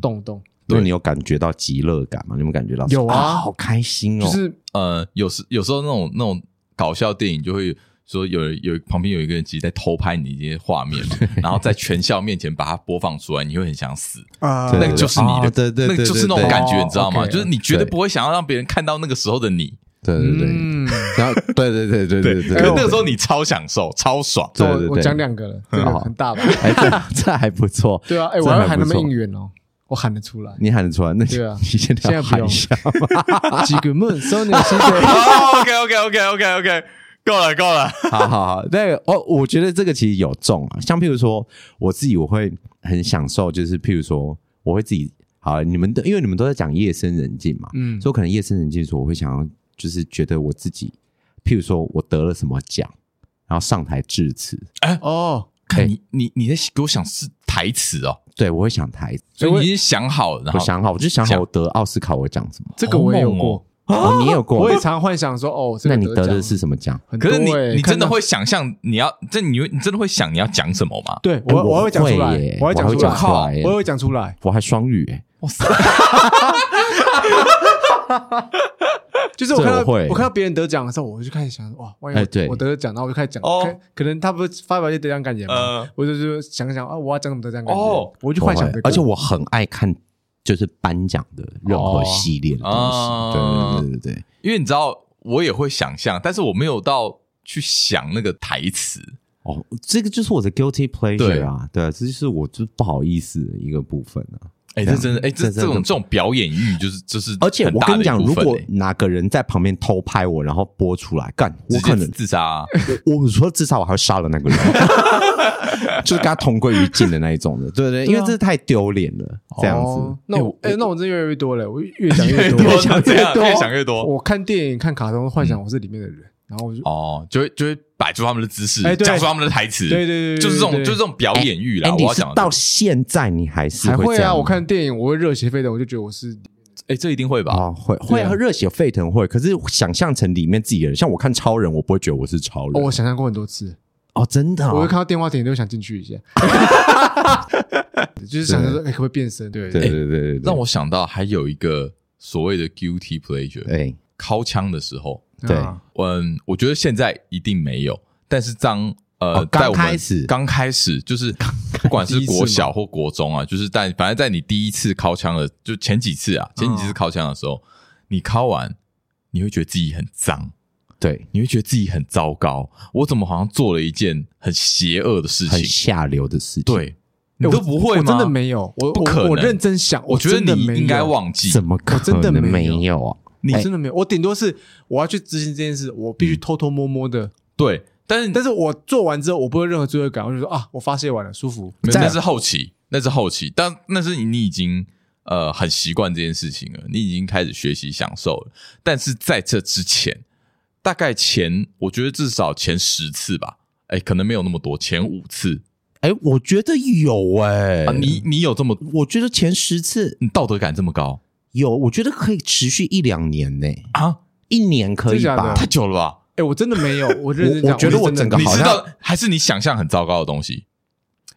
Speaker 2: 动一动，
Speaker 3: 那你有感觉到极乐感吗？你有没有感觉到
Speaker 2: 有啊
Speaker 3: 好开心哦，
Speaker 2: 就是
Speaker 1: 呃，有时有时候那种那种搞笑电影就会说有人有旁边有一个人其实在偷拍你这些画面嘛，然后在全校面前把它播放出来，你会很想死。
Speaker 2: 啊
Speaker 3: 对
Speaker 1: 那个就是你的，
Speaker 3: 哦对对对
Speaker 1: 那个就是那
Speaker 3: 对
Speaker 1: 种
Speaker 3: 对
Speaker 1: 感觉，
Speaker 2: 哦
Speaker 1: 你知道吗？
Speaker 2: OK，
Speaker 1: 就是你绝对
Speaker 3: 对
Speaker 1: 不会想要让别人看到那个时候的你，
Speaker 3: 对对对，
Speaker 2: 嗯，
Speaker 3: 然后对对对对对对，
Speaker 1: 可是那
Speaker 3: 对
Speaker 1: 个时候你超享受、超爽。
Speaker 3: 对
Speaker 2: 那
Speaker 3: 对对
Speaker 2: 我我讲两个了，这个
Speaker 3: 好
Speaker 2: 很大吧？
Speaker 3: 哎，这这还不错。
Speaker 2: 对 啊，哎，
Speaker 3: 这
Speaker 2: 我要喊
Speaker 3: 不
Speaker 2: 他们
Speaker 3: 错
Speaker 2: 应援哦，我喊得出来。
Speaker 3: 你喊得出来？那
Speaker 2: 对啊
Speaker 3: 你现在要
Speaker 2: 现在不
Speaker 3: 喊
Speaker 2: 用
Speaker 3: 一下吗？
Speaker 2: 几个梦，收你心碎。
Speaker 1: OK OK OK OK OK，够了够了。
Speaker 3: 好好好，那个哦，我觉得这个其实有中啊。像譬如说，我自己我会很享受，就是譬如说，我会自己好，你们都因为你们都在讲夜深人静嘛，
Speaker 2: 嗯
Speaker 3: 所以我可能夜深人静的时候，我会想要就是觉得我自己，譬如说我得了什么奖，然后上台致辞，
Speaker 2: 哦，
Speaker 3: 哎
Speaker 1: 看你你你在给我想是台词哦，
Speaker 3: 对哎我会想台词，
Speaker 1: 所以你已经想好了，然
Speaker 3: 我
Speaker 1: 后
Speaker 3: 想好，我就想好
Speaker 1: 讲
Speaker 3: 我得奥斯卡我讲什么。
Speaker 2: 这个我也有
Speaker 1: 好猛哦
Speaker 2: 过，
Speaker 3: 哦，你也有过？
Speaker 2: 我也常幻想说，哦，这
Speaker 3: 那
Speaker 2: 个
Speaker 3: 你得
Speaker 2: 奖
Speaker 3: 的是什么奖？
Speaker 2: 很多
Speaker 1: 可是你
Speaker 2: 欸
Speaker 3: 哎
Speaker 1: 你真的
Speaker 2: 看到
Speaker 1: 会想象你要这你会你真的会想你要讲什么吗？
Speaker 2: 对
Speaker 3: 哎
Speaker 2: 我我会讲出来
Speaker 3: 耶，
Speaker 2: 我
Speaker 3: 我
Speaker 2: 会讲出
Speaker 3: 讲
Speaker 2: 来，
Speaker 3: 出来耶，
Speaker 2: 我会讲出来，
Speaker 3: 我还双语哎，
Speaker 1: 哇塞！
Speaker 2: 就是我看到
Speaker 3: 这我会
Speaker 2: 我看到别人得奖的时候，我就开始想，哇，万一
Speaker 3: 哎对
Speaker 2: 我我得了奖，然后我就开始讲，
Speaker 1: 哦
Speaker 2: 可可能他不是发表一些得奖感言嘛，
Speaker 1: 呃，
Speaker 2: 我就是想想啊，我要讲什么得奖感言
Speaker 1: 哦，
Speaker 2: 我就幻想这个，
Speaker 3: 而且我很爱看就是颁奖的任何系列的东西，
Speaker 1: 哦
Speaker 3: 对对对对对，
Speaker 1: 因为你知道，我也会想象，但是我没有到去想那个台词。
Speaker 3: 哦，这个就是我的
Speaker 1: 对
Speaker 3: guilty pleasure 啊，对，这就是我就是不好意思的一个部分啊。
Speaker 1: 哎、
Speaker 3: 对
Speaker 1: 这
Speaker 3: 啊
Speaker 1: 真的，哎、这这
Speaker 3: 这真
Speaker 1: 种
Speaker 3: 的
Speaker 1: 这种表演欲，就是就是，
Speaker 3: 而且我跟你讲，如果
Speaker 1: 欸
Speaker 3: 哪个人在旁边偷拍我，然后播出来，干，我
Speaker 1: 我
Speaker 3: 可
Speaker 1: 可
Speaker 3: 能
Speaker 1: 能自杀、啊，
Speaker 3: 我我说至少我还会杀了那个人， 就是跟他同归于尽的那一种的，对对，因为这太丢脸了，这样
Speaker 2: 啊哦
Speaker 3: 子。
Speaker 2: 那我哎，那我真的越来越多了，我越想越多，
Speaker 1: 越
Speaker 2: 越
Speaker 1: 想越多啊越想越
Speaker 2: 越
Speaker 1: 多
Speaker 2: 我看电影、看卡通，幻
Speaker 3: 嗯
Speaker 2: 想我是里面的人，然后我就
Speaker 1: 哦，就会就会摆出他们的姿势，
Speaker 2: 哎对
Speaker 1: 讲出他们的台词，
Speaker 2: 对对对对哎
Speaker 1: 就是这种
Speaker 2: 对
Speaker 1: 就是这种表演欲啦。
Speaker 3: 哎，
Speaker 1: 我
Speaker 3: 你
Speaker 1: 要
Speaker 3: 是
Speaker 1: 讲的
Speaker 3: 到现在你还是
Speaker 2: 还
Speaker 3: 会
Speaker 2: 会
Speaker 3: 这
Speaker 2: 啊，
Speaker 3: 样
Speaker 2: 我看电影我会热血沸腾，我就觉得我是
Speaker 1: 哎、这一定会吧？
Speaker 3: 啊、会会
Speaker 2: 对啊
Speaker 3: 啊，热血沸腾会。可是想象成里面自己的人，像我看超人，我不会觉得我是超
Speaker 2: 哦，
Speaker 3: 人。
Speaker 2: 我想象过很多次，
Speaker 3: 哦，真的、
Speaker 2: 我会
Speaker 3: 哦，
Speaker 2: 看到电话亭都想进去 一下，就是想着说，哎，可不可以变身？对
Speaker 3: 对对对对对，
Speaker 1: 让我想到还有一个所谓的 guilty pleasure，
Speaker 3: 哎
Speaker 1: 掏枪的时候，
Speaker 3: 对
Speaker 2: 啊
Speaker 1: 嗯，我觉得现在一定没有，但是当呃，
Speaker 3: 哦刚
Speaker 1: 在我们
Speaker 3: 开始
Speaker 1: 刚开始就是不管是国小或国中啊，就是但反正在你第一次敲枪的，就前几次啊，前几次敲枪的时候，你敲完你会觉得自己很脏，
Speaker 3: 对，
Speaker 1: 你会觉得自己很糟糕，我怎么好像做了一件很邪恶的事
Speaker 3: 很
Speaker 1: 情？
Speaker 3: 下流的事情。，
Speaker 1: 对，你
Speaker 2: 哎
Speaker 1: 都
Speaker 2: 我
Speaker 1: 不会
Speaker 2: 我
Speaker 1: 吗？
Speaker 2: 真的没有，我
Speaker 1: 不
Speaker 2: 我
Speaker 1: 可能
Speaker 2: 我认真想，
Speaker 1: 我觉得
Speaker 2: 真的
Speaker 1: 你
Speaker 2: 没有
Speaker 1: 应该，忘记，
Speaker 3: 怎么可能
Speaker 2: 我真的
Speaker 3: 没
Speaker 2: 没有
Speaker 3: 有啊？
Speaker 2: 你
Speaker 3: 哎
Speaker 2: 真的没有，我顶多是我要去执行这件事，我必须偷偷摸摸的，
Speaker 1: 对，但是
Speaker 2: 但是我做完之后，我不会有任何罪恶感，我就说啊，我发泄完了，舒服。
Speaker 1: 没有
Speaker 3: 在
Speaker 1: 那是后期，那是后期，但那是你你已经呃很习惯这件事情了，你已经开始学习享受了。但是在这之前，大概前我觉得至少前十次吧，哎，可能没有那么多，前五次
Speaker 3: 哎、我觉得有哎、
Speaker 1: 啊，你你有这么
Speaker 3: 我觉得前十次
Speaker 1: 你道德感这么高
Speaker 3: 有，我觉得可以持续一两年呢、
Speaker 1: 啊？
Speaker 3: 一年可以
Speaker 2: 真的假
Speaker 3: 吧
Speaker 2: 的
Speaker 1: 太？久了吧？
Speaker 2: 哎，我真的 没有，我认真
Speaker 3: 我
Speaker 2: 讲，
Speaker 3: 我觉得
Speaker 2: 是
Speaker 3: 我
Speaker 2: 真的
Speaker 3: 整个
Speaker 1: 你
Speaker 3: 好
Speaker 1: 知
Speaker 3: 像
Speaker 1: 道还是你想象很糟糕的东西，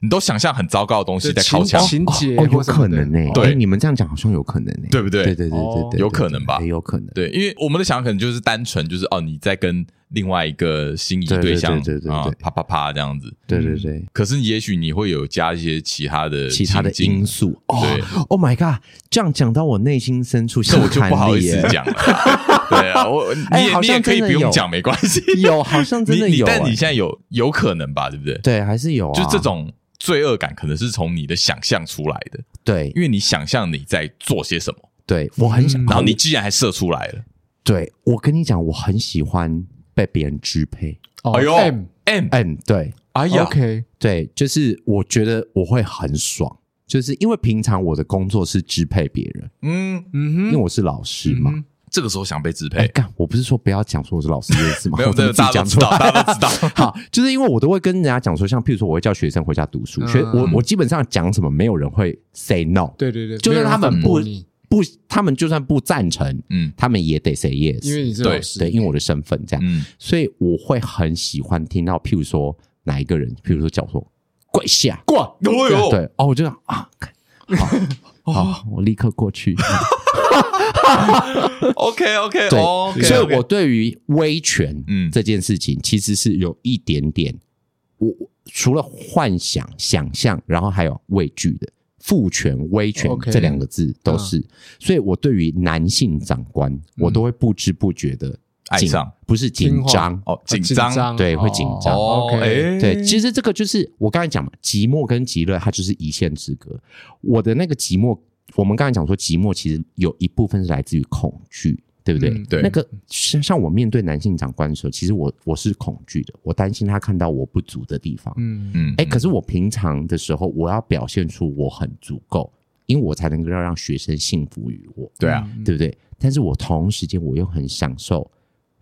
Speaker 1: 你都想象很糟糕的东西
Speaker 2: 就
Speaker 1: 在
Speaker 2: 情
Speaker 1: 靠墙，
Speaker 2: 情节
Speaker 3: 哦，
Speaker 2: 或
Speaker 3: 有
Speaker 2: 什么
Speaker 3: 可
Speaker 2: 的
Speaker 3: 能呢、欸。
Speaker 1: 对
Speaker 3: 哎你们这样讲好像有可能呢、
Speaker 1: 对不对？
Speaker 3: 对对对
Speaker 2: 哦
Speaker 3: 对对，
Speaker 1: 有可能吧
Speaker 3: 对对对有可能。
Speaker 1: 对，因为我们的想法可能就是单纯就是哦，你在跟另外一个心仪
Speaker 3: 对对
Speaker 1: 对象
Speaker 3: 对对对
Speaker 1: 啊
Speaker 3: 对，
Speaker 1: 啪啪啪这样子。
Speaker 3: 对对对，
Speaker 1: 可是也许你会有加一些其他的啊
Speaker 3: 其他的
Speaker 1: 情境
Speaker 3: 因素。哦
Speaker 1: 对
Speaker 3: ，Oh my god！这样讲到我内心深处，
Speaker 1: 这我就
Speaker 3: 想
Speaker 1: 不好
Speaker 3: 喊
Speaker 1: 意
Speaker 3: 你
Speaker 1: 思
Speaker 3: 耶。
Speaker 1: 讲了啦。 对啊，我你
Speaker 3: 哎
Speaker 1: 也
Speaker 3: 好
Speaker 1: 你
Speaker 3: 像
Speaker 1: 也可以
Speaker 3: 真
Speaker 1: 不
Speaker 3: 的
Speaker 1: 用
Speaker 3: 有
Speaker 1: 讲，没关系。
Speaker 3: 有，好像真
Speaker 1: 你
Speaker 3: 的
Speaker 1: 你
Speaker 3: 有、
Speaker 1: 但你
Speaker 3: 哎
Speaker 1: 现在有有可能吧，对不对？
Speaker 3: 对还是有、啊，
Speaker 1: 就这种罪恶感，可能是从你的想象出来的，
Speaker 3: 对
Speaker 1: 因为你想象你在做些什么，
Speaker 3: 对，我很想，
Speaker 2: 嗯
Speaker 1: 然后你既然还射出来了，
Speaker 3: 对我跟你讲，我很喜欢被别人支配。
Speaker 2: 哦
Speaker 1: 哎呦
Speaker 2: M
Speaker 1: M，
Speaker 3: 嗯，对
Speaker 1: 哎呀，
Speaker 2: OK，
Speaker 3: 对，就是我觉得我会很爽，就是因为平常我的工作是支配别人，
Speaker 1: 嗯，
Speaker 2: 嗯
Speaker 3: 因为我是老师嘛。
Speaker 2: 嗯
Speaker 1: 这个时候想被支
Speaker 3: 哎，
Speaker 1: 配，
Speaker 3: 干，我不是说不要讲说我是老师这件事吗？
Speaker 1: 没有，
Speaker 3: 我怎
Speaker 1: 这
Speaker 3: 么
Speaker 1: 个
Speaker 3: 自己
Speaker 1: 大家
Speaker 3: 讲
Speaker 1: 都知
Speaker 3: 出
Speaker 1: 道，
Speaker 3: 来？
Speaker 1: 大家都知道。
Speaker 3: 好，就是因为我都会跟人家讲说，像譬如说，我会叫学生回家读书，
Speaker 2: 嗯
Speaker 3: 学我我基本上讲什么，没有人会 say no，
Speaker 2: 对对对，
Speaker 3: 就
Speaker 2: 没有
Speaker 3: 是
Speaker 2: 人
Speaker 3: 他们
Speaker 2: 反
Speaker 3: 不
Speaker 2: 驳你
Speaker 3: 不，他们就算不赞成，
Speaker 1: 嗯
Speaker 3: 他们也得 say yes，
Speaker 2: 因为你是
Speaker 1: 对
Speaker 2: 老师，
Speaker 3: 对，因为我的身份这样，
Speaker 1: 嗯，
Speaker 3: 所以我会很喜欢听到，譬如说哪一个人，譬如说叫我说跪下，
Speaker 2: 过
Speaker 1: 哦哟，哦
Speaker 3: 对，哦，我就想啊， 好，好，我立刻过去。
Speaker 1: ，OK OK，
Speaker 3: 对
Speaker 1: 哦，
Speaker 3: 所以我对于威权
Speaker 1: 嗯
Speaker 3: 这件事情，其实是有一点点，我我除了幻想、想象，然后还有畏惧的。父权、威权
Speaker 2: OK
Speaker 3: 这两个字都是，
Speaker 1: 嗯
Speaker 3: 所以我对于男性长官，我都会不知不觉的
Speaker 1: 爱上，
Speaker 3: 不是紧
Speaker 2: 听话
Speaker 3: 张，
Speaker 1: 哦
Speaker 2: 很
Speaker 1: 紧
Speaker 2: 张，
Speaker 3: 对会紧张
Speaker 1: 哦
Speaker 2: OK，
Speaker 1: 哎，
Speaker 3: 对，其实这个就是我刚才讲嘛，寂寞跟极乐它就是一线之隔。我的那个寂寞，我们刚才讲说寂寞其实有一部分是来自于恐惧，对不对？
Speaker 2: 嗯
Speaker 1: 对
Speaker 3: 那个像像我面对男性长官的时候，其实我我是恐惧的，我担心他看到我不足的地方。
Speaker 2: 嗯，
Speaker 1: 嗯，
Speaker 3: 哎、可是我平常的时候，我要表现出我很足够，因为我才能够让学生信服于我，
Speaker 1: 对啊，
Speaker 2: 嗯，
Speaker 3: 对不对？但是我同时间我又很享受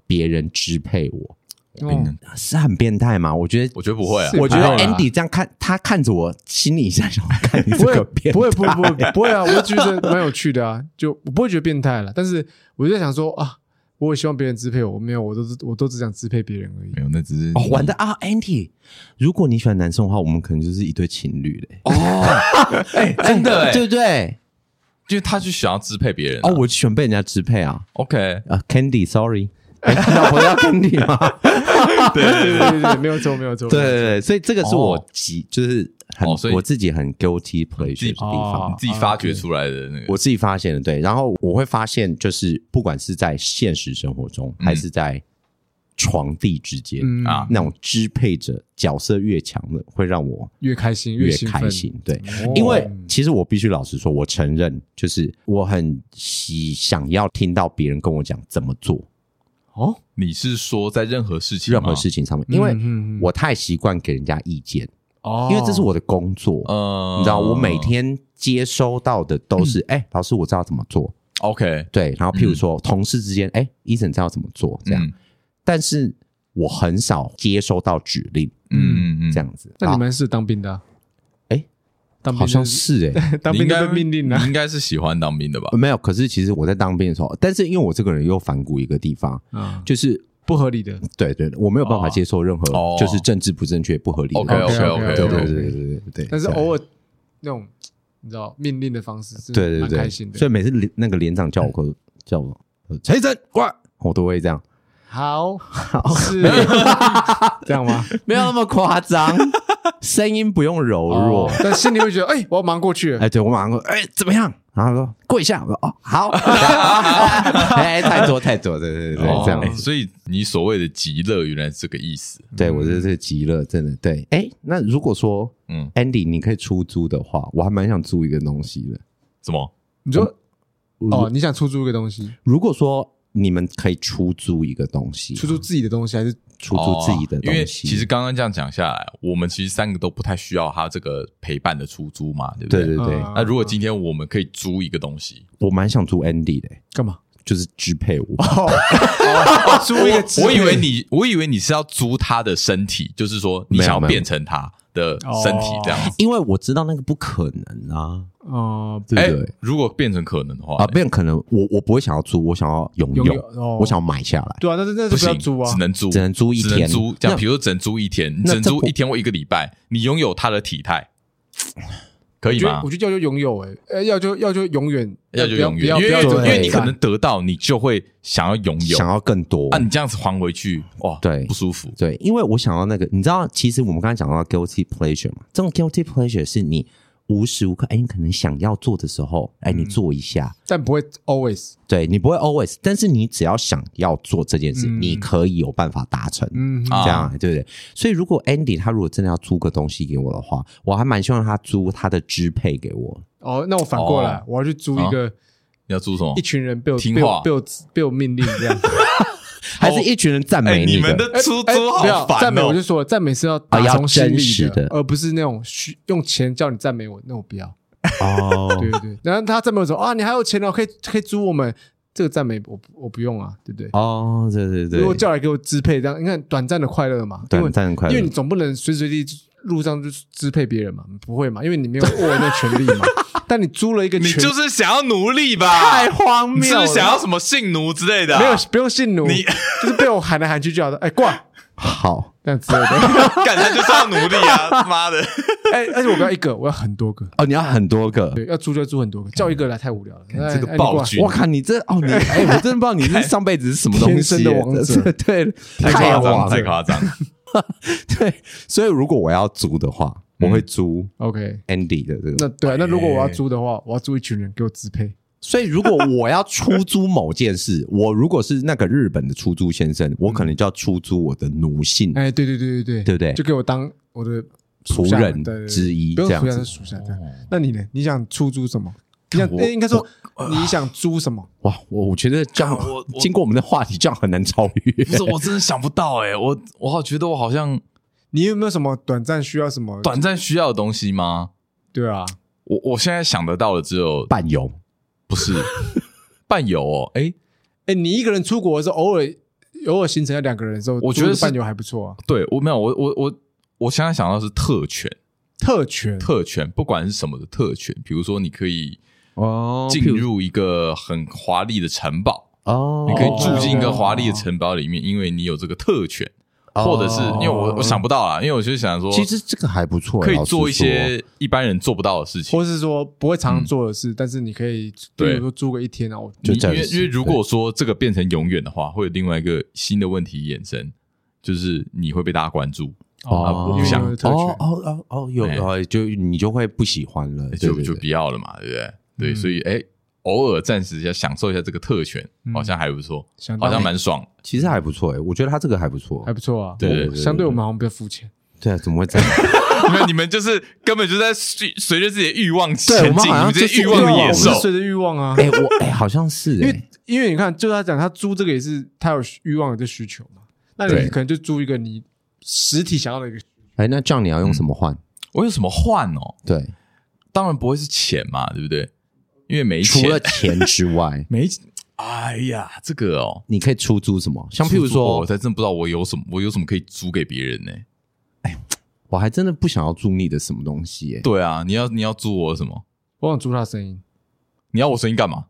Speaker 3: 别人支配我，
Speaker 1: 我跟你讲
Speaker 3: 是很变态吗？我觉得
Speaker 1: 我觉得不会啊
Speaker 2: 是，
Speaker 3: 我觉得
Speaker 2: 不会啦
Speaker 3: Andy 这样看，他看着我，心里想想，看你这
Speaker 2: 不会
Speaker 3: 个变
Speaker 2: 不会不会不会不会啊！我觉得蛮有趣的啊，就我不会觉得变态了，但是我就在想说啊，我也希望别人支配我，我没有，我都是我都只想支配别人而已。
Speaker 1: 没有，那只是
Speaker 3: 哦，玩的啊，Andy，如果你喜欢男生的话，我们可能就是一对情侣嘞，
Speaker 1: 哎，哦真的哎，
Speaker 3: 对不对？
Speaker 1: 就是他就想要支配别人啊
Speaker 3: 哦，我喜欢被人家支配啊，
Speaker 1: OK，
Speaker 3: 啊，Candy，sorry，哎老婆要 Candy 吗？
Speaker 2: 对 对对对，没有错没有错。
Speaker 3: 对对对，所以这个是
Speaker 1: 哦
Speaker 3: 我极就是很
Speaker 1: 哦所以
Speaker 3: 我自己很 guilty pleasure 的地
Speaker 2: 哦
Speaker 3: 方
Speaker 1: 你。自己发掘出来的那个，
Speaker 3: 我自己发现的，对。然后我会发现，就是不管是在现实生活中，
Speaker 1: 嗯
Speaker 3: 还是在床地之间、
Speaker 2: 嗯
Speaker 1: 啊
Speaker 3: 那种支配者角色越强的，会让我
Speaker 2: 越开心
Speaker 3: 越
Speaker 2: 兴奋
Speaker 3: 开心。对，
Speaker 2: 哦
Speaker 3: 因为其实我必须老实说，我承认，就是我很喜想要听到别人跟我讲怎么做
Speaker 2: 哦，
Speaker 1: 你是说在任何事情吗，
Speaker 3: 任何事情上面，因为
Speaker 2: 嗯嗯嗯
Speaker 3: 我太习惯给人家意见，
Speaker 2: 哦，
Speaker 3: 因为这是我的工作。
Speaker 1: 呃，
Speaker 3: 你知道，我每天接收到的都是，
Speaker 2: 嗯
Speaker 3: 哎、老师，我知道怎么做。
Speaker 1: OK，
Speaker 3: 对，然后譬如说、同事之间，哎，医生知道怎么做这样，
Speaker 1: 嗯
Speaker 3: 但是我很少接收到指令，
Speaker 1: 嗯嗯嗯，
Speaker 3: 这样子。
Speaker 2: 那你
Speaker 3: 啊
Speaker 2: 们是当兵的啊？
Speaker 3: 哎
Speaker 2: 当兵
Speaker 3: 好像
Speaker 2: 就是
Speaker 3: 哎、
Speaker 2: 当
Speaker 1: 你
Speaker 2: 兵
Speaker 1: 应该
Speaker 2: 的被命令
Speaker 1: 你
Speaker 2: 啊，
Speaker 1: 应该是喜欢当兵 的吧？
Speaker 3: 没有。可是其实我在当兵的时候，但是因为我这个人又反骨一个地方，
Speaker 2: 啊，
Speaker 3: 就是
Speaker 2: 不合理的。
Speaker 3: 对对，我没有办法
Speaker 1: 哦
Speaker 3: 接受任何
Speaker 1: 哦
Speaker 3: 就是政治不正确、不合理的
Speaker 1: OK，OK，OK，OK
Speaker 3: 东西
Speaker 2: OK，OK，OK
Speaker 3: 对对对对对对对。
Speaker 2: 但是
Speaker 3: 对
Speaker 2: 偶尔那种你知道命令的方式是
Speaker 3: 对对
Speaker 2: 蛮
Speaker 3: 对，
Speaker 2: 开心的。嗯
Speaker 3: 所以每次连那个连长叫我过叫我陈医生过来，我都会这样，
Speaker 2: 好是 这样吗？
Speaker 3: 没有那么夸张，声音不用柔弱
Speaker 2: 哦。但心里会觉得 哎，我要忙过去了
Speaker 3: 哎，。对我马上说，哎，怎么样？然后他说跪下，我说哦， 好，哎，太多太多，对对对
Speaker 1: 哦
Speaker 3: 对，这样
Speaker 1: 哎
Speaker 3: 子，
Speaker 1: 所以你所谓的极乐，原来是这个意思。
Speaker 3: 对我这是极乐，真的对。哎，那如果说，
Speaker 1: 嗯
Speaker 3: 嗯，Andy，你可以出租的话，我还蛮想租一个东西的。
Speaker 1: 什么？
Speaker 2: 你说哦，你想出租一个东西，
Speaker 3: 如果说你们可以出租一个东西，
Speaker 2: 出租自己的东西还是
Speaker 3: 出租自己的
Speaker 1: 哦
Speaker 3: 东西，
Speaker 1: 因为其实刚刚这样讲下来，我们其实三个都不太需要他这个陪伴的出租嘛，对不
Speaker 3: 对对对，
Speaker 2: 嗯
Speaker 1: 那如果今天我们可以租一个东西，
Speaker 3: 我蛮想租 Andy 的，欸
Speaker 2: 干嘛？
Speaker 3: 就是支配我。
Speaker 1: 哦
Speaker 2: 租一个
Speaker 1: 我以为你，我以为你是要租他的身体，就是说你
Speaker 3: 没有
Speaker 1: 想要
Speaker 3: 没有
Speaker 1: 变成他，的身体这样子。
Speaker 3: 因为我知道那个不可能啊，
Speaker 2: 哦，
Speaker 3: 对
Speaker 1: 哎
Speaker 3: 不对？，
Speaker 1: 如果变成可能的话
Speaker 3: 啊，，不然可能我我不会想要租，我想要拥
Speaker 2: 拥有
Speaker 3: 有，
Speaker 2: 哦
Speaker 3: 我想要买下来，
Speaker 2: 对啊，那是那
Speaker 1: 不
Speaker 2: 是不要
Speaker 1: 行，
Speaker 2: 租啊
Speaker 1: 只，能租，
Speaker 3: 只能租一
Speaker 1: 只能
Speaker 3: 天
Speaker 1: 租。这样，
Speaker 3: 那
Speaker 1: 比如说只能租一天，你
Speaker 3: 那
Speaker 1: 只能
Speaker 3: 这
Speaker 1: 租
Speaker 3: 不
Speaker 1: 一天或一个礼拜，你拥有他的体态，可
Speaker 2: 我
Speaker 1: 以
Speaker 2: 觉得
Speaker 1: 吗
Speaker 2: 我？觉得要就拥有哎，呃要就要就永远
Speaker 1: 要就永远，
Speaker 2: 不
Speaker 1: 因
Speaker 2: 要
Speaker 1: 为
Speaker 2: 不要
Speaker 1: 因
Speaker 2: 不要
Speaker 1: 为你
Speaker 2: 不要
Speaker 1: 可能得到，你就会想要拥有
Speaker 3: 想。要更多
Speaker 1: 啊，你这样子还回去，哇，
Speaker 3: 对
Speaker 1: 不舒服。
Speaker 3: 对，因为我想要那个，你知道，其实我们刚才讲到 guilty pleasure 嘛，这种 guilty pleasure 是你无时无刻，哎，你可能想要做的时候，哎，
Speaker 2: 嗯
Speaker 3: 你做一下，
Speaker 2: 但不会 always，
Speaker 3: 对你不会 always，但是你只要想要做这件事，
Speaker 2: 嗯
Speaker 3: 你可以有办法达成。
Speaker 2: 嗯，
Speaker 1: 啊
Speaker 3: 这样对不对？所以如果 Andy 他如果真的要租个东西给我的话，我还蛮希望他租他的支配给我。
Speaker 2: 哦，那我反过来
Speaker 1: 哦，
Speaker 2: 我要去租一个
Speaker 1: 你要租什么
Speaker 2: 一？群人被我
Speaker 1: 听
Speaker 2: 被
Speaker 1: 话
Speaker 2: 我被我被我命令这样，
Speaker 3: 还是一群人赞美
Speaker 1: 你
Speaker 3: 你
Speaker 1: 们
Speaker 3: 的，
Speaker 1: 的 出
Speaker 2: 哦哎
Speaker 1: 租
Speaker 2: 不要
Speaker 1: 好烦哦。
Speaker 2: 赞美，我就说了，赞美是要打
Speaker 3: 啊要
Speaker 2: 从心
Speaker 3: 真
Speaker 2: 里
Speaker 3: 实的
Speaker 2: 而不是那种虚用钱叫你赞美我，那我不要。
Speaker 3: 哦，
Speaker 2: 对对对，然后他赞美我说啊，你还有钱哦，可以可以租我们，这个赞美我不我不用啊，对不对？
Speaker 3: 哦，对对
Speaker 2: 如果
Speaker 3: 对，
Speaker 2: 叫来给我支配，这样你看短暂的快乐嘛，因为
Speaker 3: 短暂的快
Speaker 2: 因为
Speaker 3: 乐
Speaker 2: 你，总不能随随地路上就支配别人嘛，不会嘛，因为你没有握有那权利 嘛。但你租了一个
Speaker 1: 你
Speaker 2: 权，
Speaker 1: 就是想要奴隶吧？
Speaker 3: 太荒
Speaker 1: 你是
Speaker 3: 谬
Speaker 1: 不
Speaker 3: 了，
Speaker 1: 是想要什么性奴之类的啊？
Speaker 2: 没有不用信奴，
Speaker 1: 你
Speaker 2: 就是被我喊来喊去就好的，哎挂
Speaker 3: 好
Speaker 2: 这样之 类的。
Speaker 1: 干他就是要奴隶 啊！妈的，
Speaker 2: 哎，而且我不要一个，我要很多个。
Speaker 3: 哦，你要很多个。
Speaker 2: 对，要租就租很多个，叫一个来太无聊了。哎
Speaker 1: 这个
Speaker 2: 哎你
Speaker 1: 暴
Speaker 2: 挂
Speaker 1: 君
Speaker 3: 我靠，你这哦， 你哎，我真的不知道你是上辈子是什么东
Speaker 2: 天
Speaker 3: 西
Speaker 2: 生的王者
Speaker 3: 对，
Speaker 1: 太夸张，
Speaker 3: 王
Speaker 1: 太
Speaker 3: 了
Speaker 1: 夸张。
Speaker 3: 对。所以如果我要租的话，我会租
Speaker 2: OK，
Speaker 3: Andy 的这
Speaker 2: 那
Speaker 3: 个。
Speaker 2: 对啊，那如果我要租的话，我要租一群人给我支配。
Speaker 3: 所以如果我要出租某件事，我如果是那个日本的出租先生，我可能就要出租我的奴性
Speaker 2: 哎，对对对对对，
Speaker 3: 对不对
Speaker 2: 就给我当我的属
Speaker 3: 仆
Speaker 2: 下
Speaker 3: 人
Speaker 2: 对对对
Speaker 3: 之一，
Speaker 2: 不
Speaker 3: 这
Speaker 2: 用
Speaker 3: 样
Speaker 2: 属下是
Speaker 3: 子。
Speaker 2: 属下这样。那你呢？你想出租什么？你想
Speaker 3: 看我
Speaker 2: 哎应该说你想租什么？
Speaker 3: 哇，我我觉得这样
Speaker 1: 干我我，
Speaker 3: 经过我们的话题，这样很难超越
Speaker 1: 不。是，我真的想不到哎、我我好觉得我好像
Speaker 2: 你有没有什么短暂需要什么？
Speaker 1: 短暂需要的东西吗？
Speaker 2: 对啊，
Speaker 1: 我我现在想得到的只有
Speaker 3: 伴游，
Speaker 1: 不 是伴游哦，哎、
Speaker 2: 哎，你一个人出国的时候，偶尔偶尔行程要两个人的时候，
Speaker 1: 我觉得
Speaker 2: 租个
Speaker 1: 是
Speaker 2: 伴游还不错啊。
Speaker 1: 对我没有，我我我我现在想到的是特权，
Speaker 2: 特权，
Speaker 1: 特权不管是什么的特权，比如说你可以
Speaker 3: 哦
Speaker 1: 进入一个很华丽的城堡，
Speaker 3: 哦，
Speaker 1: 你可以住进一个华丽的
Speaker 2: 哦
Speaker 1: 城堡里面，因为你有这个特权，
Speaker 3: 哦
Speaker 1: 或者是因为我我想不到啦，因为我就想说，
Speaker 3: 其实这个还不错，
Speaker 1: 可以
Speaker 3: 老实
Speaker 1: 做一
Speaker 3: 说
Speaker 1: 些一般人做不到的事情。
Speaker 2: 或是说不会常做的事，但是你可以，比
Speaker 1: 对
Speaker 2: 如说租个一天啊，我
Speaker 3: 就
Speaker 1: 你因
Speaker 3: 暂
Speaker 1: 为
Speaker 3: 时
Speaker 1: 因为如
Speaker 3: 对
Speaker 1: 果说这个变成永远的话，会有另外一个新的问题衍生，就是你会被大家关注，啊我
Speaker 3: 哦，
Speaker 1: 不想
Speaker 2: 因为特权
Speaker 3: 哦哦哦哦，有
Speaker 1: 哎
Speaker 3: 哦，就你就会不喜欢了，
Speaker 1: 就
Speaker 3: 对对
Speaker 1: 就
Speaker 3: 对
Speaker 1: 不要了嘛，对不对？对，
Speaker 2: 嗯
Speaker 1: 所以哎，偶尔暂时一下享受一下这个特权，
Speaker 2: 嗯
Speaker 1: 好像还不错，
Speaker 3: 嗯
Speaker 2: 想到
Speaker 1: 好像蛮爽。
Speaker 3: 其实还不错哎，我觉得他这个还不错
Speaker 2: 还，不错啊。
Speaker 1: 对对对
Speaker 2: 我
Speaker 3: 对
Speaker 2: 相对我们好像比较肤浅。
Speaker 3: 对啊，怎么会这样？
Speaker 1: 没有，你们就是根本就在随随着自己的欲望前
Speaker 3: 对我们
Speaker 1: 进，
Speaker 3: 好
Speaker 1: 啊你们
Speaker 3: 像
Speaker 1: 这
Speaker 3: 就
Speaker 1: 些
Speaker 3: 是
Speaker 1: 欲望的野
Speaker 2: 我
Speaker 1: 兽
Speaker 2: 们是。随着欲望啊，
Speaker 3: 哎，我哎，好像是
Speaker 2: 因
Speaker 3: 哎，
Speaker 2: 为 因为你看，就他讲他租这个也是他有欲望有这需求嘛，那你
Speaker 1: 对
Speaker 2: 可能就租一个你实体想要的一个，
Speaker 3: 哎，那这样你要用什么换？
Speaker 1: 我有什么换哦？
Speaker 3: 对，
Speaker 1: 当然不会是钱嘛，对不对？因为没
Speaker 3: 除了
Speaker 1: 钱，，
Speaker 3: 钱之外
Speaker 1: 没钱，哎呀，这个哦，
Speaker 3: 你可以出租什么？像譬如
Speaker 1: 出租哦
Speaker 3: 说
Speaker 1: 我，才真不知道我有什么，我有什么可以租给别人呢？
Speaker 3: 我还真的不想要租你的什么东西耶。哎
Speaker 1: 对啊，你要你要租我什么？
Speaker 2: 我想租他的声音，
Speaker 1: 你要我声音干嘛？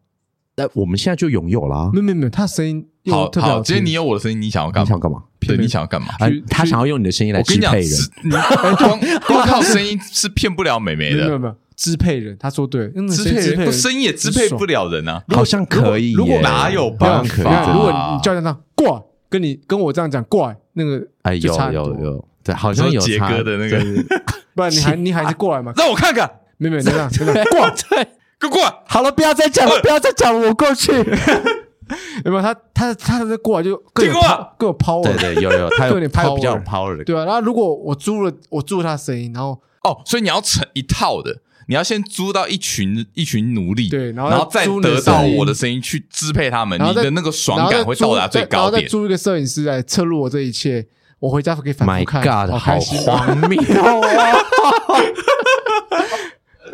Speaker 3: 但我们现在就拥有啦，
Speaker 2: 没有没有没有，他的声音又
Speaker 1: 好
Speaker 2: 特别
Speaker 1: 好，
Speaker 2: 听
Speaker 1: 今天你有我的声音，你想要干嘛
Speaker 3: 你想？干嘛？
Speaker 1: 对你想要干嘛？
Speaker 3: 啊
Speaker 2: 去，
Speaker 3: 他想要用你的声音来
Speaker 1: 我跟
Speaker 3: 支
Speaker 1: 你讲，
Speaker 3: 配人
Speaker 1: 只你光光靠声音是骗不了美
Speaker 2: 没
Speaker 1: 眉
Speaker 2: 有没有
Speaker 1: 的，
Speaker 2: 没有支配人，他说对，那个
Speaker 1: 支
Speaker 2: 声音
Speaker 1: 配人
Speaker 2: 人
Speaker 1: 不声音也支配不了人啊。
Speaker 3: 好像可以耶。
Speaker 2: 如果
Speaker 1: 哪有
Speaker 2: 没有
Speaker 1: 办
Speaker 3: 好像可以
Speaker 2: 没有
Speaker 1: 法？
Speaker 2: 如果你叫他这样挂，跟你跟我这样讲挂，那个
Speaker 3: 哎，
Speaker 2: 就
Speaker 3: 有
Speaker 2: 差很多
Speaker 3: 有，有，对，好像
Speaker 1: 你
Speaker 3: 有
Speaker 1: 说杰
Speaker 3: 差
Speaker 1: 哥的那个
Speaker 3: 对对
Speaker 2: 不然你还你还是过来嘛，
Speaker 1: 让我看看，
Speaker 2: 没有没有，就这样就这样
Speaker 3: 对
Speaker 2: 挂，
Speaker 3: 对，
Speaker 1: 给我过来！
Speaker 3: 好了，不要再讲了，不要再讲了，我过去。
Speaker 2: 有没有？他他他的过来就更有
Speaker 1: 听话
Speaker 2: pow- 更有 power，
Speaker 3: 对对，有有，
Speaker 2: 对
Speaker 3: 他有
Speaker 2: 你拍
Speaker 3: 比较
Speaker 2: 我
Speaker 3: 有 power 的，
Speaker 2: 对啊，然后如果我租了我租了他的声音，然后
Speaker 1: 哦，所以你要成一套的，你要先租到一群一群奴隶，
Speaker 2: 对然后
Speaker 1: 然后再
Speaker 2: 租你的
Speaker 1: 得到
Speaker 2: 声音
Speaker 1: 我的声音去支配他们，
Speaker 2: 然
Speaker 1: 你
Speaker 2: 后再
Speaker 1: 的那个
Speaker 2: 然
Speaker 1: 爽
Speaker 2: 后再
Speaker 1: 感会到达
Speaker 2: 租
Speaker 1: 最
Speaker 2: 再然
Speaker 1: 高
Speaker 2: 后再
Speaker 1: 点。
Speaker 2: 租一个摄影师来侧录我这一切，我回家可以反
Speaker 3: My
Speaker 2: 复看。
Speaker 3: God，
Speaker 2: 好
Speaker 3: 好
Speaker 2: 开 心啊！
Speaker 3: 荒谬啊！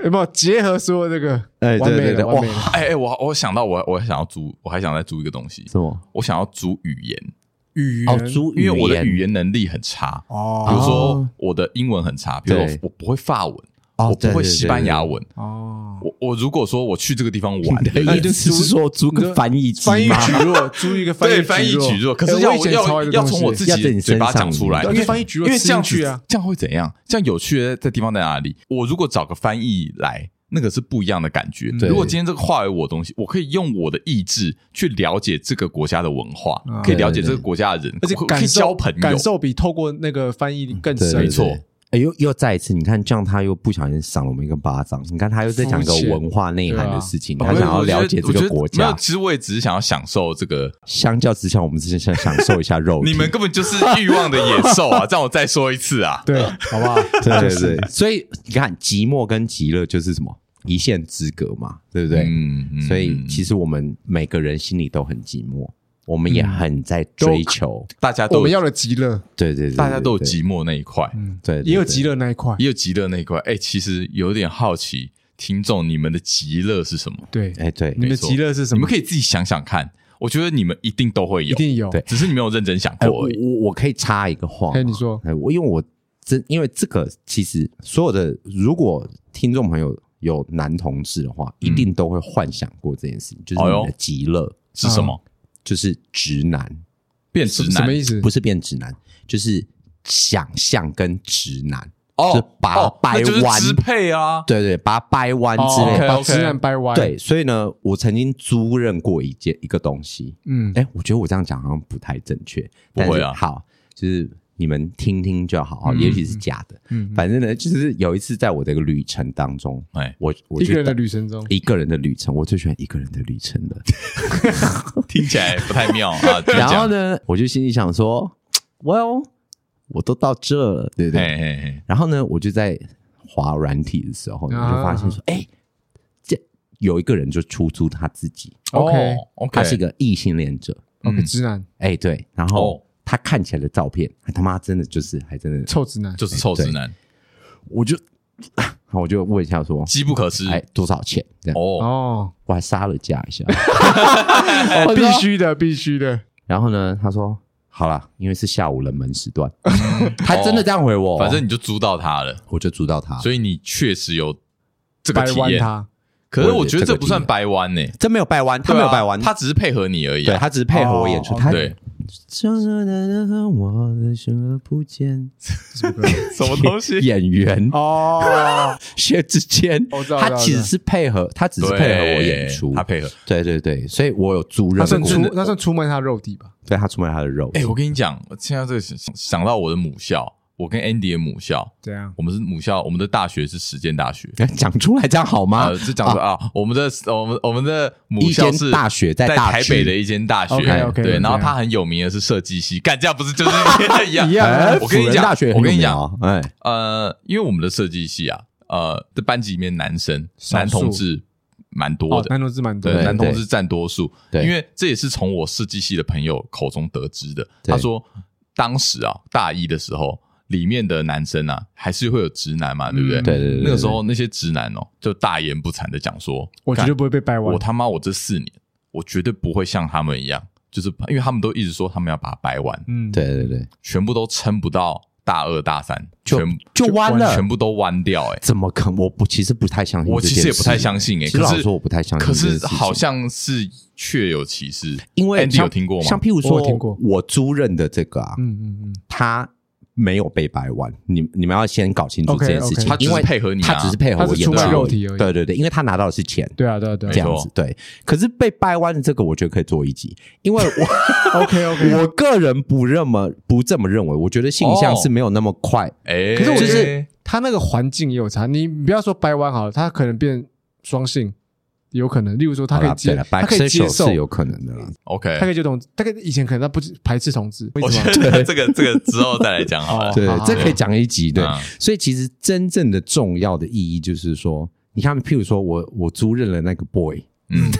Speaker 2: 有没有结合所有这个？
Speaker 3: 哎
Speaker 2: 完美
Speaker 3: 对对对
Speaker 2: 了，完美
Speaker 3: 哇
Speaker 2: 了。
Speaker 1: 哎哎，我我想到我我还想要租，我还想再租一个东西，
Speaker 3: 什么？
Speaker 1: 我想要租语言，
Speaker 2: 语言
Speaker 3: 哦，租语
Speaker 1: 因为我的
Speaker 3: 言
Speaker 1: 语言能力很差，
Speaker 2: 哦，
Speaker 1: 比如说我的英文很差，比如说
Speaker 3: 对
Speaker 1: 我不会法文，
Speaker 3: 哦
Speaker 1: 我不
Speaker 3: 对
Speaker 1: 会
Speaker 3: 对
Speaker 1: 西
Speaker 3: 对
Speaker 1: 班
Speaker 3: 对
Speaker 1: 牙文。
Speaker 2: 哦，
Speaker 1: 我我如果说我去这个地方 玩，
Speaker 3: 你的
Speaker 2: 那
Speaker 3: 意
Speaker 2: 就
Speaker 3: 思
Speaker 2: 租
Speaker 3: 是说租
Speaker 2: 你
Speaker 3: 个
Speaker 2: 就
Speaker 3: 翻译机
Speaker 2: 翻译
Speaker 3: 吗？
Speaker 2: 举弱，租一个翻
Speaker 1: 对
Speaker 2: 译
Speaker 1: 翻译
Speaker 2: 举
Speaker 1: 举弱，可
Speaker 2: 哎
Speaker 1: 是
Speaker 2: 我
Speaker 1: 要
Speaker 2: 以前超
Speaker 1: 要
Speaker 2: 爱这
Speaker 1: 要
Speaker 2: 东
Speaker 1: 从
Speaker 2: 西
Speaker 1: 我自
Speaker 3: 要在
Speaker 1: 己
Speaker 3: 你
Speaker 1: 嘴巴
Speaker 3: 身上
Speaker 1: 讲出来，
Speaker 2: 对
Speaker 1: 因
Speaker 2: 就
Speaker 1: 为
Speaker 2: 翻译举
Speaker 1: 因
Speaker 2: 弱
Speaker 1: 为
Speaker 2: 吃
Speaker 1: 这样
Speaker 2: 进去
Speaker 1: 子
Speaker 2: 啊，
Speaker 1: 这样会怎样？这样有趣的的地方在哪里？我如果找个翻译来，那个是不一样的感觉。
Speaker 2: 对
Speaker 1: 如果今天这个化为我的东西，我可以用我的意志去了解这个国家的文化
Speaker 2: 啊，
Speaker 1: 可以了解
Speaker 3: 对对
Speaker 1: 这个国家的人，
Speaker 2: 而且
Speaker 1: 可以可
Speaker 2: 感
Speaker 1: 以
Speaker 2: 受
Speaker 1: 交朋友
Speaker 2: 感。受比透过那个翻译更
Speaker 3: 对
Speaker 2: 深，
Speaker 3: 对
Speaker 1: 没错
Speaker 3: 对哎，又又再一次，你看这样他又不小心赏了我们一个巴掌。你看他又在讲一个
Speaker 2: 肤浅
Speaker 3: 文化内涵
Speaker 2: 对啊
Speaker 3: 的事情，
Speaker 1: 我
Speaker 3: 他想要
Speaker 1: 我觉得
Speaker 3: 了解这
Speaker 1: 我觉
Speaker 3: 个
Speaker 1: 得
Speaker 3: 国
Speaker 1: 没有
Speaker 3: 家。
Speaker 1: 其实我也只是想要享受这个，
Speaker 3: 相较之下，我们只是想享受一下肉体。
Speaker 1: 你 们根本就是欲望的野兽啊！让我再说一次啊！
Speaker 2: 对，好不好？
Speaker 3: 对
Speaker 2: 就
Speaker 3: 对
Speaker 2: 是
Speaker 3: 对，所以你看，寂寞跟极乐就是什么一线之隔嘛，对不对？
Speaker 1: 嗯嗯
Speaker 3: 所以其实我们每个人心里都很寂寞，我们也很在追求，
Speaker 1: 大家
Speaker 2: 我
Speaker 1: 嗯都
Speaker 2: 们要的极乐，
Speaker 3: 对对对，
Speaker 1: 大家都有
Speaker 3: 对，
Speaker 1: 寂寞那一块，
Speaker 2: 嗯，
Speaker 3: 对对对
Speaker 2: 也有极乐那一块，
Speaker 1: 也有极乐那一块。哎，其实有点好奇，听众你们的极乐是什么？
Speaker 2: 对，
Speaker 3: 哎对
Speaker 2: 你，
Speaker 1: 没
Speaker 2: 们的
Speaker 1: 错
Speaker 2: 极乐是什
Speaker 1: 你
Speaker 2: 么
Speaker 1: 们？可以自己想想看。我觉得你们一定都会有，
Speaker 2: 一定有，
Speaker 3: 对
Speaker 1: 只是你没有认真想
Speaker 3: 哎我
Speaker 1: 过而已。
Speaker 3: 我我可以插一个话吗，
Speaker 2: 哎你说
Speaker 3: 哎，我因为我真因为这个，其实所有的如果听众朋友有男同志的话，一定都会幻想过这件事情，就
Speaker 1: 嗯
Speaker 3: 是
Speaker 1: 哎
Speaker 3: 你
Speaker 1: 呦
Speaker 3: 的极乐
Speaker 1: 是什么？
Speaker 3: 啊就是直男，
Speaker 1: 变
Speaker 2: 什
Speaker 1: 直
Speaker 2: 什
Speaker 1: 男
Speaker 2: 么意思？
Speaker 3: 不是变直男，就是想象跟直男。就是
Speaker 1: 哦，
Speaker 3: 把它
Speaker 1: 哦
Speaker 3: 掰
Speaker 1: 那就是
Speaker 3: 弯
Speaker 1: 支配啊。
Speaker 3: 对对，把它掰弯之类
Speaker 1: 哦 OK，OK
Speaker 3: 的。
Speaker 2: 把直男掰弯，，
Speaker 3: 对，所以呢，我曾经租任过一件一个东西。
Speaker 2: 嗯，
Speaker 3: 哎，我觉得我这样讲好像不太正确，
Speaker 1: 不会啊
Speaker 3: 但是好，就是你们听听就好，哦
Speaker 1: 嗯
Speaker 3: 也许是假的。
Speaker 2: 嗯，
Speaker 3: 反正呢，就是有一次在我的一个旅程当中，
Speaker 1: 哎，
Speaker 3: 我我
Speaker 2: 一个
Speaker 3: 去
Speaker 2: 人的
Speaker 3: 的
Speaker 2: 旅程中，
Speaker 3: 一个人的旅程，我最喜欢一个人的旅程了。
Speaker 1: 听起来不太妙 啊。
Speaker 3: 然后
Speaker 1: 呢？
Speaker 3: 呢，我就心里想说，Well，我都到这了，对不对？
Speaker 1: 嘿嘿嘿，
Speaker 3: 然后呢，我就在滑软体的时候呢，我就发现说，哎、这有一个人就出租他自己，
Speaker 2: OK
Speaker 1: 哦 OK，
Speaker 3: 他是一个异性恋者，
Speaker 2: OK，
Speaker 1: 嗯
Speaker 2: 直男，
Speaker 3: 哎、对，然
Speaker 1: 哦
Speaker 3: 后他看起来的照片，他他妈真的就是，还真的，
Speaker 2: 臭直男，
Speaker 1: 就是臭
Speaker 3: 哎
Speaker 1: 直男，
Speaker 3: 我就， 然后我就问一下说，
Speaker 1: 机不可失。
Speaker 3: 哎，多少钱？这样，
Speaker 1: 哦，
Speaker 2: 哦，
Speaker 3: 我还杀了价一下， 我
Speaker 2: 必
Speaker 3: 说
Speaker 2: 须的，必须的，
Speaker 3: 然后呢，他说。好啦，因为是下午冷门时 段，他真的这样回我，
Speaker 1: 哦反正你就租到他了，
Speaker 3: 我就租到他，
Speaker 1: 所以你确实有这个
Speaker 2: 掰
Speaker 1: 体
Speaker 2: 弯
Speaker 1: 验。
Speaker 2: 他，
Speaker 1: 可是我
Speaker 3: 我
Speaker 1: 觉得
Speaker 3: 觉得
Speaker 1: 这
Speaker 3: 这
Speaker 1: 不算掰弯呢，
Speaker 3: 真没有掰弯，他
Speaker 1: 对
Speaker 3: 没
Speaker 1: 啊
Speaker 3: 有掰弯，
Speaker 1: 他只是配合你而已
Speaker 3: 对
Speaker 1: 啊。
Speaker 3: 他只是配合我演出，
Speaker 2: 哦
Speaker 3: 他
Speaker 1: 对，
Speaker 3: 我的手不见，
Speaker 2: 这首歌
Speaker 1: 什么东西？
Speaker 3: 演员
Speaker 2: 哦，
Speaker 3: 薛之谦
Speaker 1: 哦
Speaker 2: 我知，道
Speaker 3: 他其实是配合，他只是
Speaker 1: 对
Speaker 3: 配合我演出，
Speaker 1: 他配合。
Speaker 3: 对对对，所以我有租任
Speaker 2: 他算
Speaker 3: 务
Speaker 2: 出，他算出卖他肉体吧？
Speaker 3: 对他出卖他的肉，
Speaker 1: 哎，我跟你讲，我现在这个想想到我的母校，我跟 Andy 的母校，
Speaker 2: 怎样？
Speaker 1: 我们是母校，我们的大学是实践大学。
Speaker 3: 讲出来这样好吗
Speaker 1: 啊，？是讲说啊，我们的我们我们的母
Speaker 3: 一
Speaker 1: 校
Speaker 3: 间
Speaker 1: 是
Speaker 3: 大学
Speaker 1: 在
Speaker 3: 在大
Speaker 1: 台
Speaker 3: 区
Speaker 1: 北的一间大学
Speaker 2: OK，OK，
Speaker 1: 对，
Speaker 2: 嗯
Speaker 1: 然后
Speaker 2: 这样
Speaker 1: 它很有名的是设计系，干这样不是就是一样哎
Speaker 2: 一样啊
Speaker 1: 我跟
Speaker 3: 哎辅
Speaker 1: 你
Speaker 3: 仁
Speaker 1: 讲
Speaker 3: 大学，
Speaker 1: 我跟你
Speaker 3: 很有名
Speaker 1: 讲，
Speaker 3: 哦，哎，
Speaker 1: 呃，因为我们的设计系啊，呃，的班级里面男生
Speaker 2: 少数
Speaker 1: 男同志蛮多
Speaker 2: 哦，
Speaker 1: 的，
Speaker 2: 男同志蛮多
Speaker 1: 对，
Speaker 3: 对
Speaker 1: 男
Speaker 2: 的，
Speaker 1: 同志占多数，
Speaker 3: 对
Speaker 1: 因为这也是从我设计系的朋友口中得知的，
Speaker 3: 对
Speaker 1: 他说当时啊，大一的时候。里面的男生啊，还是会有直男嘛，对不对？
Speaker 2: 嗯对
Speaker 3: 对对对
Speaker 1: 那个时候那些直男哦，就大言不惭的讲说，
Speaker 2: 我绝
Speaker 1: 干
Speaker 2: 对不会被掰弯
Speaker 1: 我。他妈我这四年，我绝对不会像他们一样，就是因为他们都一直说他们要把它掰弯，
Speaker 2: 嗯，
Speaker 3: 对对对，
Speaker 1: 全部都撑不到大二大三，
Speaker 3: 就
Speaker 1: 全
Speaker 3: 就弯了
Speaker 1: 全部都弯掉、欸。哎，
Speaker 3: 怎么可能？我不，其实不太相信
Speaker 1: 我
Speaker 3: 这
Speaker 1: 其
Speaker 3: 件事，
Speaker 1: 实也不太相信哎、
Speaker 3: 其
Speaker 1: 欸，
Speaker 3: 实
Speaker 1: 可
Speaker 3: 老
Speaker 1: 是
Speaker 3: 实说，我不太相信
Speaker 1: 可
Speaker 3: 这件事
Speaker 1: 是
Speaker 3: 情。
Speaker 1: 好像是确有其事，
Speaker 3: 因为
Speaker 1: Andy
Speaker 3: 像
Speaker 1: 有听过吗
Speaker 3: 像譬如说，
Speaker 2: 我有听过
Speaker 3: 我租任的这个啊，
Speaker 2: 嗯嗯嗯，
Speaker 3: 他没有被掰弯，你你们要先搞清楚这件事
Speaker 2: OK，OK
Speaker 3: 情，
Speaker 1: 他只
Speaker 3: 因
Speaker 1: 是
Speaker 3: 为
Speaker 1: 配合你、啊，
Speaker 3: 他只是配合
Speaker 2: 他
Speaker 3: 我
Speaker 2: 是
Speaker 3: 演
Speaker 2: 出
Speaker 3: 出
Speaker 2: 卖
Speaker 3: 而已
Speaker 2: 肉体而已
Speaker 3: 对对对，因为他拿到的是钱。
Speaker 2: 对啊，对啊，对
Speaker 1: 没
Speaker 2: 啊
Speaker 1: 错
Speaker 3: 这样子对，可是被掰弯的这个，我觉得可以做一集，因为我
Speaker 2: ，OK OK，
Speaker 3: 我个人不认为不这么认为，我觉得性向
Speaker 1: 哦
Speaker 3: 是没有那么快，
Speaker 1: 哎、
Speaker 2: 可是我
Speaker 1: 就
Speaker 2: 觉得他那个环境也有差，你你不要说掰弯好了，他可能变双性，有可能。例如说，他
Speaker 3: 好
Speaker 2: 可以
Speaker 3: 啦对
Speaker 2: 接
Speaker 3: 了，，
Speaker 2: 他可以接
Speaker 3: bisexual
Speaker 2: 受，
Speaker 3: 是有可能的啦。
Speaker 2: 他可
Speaker 1: OK。
Speaker 2: 以接受同，大概以前可能他不排斥同志，为
Speaker 1: 我
Speaker 2: 什
Speaker 1: 觉
Speaker 2: 么？
Speaker 1: 得这个这个之后再来讲好了。
Speaker 2: 哦
Speaker 3: 对
Speaker 2: 好好，
Speaker 3: 这可以讲一集。对
Speaker 1: 嗯，
Speaker 3: 所以其实真正的重要的意义就是说，你看，譬如说我我租任了那个 boy，
Speaker 1: 嗯，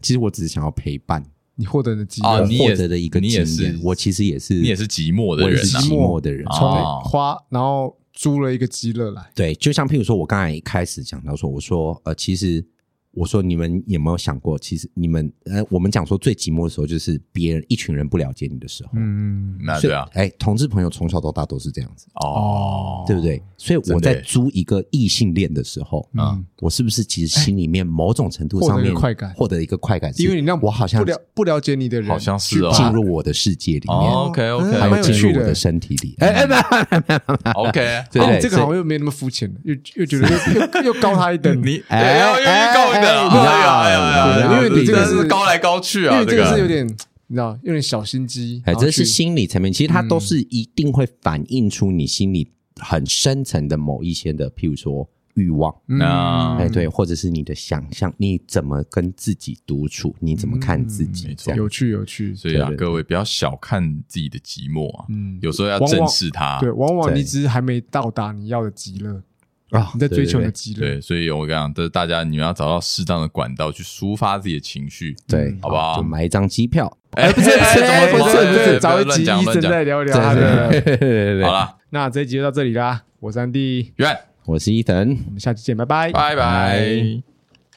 Speaker 3: 其实我只是想要陪伴，
Speaker 2: 你获得的机
Speaker 1: 啊
Speaker 3: 我
Speaker 2: 会，
Speaker 1: 你也
Speaker 3: 获得的一个
Speaker 1: 你也
Speaker 3: 经
Speaker 1: 是
Speaker 3: 验。我其实也是，
Speaker 1: 你也是寂寞的
Speaker 3: 我也
Speaker 1: 人
Speaker 3: 是
Speaker 1: 啊
Speaker 3: 寂，寞的人。
Speaker 2: 从
Speaker 1: 哦
Speaker 2: 花然后租了一个极乐来，
Speaker 3: 对，就像譬如说，我刚才一开始讲到说，我说呃，其实我说你们有没有想过，其实你们呃，我们讲说最寂寞的时候，就是别人一群人不了解你的时候。
Speaker 2: 嗯，
Speaker 1: 那
Speaker 3: 所以
Speaker 1: 对啊，
Speaker 3: 哎，同志朋友从小到大都是这样子，
Speaker 1: 哦，
Speaker 3: 对不对？所以
Speaker 1: 真的
Speaker 3: 我在
Speaker 1: 耶
Speaker 3: 租一个异性恋的时候，
Speaker 2: 嗯
Speaker 3: 嗯，我是不是其实心里面某种程度
Speaker 2: 获得
Speaker 3: 上
Speaker 2: 一个
Speaker 3: 面
Speaker 2: 快感
Speaker 3: 获得一个快感是，
Speaker 2: 因为你让
Speaker 3: 我好像
Speaker 2: 不了不了解你的人，
Speaker 1: 好像是哦
Speaker 3: 进入我的世界里面，
Speaker 1: 哦，OK，OK
Speaker 3: 还
Speaker 2: 蛮
Speaker 3: 有
Speaker 2: 有
Speaker 3: 进
Speaker 2: 趣
Speaker 3: 入我
Speaker 2: 的
Speaker 3: 的。身体里。
Speaker 2: 哎哎，
Speaker 1: OK，哦
Speaker 3: 对不对
Speaker 2: 哦这个好像又没那么肤浅了，又又觉得又又又高他一等。
Speaker 1: 你
Speaker 3: 哎
Speaker 1: 哎要又
Speaker 3: 哎
Speaker 1: 高的，哎呀
Speaker 3: 哎
Speaker 1: 哎呀哎
Speaker 2: 对
Speaker 1: 呀，
Speaker 2: 因为你这个
Speaker 1: 真的
Speaker 2: 是
Speaker 1: 高来高去
Speaker 2: 因
Speaker 1: 啊，
Speaker 2: 为这
Speaker 1: 个
Speaker 2: 个是有点，你知道，有点小心机。
Speaker 3: 哎，
Speaker 2: 然后
Speaker 3: 这
Speaker 2: 去
Speaker 3: 是心理层面，其实它
Speaker 1: 嗯
Speaker 3: 都是一定会反映出你心里很深层的某一些的，譬如说欲望，
Speaker 1: 啊
Speaker 3: 哎，对，或者是你的想象，你怎么跟自己独处，你怎么看自
Speaker 2: 嗯
Speaker 1: 没
Speaker 3: 己，
Speaker 1: 错
Speaker 3: 这样
Speaker 2: 有趣有趣。
Speaker 1: 所以啊
Speaker 3: 对对，对
Speaker 1: 各位不要小看自己的寂寞啊，
Speaker 2: 嗯，
Speaker 1: 有时候要啊
Speaker 2: 往往
Speaker 1: 正视它。
Speaker 2: 对，往往
Speaker 3: 对
Speaker 2: 你只是还没到达你要的极乐，
Speaker 3: 啊
Speaker 2: 你在追求你
Speaker 3: 对
Speaker 2: 的
Speaker 3: 对
Speaker 2: 极乐。
Speaker 1: 对， 所以我跟你讲，这大家你们要找到适当的管道去抒发自己的情绪，
Speaker 2: 嗯
Speaker 3: 对
Speaker 1: 好不好
Speaker 3: 就？买一张机 票，
Speaker 1: 哎，不是
Speaker 2: 哦哎
Speaker 1: 不
Speaker 2: 不
Speaker 1: 是
Speaker 2: 是
Speaker 1: 不
Speaker 2: 不是，
Speaker 1: 是，
Speaker 2: 找一
Speaker 1: 乱
Speaker 2: 集
Speaker 1: 讲
Speaker 2: 医
Speaker 1: 乱
Speaker 2: 生
Speaker 1: 讲。
Speaker 2: 再聊一聊他的。
Speaker 3: 对对
Speaker 1: 好，了，
Speaker 2: 那这一集就到这里啦，我是安迪，
Speaker 1: 愿
Speaker 3: 我是伊藤，
Speaker 2: 我们下期见，拜拜。
Speaker 1: 拜拜。
Speaker 3: 拜